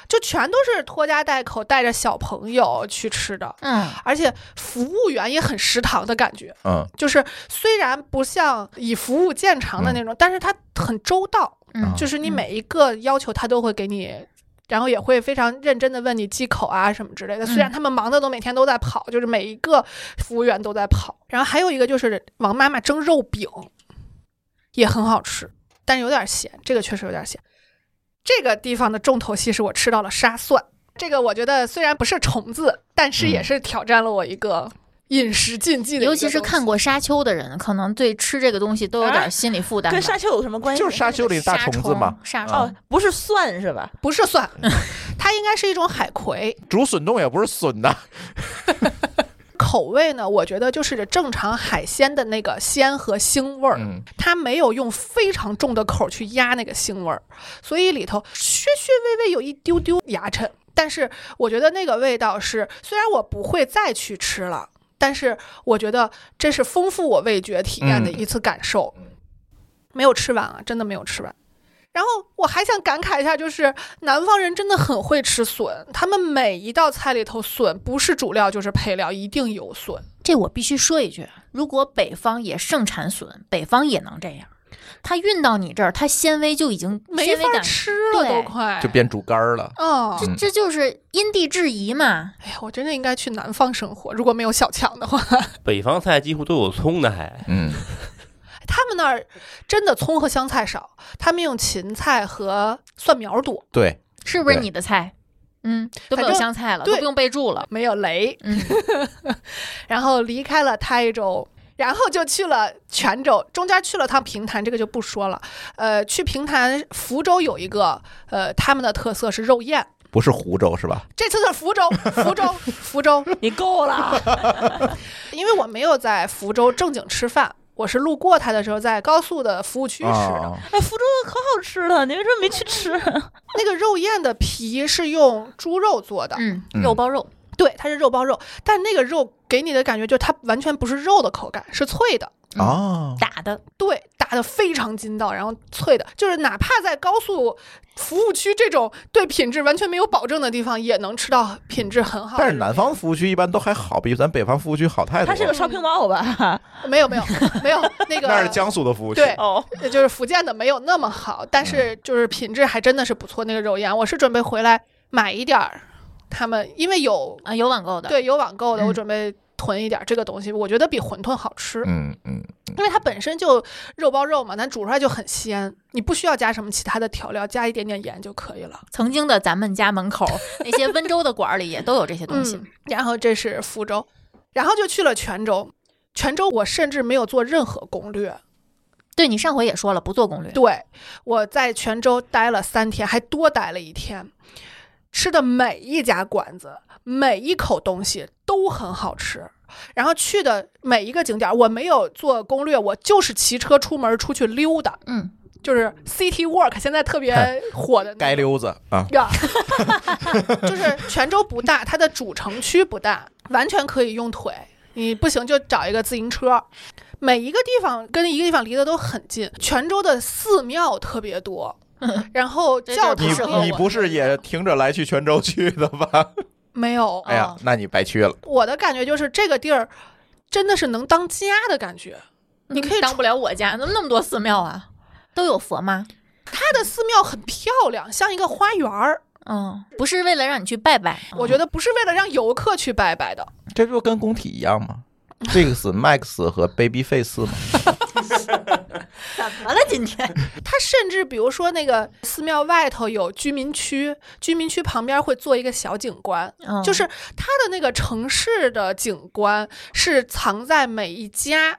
S4: 就全都是拖家带口带着小朋友去吃的。
S3: 嗯，
S4: 而且服务员也很食堂的感觉，
S1: 嗯，
S4: 就是虽然不像以服务见长的那种，但是他很周到，
S3: 嗯
S4: 就是你
S3: 嗯
S4: 每一个要求他都会给你，然后也会非常认真的问你忌口啊什么之类的。虽然
S3: 嗯
S4: 他们忙的都每天都在跑，就是每一个服务员都在跑。然后还有一个就是王妈妈蒸肉饼，也很好吃，但是有点咸，这个确实有点咸。这个地方的重头戏是我吃到了沙蒜，这个我觉得虽然不是虫子，但是也
S1: 嗯
S4: 是挑战了我一个饮食禁忌的一个东
S3: 尤
S4: 西，
S3: 其是看过沙丘的人，可能对吃这个东西都有点心理负担吧。
S2: 跟沙丘有什么关系？
S1: 就是沙丘里大虫子嘛，嗯
S3: 沙虫，
S2: 哦，不是蒜是吧？
S4: 不是
S3: *laughs*
S4: 蒜，它应该是一种海葵。
S1: 竹笋冻也不是笋的，
S4: 口味呢，我觉得就是正常海鲜的那个鲜和腥味儿，
S1: 嗯，
S4: 它没有用非常重的口去压那个腥味儿，所以里头削削微微有一丢丢牙碜。但是我觉得那个味道是，虽然我不会再去吃了，但是我觉得这是丰富我味觉体验的
S1: 嗯
S4: 一次感受。没有吃完啊，真的没有吃完。然后我还想感慨一下，就是南方人真的很会吃笋，他们每一道菜里头笋不是主料就是配料，一定有笋。
S3: 啊这我必须说一句，如果北方也盛产笋，北方也能这样。它运到你这儿，它纤维就已经
S4: 没
S3: 纤维
S4: 法
S3: 感，
S4: 吃了都
S3: 对
S4: 快
S1: 就。变竹竿儿了。
S4: 哦，
S3: 这这就是因地制宜嘛。
S4: 哎呀，我真的应该去南方生活，如果没有小强的话， *laughs*
S6: 北方菜几乎都有葱的，还
S1: 嗯，
S4: 他们那儿真的葱和香菜少，他们用芹菜和蒜苗多，
S1: 对，
S3: 是不是
S1: 对
S3: 你的菜？嗯，都没
S4: 反
S3: 有
S4: 正
S3: 香菜了，
S4: 对
S3: 都不用备注了。
S4: 没有雷。
S3: 嗯，
S4: *laughs* 然后离开了台州，然后就去了泉州，中间去了趟平潭，这个就不说了。呃，去平潭，福州有一个呃，他们的特色是肉燕。
S1: 不是湖州是吧？
S4: 这次是福州， *laughs* 福州，福州，
S2: 你够了，
S4: 因为我没有在福州正经吃饭，我是路过它的时候在高速的服务区吃的。
S1: 啊
S2: 哎，福州可好吃了，你为什么没去吃？
S4: 那个肉燕的皮是用猪肉做的，
S3: 嗯，
S1: 嗯
S3: 肉包肉，
S4: 对，它是肉包肉，但那个肉给你的感觉就是它完全不是肉的口感，是脆的。
S3: 嗯
S1: 哦，
S3: 打的
S4: 对，打得非常筋道，然后脆的，就是哪怕在高速服务区这种对品质完全没有保证的地方，也能吃到品质很好的
S1: 但
S4: 肉。
S1: 是南方服务区一般都还好，比咱北方服务区好太多
S2: 它是个
S1: 了。
S2: 烧 h o 吧？
S4: 没有没有没有
S1: *laughs*
S4: 那个
S1: 那是江苏的服务区，
S4: 对
S2: *laughs* 哦，
S4: 呃就是福建的没有那么好，
S1: 嗯
S4: 但是就是品质还真的是不错。那个肉燕，我是准备回来买一点儿，他们因为有
S3: 啊，有网购的。
S4: 对有网购的，我
S3: 嗯
S4: 准备囤一点儿这个东西，我觉得比馄饨好吃，
S1: 嗯嗯，
S4: 因为它本身就肉包肉嘛，咱煮出来就很鲜，你不需要加什么其他的调料，加一点点盐就可以了。
S3: 曾经的咱们家门口 *laughs* 那些温州的馆儿里也都有这些东西
S4: 嗯。。然后这是福州，然后就去了泉州。泉州我甚至没有做任何攻略，
S3: 对你上回也说了，不做攻略。
S4: 对我在泉州待了三天，还多待了一天，吃的每一家馆子、每一口东西都很好吃。然后去的每一个景点，我没有做攻略，我就是骑车出门出去溜达，
S3: 嗯，
S4: 就是 city walk，现在特别火的那
S1: 街
S4: 种
S1: 溜子啊，
S4: 呀，
S3: *laughs*
S4: 就是泉州不大，它的主城区不大，完全可以用腿。你不行就找一个自行车。每一个地方跟一个地方离得都很近，泉州的寺庙特别多，然后
S3: 嗯
S4: *laughs*
S3: 这
S4: 教
S3: 就
S1: 你
S3: 不适合
S4: 堂
S1: 你
S3: 我
S1: 不是也听着来去泉州去的吧？
S4: 没有。
S1: 哎呀
S3: 哦，
S1: 那你白去了。
S4: 我的感觉就是这个地儿真的是能当家的感觉。你可以
S3: 嗯当不了我家，怎么那么多寺庙啊？都有佛吗？
S4: 它的寺庙很漂亮，像一个花园儿。
S3: 嗯，不是为了让你去拜拜，
S4: 我觉得不是为了让游客去拜拜的，
S1: 这不跟工体一样吗？Fix、Max 和 Babyface 吗？
S3: 怎么了今天？
S4: 它甚至比如说那个寺庙外头有居民区，居民区旁边会做一个小景观，
S3: 嗯
S4: 就是它的那个城市的景观是藏在每一家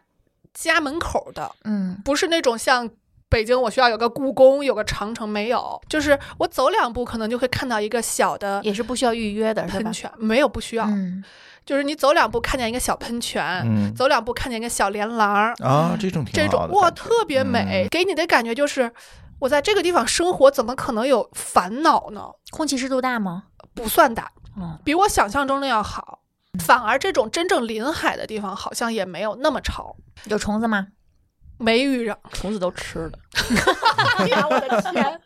S4: 家门口的，
S3: 嗯，
S4: 不是那种像。北京，我需要有个故宫，有个长城，没有，就是我走两步可能就会看到一个小的
S3: 也是不需要预约的，是吧
S4: 喷？泉，没有不需要，
S3: 嗯，
S4: 就是你走两步看见一个小喷泉，
S1: 嗯
S4: 走两步看见一个小连廊儿，
S1: 啊，这种挺
S4: 这
S1: 好
S4: 种
S1: 的
S4: 哇，
S1: 感觉嗯
S4: 特别美，给你的感觉就是，我在这个地方生活，怎么可能有烦恼呢？
S3: 空气湿度大吗？
S4: 不算大，
S3: 嗯
S4: 比我想象中的要好。反而这种真正临海的地方，好像也没有那么潮，
S3: 有虫子吗？
S4: 没遇上。
S2: *laughs* 虫子都吃了。
S4: 哎呀，我的天！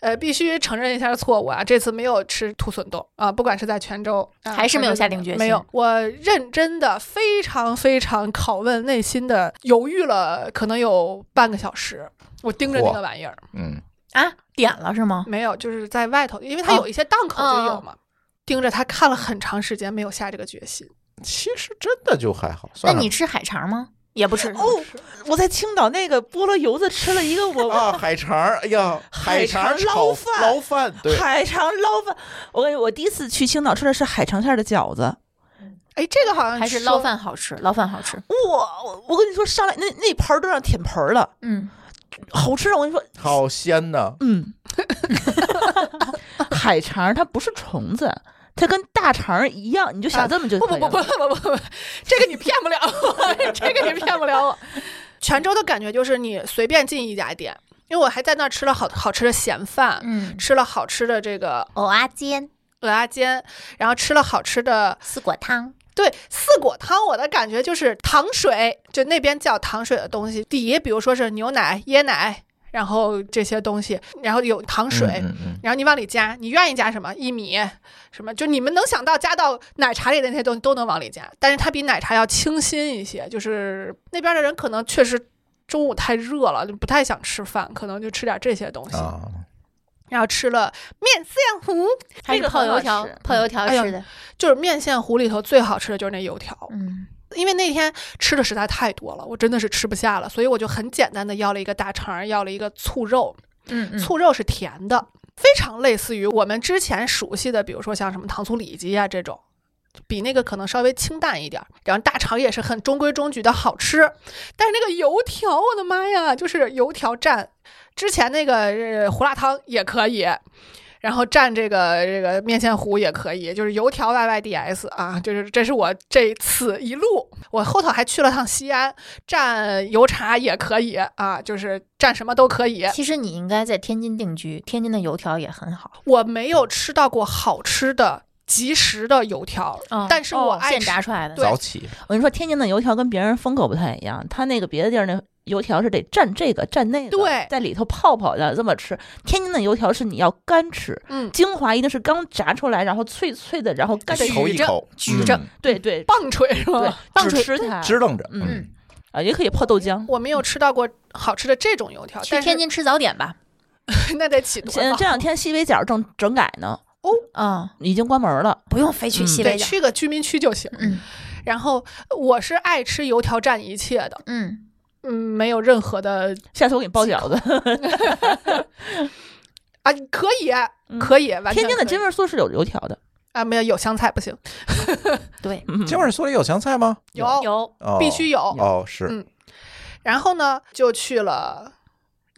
S4: 呃，必须承认一下错误啊！这次没有吃土笋冻啊，不管是在泉州，啊
S3: 还是没有下定决心
S4: 没有，我认真的、非常非常拷问内心的犹豫了，可能有半个小时，我盯着那个
S1: 嚯
S4: 玩意儿。
S1: 嗯，
S3: *laughs* 啊，点了是吗？
S4: 没有，就是在外头，因为他有
S3: 哦
S4: 一些档口就有嘛。盯着他看了很长时间，没有下这个决心。
S1: 其实真的就还好。*laughs*
S3: 那
S1: 算了
S3: 你吃海肠吗？也不吃。
S2: 哦，我在青岛那个菠萝油子吃了一个我。
S1: 啊，海肠儿，哎呀，
S2: 海肠
S1: 肠炒
S2: 捞饭
S1: 捞饭，对，
S2: 海肠捞饭，我跟你我第一次去青岛吃的是海肠馅儿的饺子，
S4: 哎，这个好像
S3: 还是
S4: 说
S3: 捞。饭好吃，捞饭好吃。
S2: 哇！我我跟你说，上来那那盘儿都让舔盆儿了，
S3: 嗯，
S2: 好吃啊！我跟你说，
S1: 好鲜呐！
S7: *laughs*
S2: 嗯，海肠儿它不是虫子，它跟大肠儿一样，你就想这么就
S4: 啊不
S2: 可
S4: 不
S2: 以
S4: 不
S2: 了。
S4: 不不不不不，这个你骗不了我， *laughs* 这个你骗不了我。泉州的感觉就是你随便进一家店，因为我还在那儿吃了好好吃的咸饭，
S3: 嗯
S4: 吃了好吃的这个
S3: 藕啊煎、
S4: 鹅鸭煎，然后吃了好吃的
S3: 丝果汤，
S4: 对四果汤。我的感觉就是糖水，就那边叫糖水的东西，底比如说是牛奶、椰奶，然后这些东西，然后有糖水，
S1: 嗯嗯
S4: 然后你往里加，你愿意加什么薏米，什么就你们能想到加到奶茶里的那些东西都能往里加，但是它比奶茶要清新一些，就是那边的人可能确实中午太热了，就不太想吃饭，可能就吃点这些东西。
S1: 啊，
S4: 然后吃了面线糊，
S3: 还是
S7: 这个
S3: 泡
S7: 很
S3: 油
S7: 好
S3: 条
S7: 吃，
S3: 泡油条
S4: 哎呦
S3: 吃的，
S4: 就是面线糊里头最好吃的就是那油条，
S3: 嗯，
S4: 因为那天吃的实在太多了，我真的是吃不下了，所以我就很简单的要了一个大肠，要了一个醋肉，
S3: 嗯嗯，
S4: 醋肉是甜的，非常类似于我们之前熟悉的，比如说像什么糖醋里脊啊这种，比那个可能稍微清淡一点儿。然后大肠也是很中规中矩的好吃，但是那个油条，我的妈呀，就是油条蘸之前那个、呃胡辣汤也可以。然后蘸这个这个面线糊也可以，就是油条 YYDS 啊，就是这是我这次一路，我后头还去了趟西安，蘸油茶也可以啊，就是蘸什么都可以。
S3: 其实你应该在天津定居，天津的油条也很好，
S4: 我没有吃到过好吃的即食的油条，
S3: 嗯
S4: 但是我
S3: 哦
S4: 爱
S3: 现
S4: 吃
S3: 炸出来的，
S4: 对
S1: 早起
S7: 我跟你说，天津的油条跟别人风格不太一样，他那个别的地儿那油条是得蘸这个蘸那个，
S4: 对
S7: 在里头泡泡的这么吃。天津的油条是你要干吃，
S4: 嗯，
S7: 精华一定是刚炸出来，然后脆脆的，然后干
S4: 得
S7: 吃。
S1: 头一
S4: 举着
S1: 口，
S3: 举着
S1: 嗯
S7: 对对
S4: 棒槌是
S7: 对
S4: 吗？，
S7: 棒吃它，
S1: 支棱着，
S7: 嗯
S3: 嗯，
S7: 啊，也可以泡豆浆。
S4: 我没有吃到过好吃的这种油条，
S3: 去
S4: 啊但是
S3: 天津吃早点吧，
S4: *laughs* 那得起多
S7: 现在
S2: 嗯
S4: 早？
S7: 这两天西北角正整改呢，
S3: 嗯，
S7: 已经关门了。
S3: 不用非去
S7: 嗯
S3: 西
S4: 得
S3: 北角，
S4: 去个居民区就行。
S3: 嗯
S4: 然后我是爱吃油条蘸一切的，
S3: 嗯，
S4: 嗯，没有任何的 *laughs*
S7: 下次我给你包饺子。
S4: 啊，可以
S7: 嗯
S4: 可以，完全
S7: 天津的
S4: 可以
S7: 真味素是有油条的，
S4: 啊，没有有香菜不行，
S3: 对，
S7: 嗯
S1: 今晚说里有香菜吗？
S4: 有
S3: 有
S1: 哦
S4: 必须有。
S1: 哦，是
S4: 嗯然后呢，就去了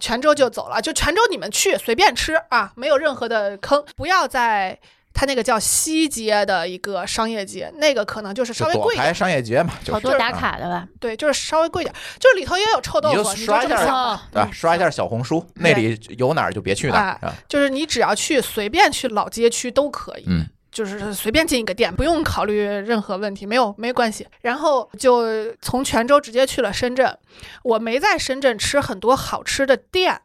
S4: 泉州，就走了。就泉州，你们去随便吃啊，没有任何的坑，不要在它那个叫西街的一个商业街，那个可能就是稍
S1: 就
S4: 微
S1: 躲
S4: 贵一点
S1: 开，商业街嘛，就
S3: 好
S1: 是啊
S3: 多打，卡的吧，
S4: 对，就是稍微贵一点，就是里头也有臭豆
S1: 你
S4: 腐，
S1: 就
S4: 你就
S1: 刷
S4: 这
S1: 一
S4: 么
S1: 下
S4: 想
S3: 哦
S4: 吧，
S1: 啊，刷一下小红书，那里有哪儿就别去哪儿啊，
S4: 就是你只要去随便去老街区都可以。
S1: 嗯，
S4: 就是随便进一个店，不用考虑任何问题，没有没关系。然后就从泉州直接去了深圳，我没在深圳吃很多好吃的店。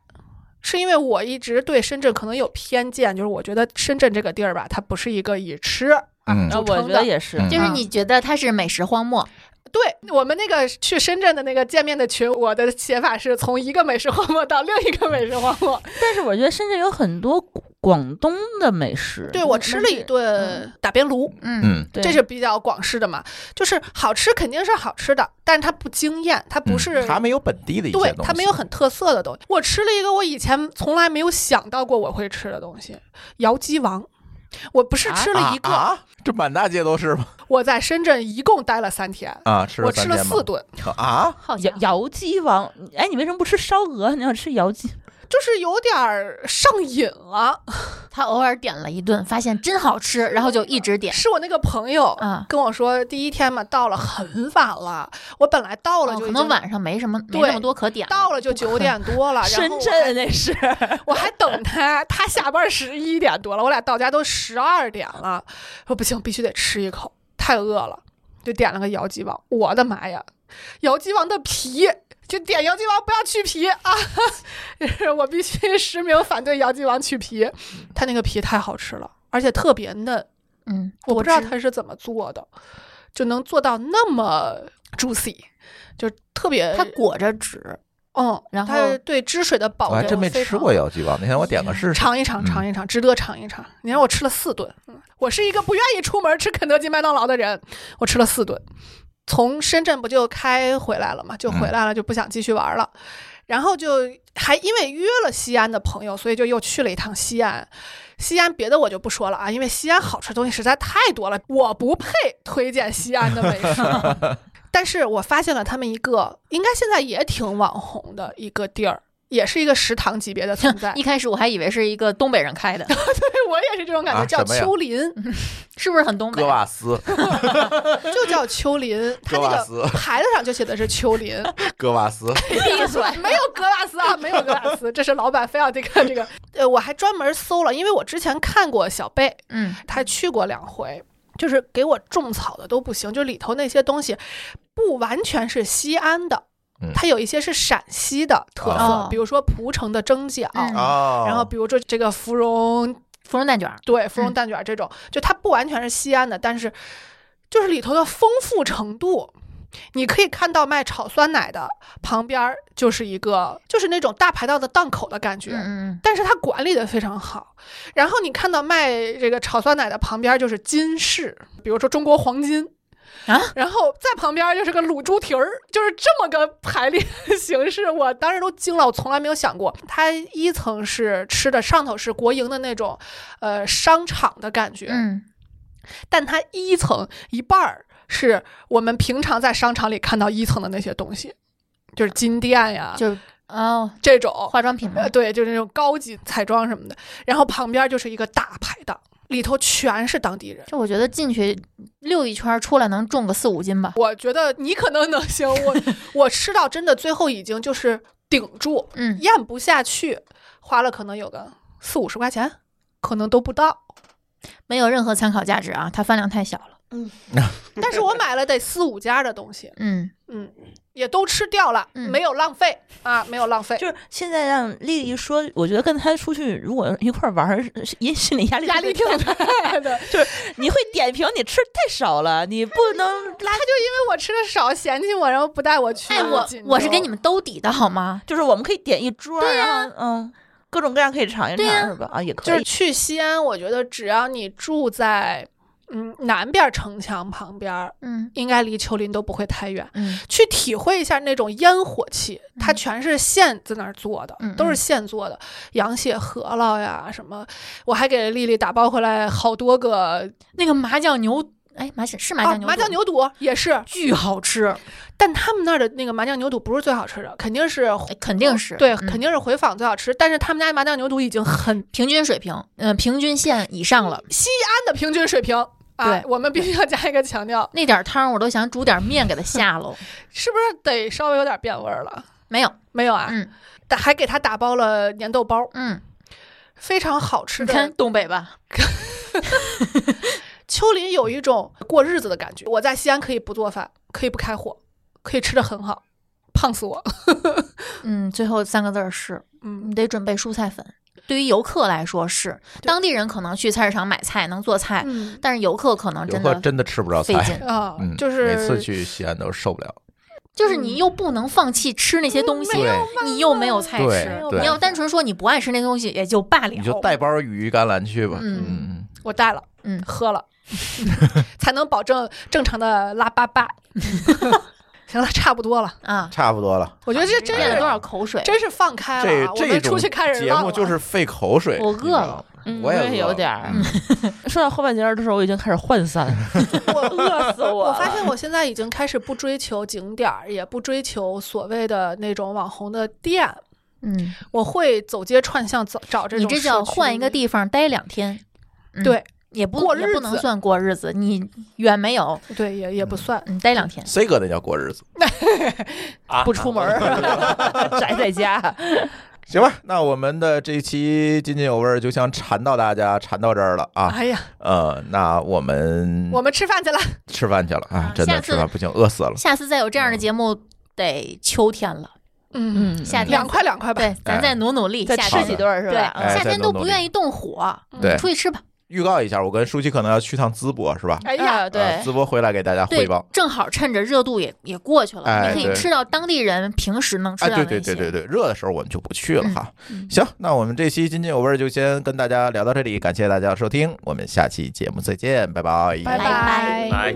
S4: 是因为我一直对深圳可能有偏见，就是我觉得深圳这个地儿吧，它不是一个以吃啊、
S1: 嗯
S7: 啊
S4: 著
S7: 我觉
S4: 称的
S7: 得。也是。
S1: 嗯
S3: 就是你觉得它是美食荒漠，
S4: 对我们那个去深圳的那个见面的群，我的写法是从一个美食荒漠到另一个美食荒漠。
S2: 嗯
S7: 但是我觉得深圳有很多广东的美食，
S4: 对我吃了一顿打边炉，
S3: 嗯
S1: 嗯，
S7: 对
S4: 这是比较广式的嘛，就是好吃肯定是好吃的，但是它不惊艳，它不是、
S1: 嗯他没有本地的一些
S4: 对
S1: 东西，
S4: 它没有很特色的东西。我吃了一个我以前从来没有想到过我会吃的东西——姚鸡王。我不是吃了一个，
S1: 啊，啊这满大街都是吗？
S4: 我在深圳一共待了三天，
S1: 啊，吃
S4: 我
S1: 了
S4: 吃
S1: 三
S4: 了
S1: 天吗
S4: 四顿，
S1: 啊，
S3: 好家
S7: 姚
S3: 伙，
S7: 姚鸡王，哎，你为什么不吃烧鹅？你要吃姚鸡？
S4: 就是有点儿上瘾了。
S3: 他偶尔点了一顿，发现真好吃，然后就一直点，
S4: 是我那个朋友
S1: 嗯
S3: 啊，
S4: 跟我说，第一天嘛到了很晚了，我本来到了
S3: 哦
S4: 就已
S3: 可
S4: 经
S3: 能晚上没什么没
S4: 对
S3: 那么多可点了，
S4: 到了就九点多了，啊然
S7: 深
S4: 后我还
S7: 圳那是，
S4: *laughs* 我还等他，他下班十一点多了，我俩到家都十二点了。说不行，必须得吃一口，太饿了，就点了个姚鸡王。我的妈呀，姚鸡王的皮！就点姚鸡王不要去皮啊！ *laughs* 我必须实名反对姚鸡王去皮，它那个皮太好吃了，而且特别嫩。
S3: 嗯，
S4: 我不知道
S3: 它。
S4: 它是怎么做的，就能做到那么 juicy，就特别
S3: 它裹着纸，
S4: 嗯，
S3: 然后。
S4: 它对汁水的保
S1: 我
S4: 证
S1: 还真没
S4: 非
S1: 吃
S4: 常
S1: 过姚记王，那天我点个试试。
S4: 尝一尝，
S1: 嗯
S4: 尝一尝，值得尝一尝。你看我吃了四顿，嗯我是一个不愿意出门吃肯德基、麦当劳的人，我吃了四顿。从深圳不就开回来了嘛，就回来了，就不想继续玩了。然后就还因为约了西安的朋友，所以就又去了一趟西安。西安别的我就不说了啊，因为西安好吃的东西实在太多了，我不配推荐西安的美食。但是我发现了他们一个应该现在也挺网红的一个地儿，也是一个食堂级别的存在
S3: 一开始我还以为是一个东北人
S4: *laughs*
S3: 开的，
S4: 对我也是这种感觉，
S1: 啊
S4: 叫
S1: 什么呀
S4: 秋林，
S3: 是不是很东北啊
S1: 哥？瓦
S4: *laughs*
S1: 斯，
S4: 就叫秋
S1: *laughs*
S4: 林。它
S1: 格瓦
S4: 那
S1: 斯
S4: 个牌子上就写的是秋林，
S1: 哥瓦
S4: *laughs*
S1: 斯，
S3: 闭嘴！
S4: 没有格瓦斯啊，没有格瓦斯，这是老板非要这个这个。呃，我还专门搜了，因为我之前看过小贝，
S3: 嗯，
S4: 他去过两回，就是给我种草的都不行，就里头那些东西不完全是西安的
S1: 嗯，啊
S4: 它有一些是陕西的特色
S3: 哦，
S4: 比如说蒲城的蒸饺，
S3: 嗯
S1: 哦，
S4: 然后比如说这个芙蓉
S3: 芙蓉蛋卷儿，
S4: 对，芙蓉
S3: 嗯
S4: 蛋卷儿这种，就它不完全是西安的，但是就是里头的丰富程度，你可以看到卖炒酸奶的旁边儿就是一个就是那种大排档的档口的感觉，
S3: 嗯
S4: 但是它管理的非常好。然后你看到卖这个炒酸奶的旁边就是金饰，比如说中国黄金。
S3: 啊，
S4: 然后在旁边就是个卤猪蹄儿，就是这么个排列形式，我当时都惊了，我从来没有想过。它一层是吃的，上头是国营的那种，呃，商场的感觉，
S3: 嗯
S4: 但它一层一半儿是我们平常在商场里看到一层的那些东西，就是金店呀
S3: 嗯，，就是哦，
S4: 这种
S3: 化妆品嘛
S4: 啊呃，，对，就是那种高级彩妆什么的。然后旁边就是一个大排档，里头全是当地人。
S3: 就我觉得进去溜一圈儿出来能中个四五斤吧。
S4: 我觉得你可能能行，我
S3: *laughs*
S4: 我吃到真的最后已经就是顶住，
S3: 嗯，
S4: 咽不下去，花了可能有个四五十块钱，可能都不到。
S3: *laughs* 没有任何参考价值啊，它饭量太小了。
S4: 但是我买了得四五家的东西，
S3: 嗯，
S4: 嗯，也都吃掉了，
S3: 嗯
S4: 没有浪费啊，没有浪费。
S7: 就是现在让丽丽说，我觉得跟她出去如果一块儿玩儿，是因心理压力
S4: 压
S7: 特别
S4: 力挺
S7: 大
S4: 大 *laughs* 的，
S7: 你会点评你吃太少了，你不
S4: *laughs*
S7: 能拉。
S4: 因为我吃的少，嫌弃我，然后不带我去。
S3: 哎，我
S4: 锦州
S3: 我是给你们兜底的好吗？
S7: 就是我们可以点一桌儿，然后嗯，各种各样可以尝一
S3: 对呀
S7: 尝，是吧？啊，也
S4: 就
S7: 可
S4: 是
S7: 以。
S4: 去西安，我觉得只要你住在嗯南边城墙旁边儿，
S3: 嗯
S4: 应该离丘陵都不会太远。
S3: 嗯
S4: 去体会一下那种烟火气，它
S3: 嗯
S4: 全是现在那儿做的，
S3: 嗯嗯
S4: 都是现做的，羊血饸饹呀什么，我还给丽丽打包回来好多个
S3: 那个麻酱牛，哎，麻酱是麻
S4: 啊
S3: 酱牛肚、
S4: 麻酱牛肚也是，
S3: 巨好吃，
S4: 但他们那儿的那个麻酱牛肚不是最好吃的，肯定是
S3: 哎肯定是
S4: 对，
S3: 嗯
S4: 肯定是回访最好吃，但是他们家麻酱牛肚已经很
S3: 平均水平，嗯、平均线以上了。
S4: 西安的平均水平。啊
S3: 对，
S4: 我们必须要加一个强调，
S3: 那点儿汤我都想煮点面给它下 *laughs* 喽，
S4: 是不是得稍微有点变味儿了？
S3: 没有，
S4: 没有啊，
S3: 嗯
S4: 打还给他打包了粘豆包，
S3: 嗯，
S4: 非常好吃
S3: 你
S4: 的。
S3: 看东北吧，
S4: 丘陵有一种过日子的感觉。我在西安可以不做饭，可以不开火，可以吃的很好，胖死我。
S3: 嗯，最后三个字儿是，你
S4: 嗯，
S3: 得准备蔬菜粉。对于游客来说是，当地人可能去菜市场买菜能做菜，
S4: 嗯
S3: 但是游客可能
S1: 游
S3: 真
S1: 客
S3: 的
S1: 真的吃不着
S3: 费
S1: 菜，
S3: 劲，
S4: 啊，
S1: 嗯，
S4: 就是
S1: 每次去西安都受不了。
S3: 就是你又不能放弃吃那些东西，
S1: 对，
S3: 你又没有菜
S1: 对
S3: 吃，
S1: 对
S3: 你要单纯说你不爱吃那东西也就罢
S4: 哎
S3: 了。
S1: 你就带包鱼甘蓝去吧。
S3: 嗯
S1: 嗯，
S4: 我带了，
S3: 嗯
S1: *laughs*
S4: 喝了，才能保证正常的拉粑
S3: *laughs*
S4: 粑。行了，差不多了。
S3: 啊，
S1: 差不多了。
S4: 我觉得这真
S3: 咽了
S4: 是
S3: 多少口水？
S4: 真是放开
S1: 这
S4: 了啊，我
S1: 这
S4: 们出
S1: 种
S4: 去看人
S1: 节
S4: 浪
S1: 目
S4: 了
S1: 就是费口水，
S3: 我
S1: 你知
S3: 饿
S1: 道
S3: 了
S1: 吗
S7: 嗯
S1: 我也
S7: 我也有
S1: 饿了
S7: 点儿
S1: 嗯
S7: 说到后半截儿的时候，我已经开始涣散了，
S4: 我
S7: *laughs* 饿死我
S4: 我
S7: 了
S4: 发现我现在已经开始不追求景点儿，也不追求所谓的那种网红的店，
S3: 嗯，
S4: 我会走街串巷找找这
S3: 你
S4: 种。
S3: 这叫换一个，地方待两天，嗯
S4: 对，
S3: 也不
S4: 过
S3: 也
S4: 日
S3: 不能
S4: 子
S3: 算过日子，你远没有，
S4: 对，也也不算。
S3: 嗯，待两天。
S1: C 哥那叫过日子。
S6: 啊， *laughs*
S7: 不出门儿， *laughs* 宅在家。
S1: 行吧，那我们的这期津津有味儿就先馋到大家，馋到这儿了啊。
S4: 哎呀，
S1: 呃，那我
S3: 嗯
S1: 们
S4: 我们吃饭去了，
S1: 吃饭去了啊
S3: 啊，
S1: 真的
S3: 下次
S1: 吃饭不行，饿死了。
S3: 下次再有这
S1: 嗯
S3: 样的节目，得秋天了，
S4: 嗯，
S7: 嗯，
S3: 夏天
S4: 两块两块吧。
S3: 对，咱再努努力，
S7: 再
S3: 夏
S7: 吃
S3: 天
S7: 几顿儿是
S3: 对，
S7: 吧？嗯
S1: 哎
S3: 夏
S1: 再
S3: 天
S1: 努
S3: 都
S1: 努
S3: 不
S1: 力
S3: 愿意动火，
S1: 对
S3: 出去吃吧。
S1: 预告一下，我跟舒淇可能要去趟淄博，是吧？
S4: 哎呀，
S7: 啊，对
S1: 呃，淄博回来给大家汇
S3: 对
S1: 报。，
S3: 正好趁着热度也也过去了，
S1: 哎
S3: 你可
S1: 对
S3: 以吃到当地人平时能吃
S1: 啊，
S3: 到的
S1: 对
S3: 一
S1: 对
S3: 些。
S1: 对对
S3: 对，
S1: 对，热的时候我们就不去了哈。
S3: 嗯
S1: 行，那我们这期津津有味儿就先跟大家聊到这里，感谢大家的收听，我们下期节目再见，拜拜，
S4: 拜
S7: 哎
S3: 拜
S6: 来。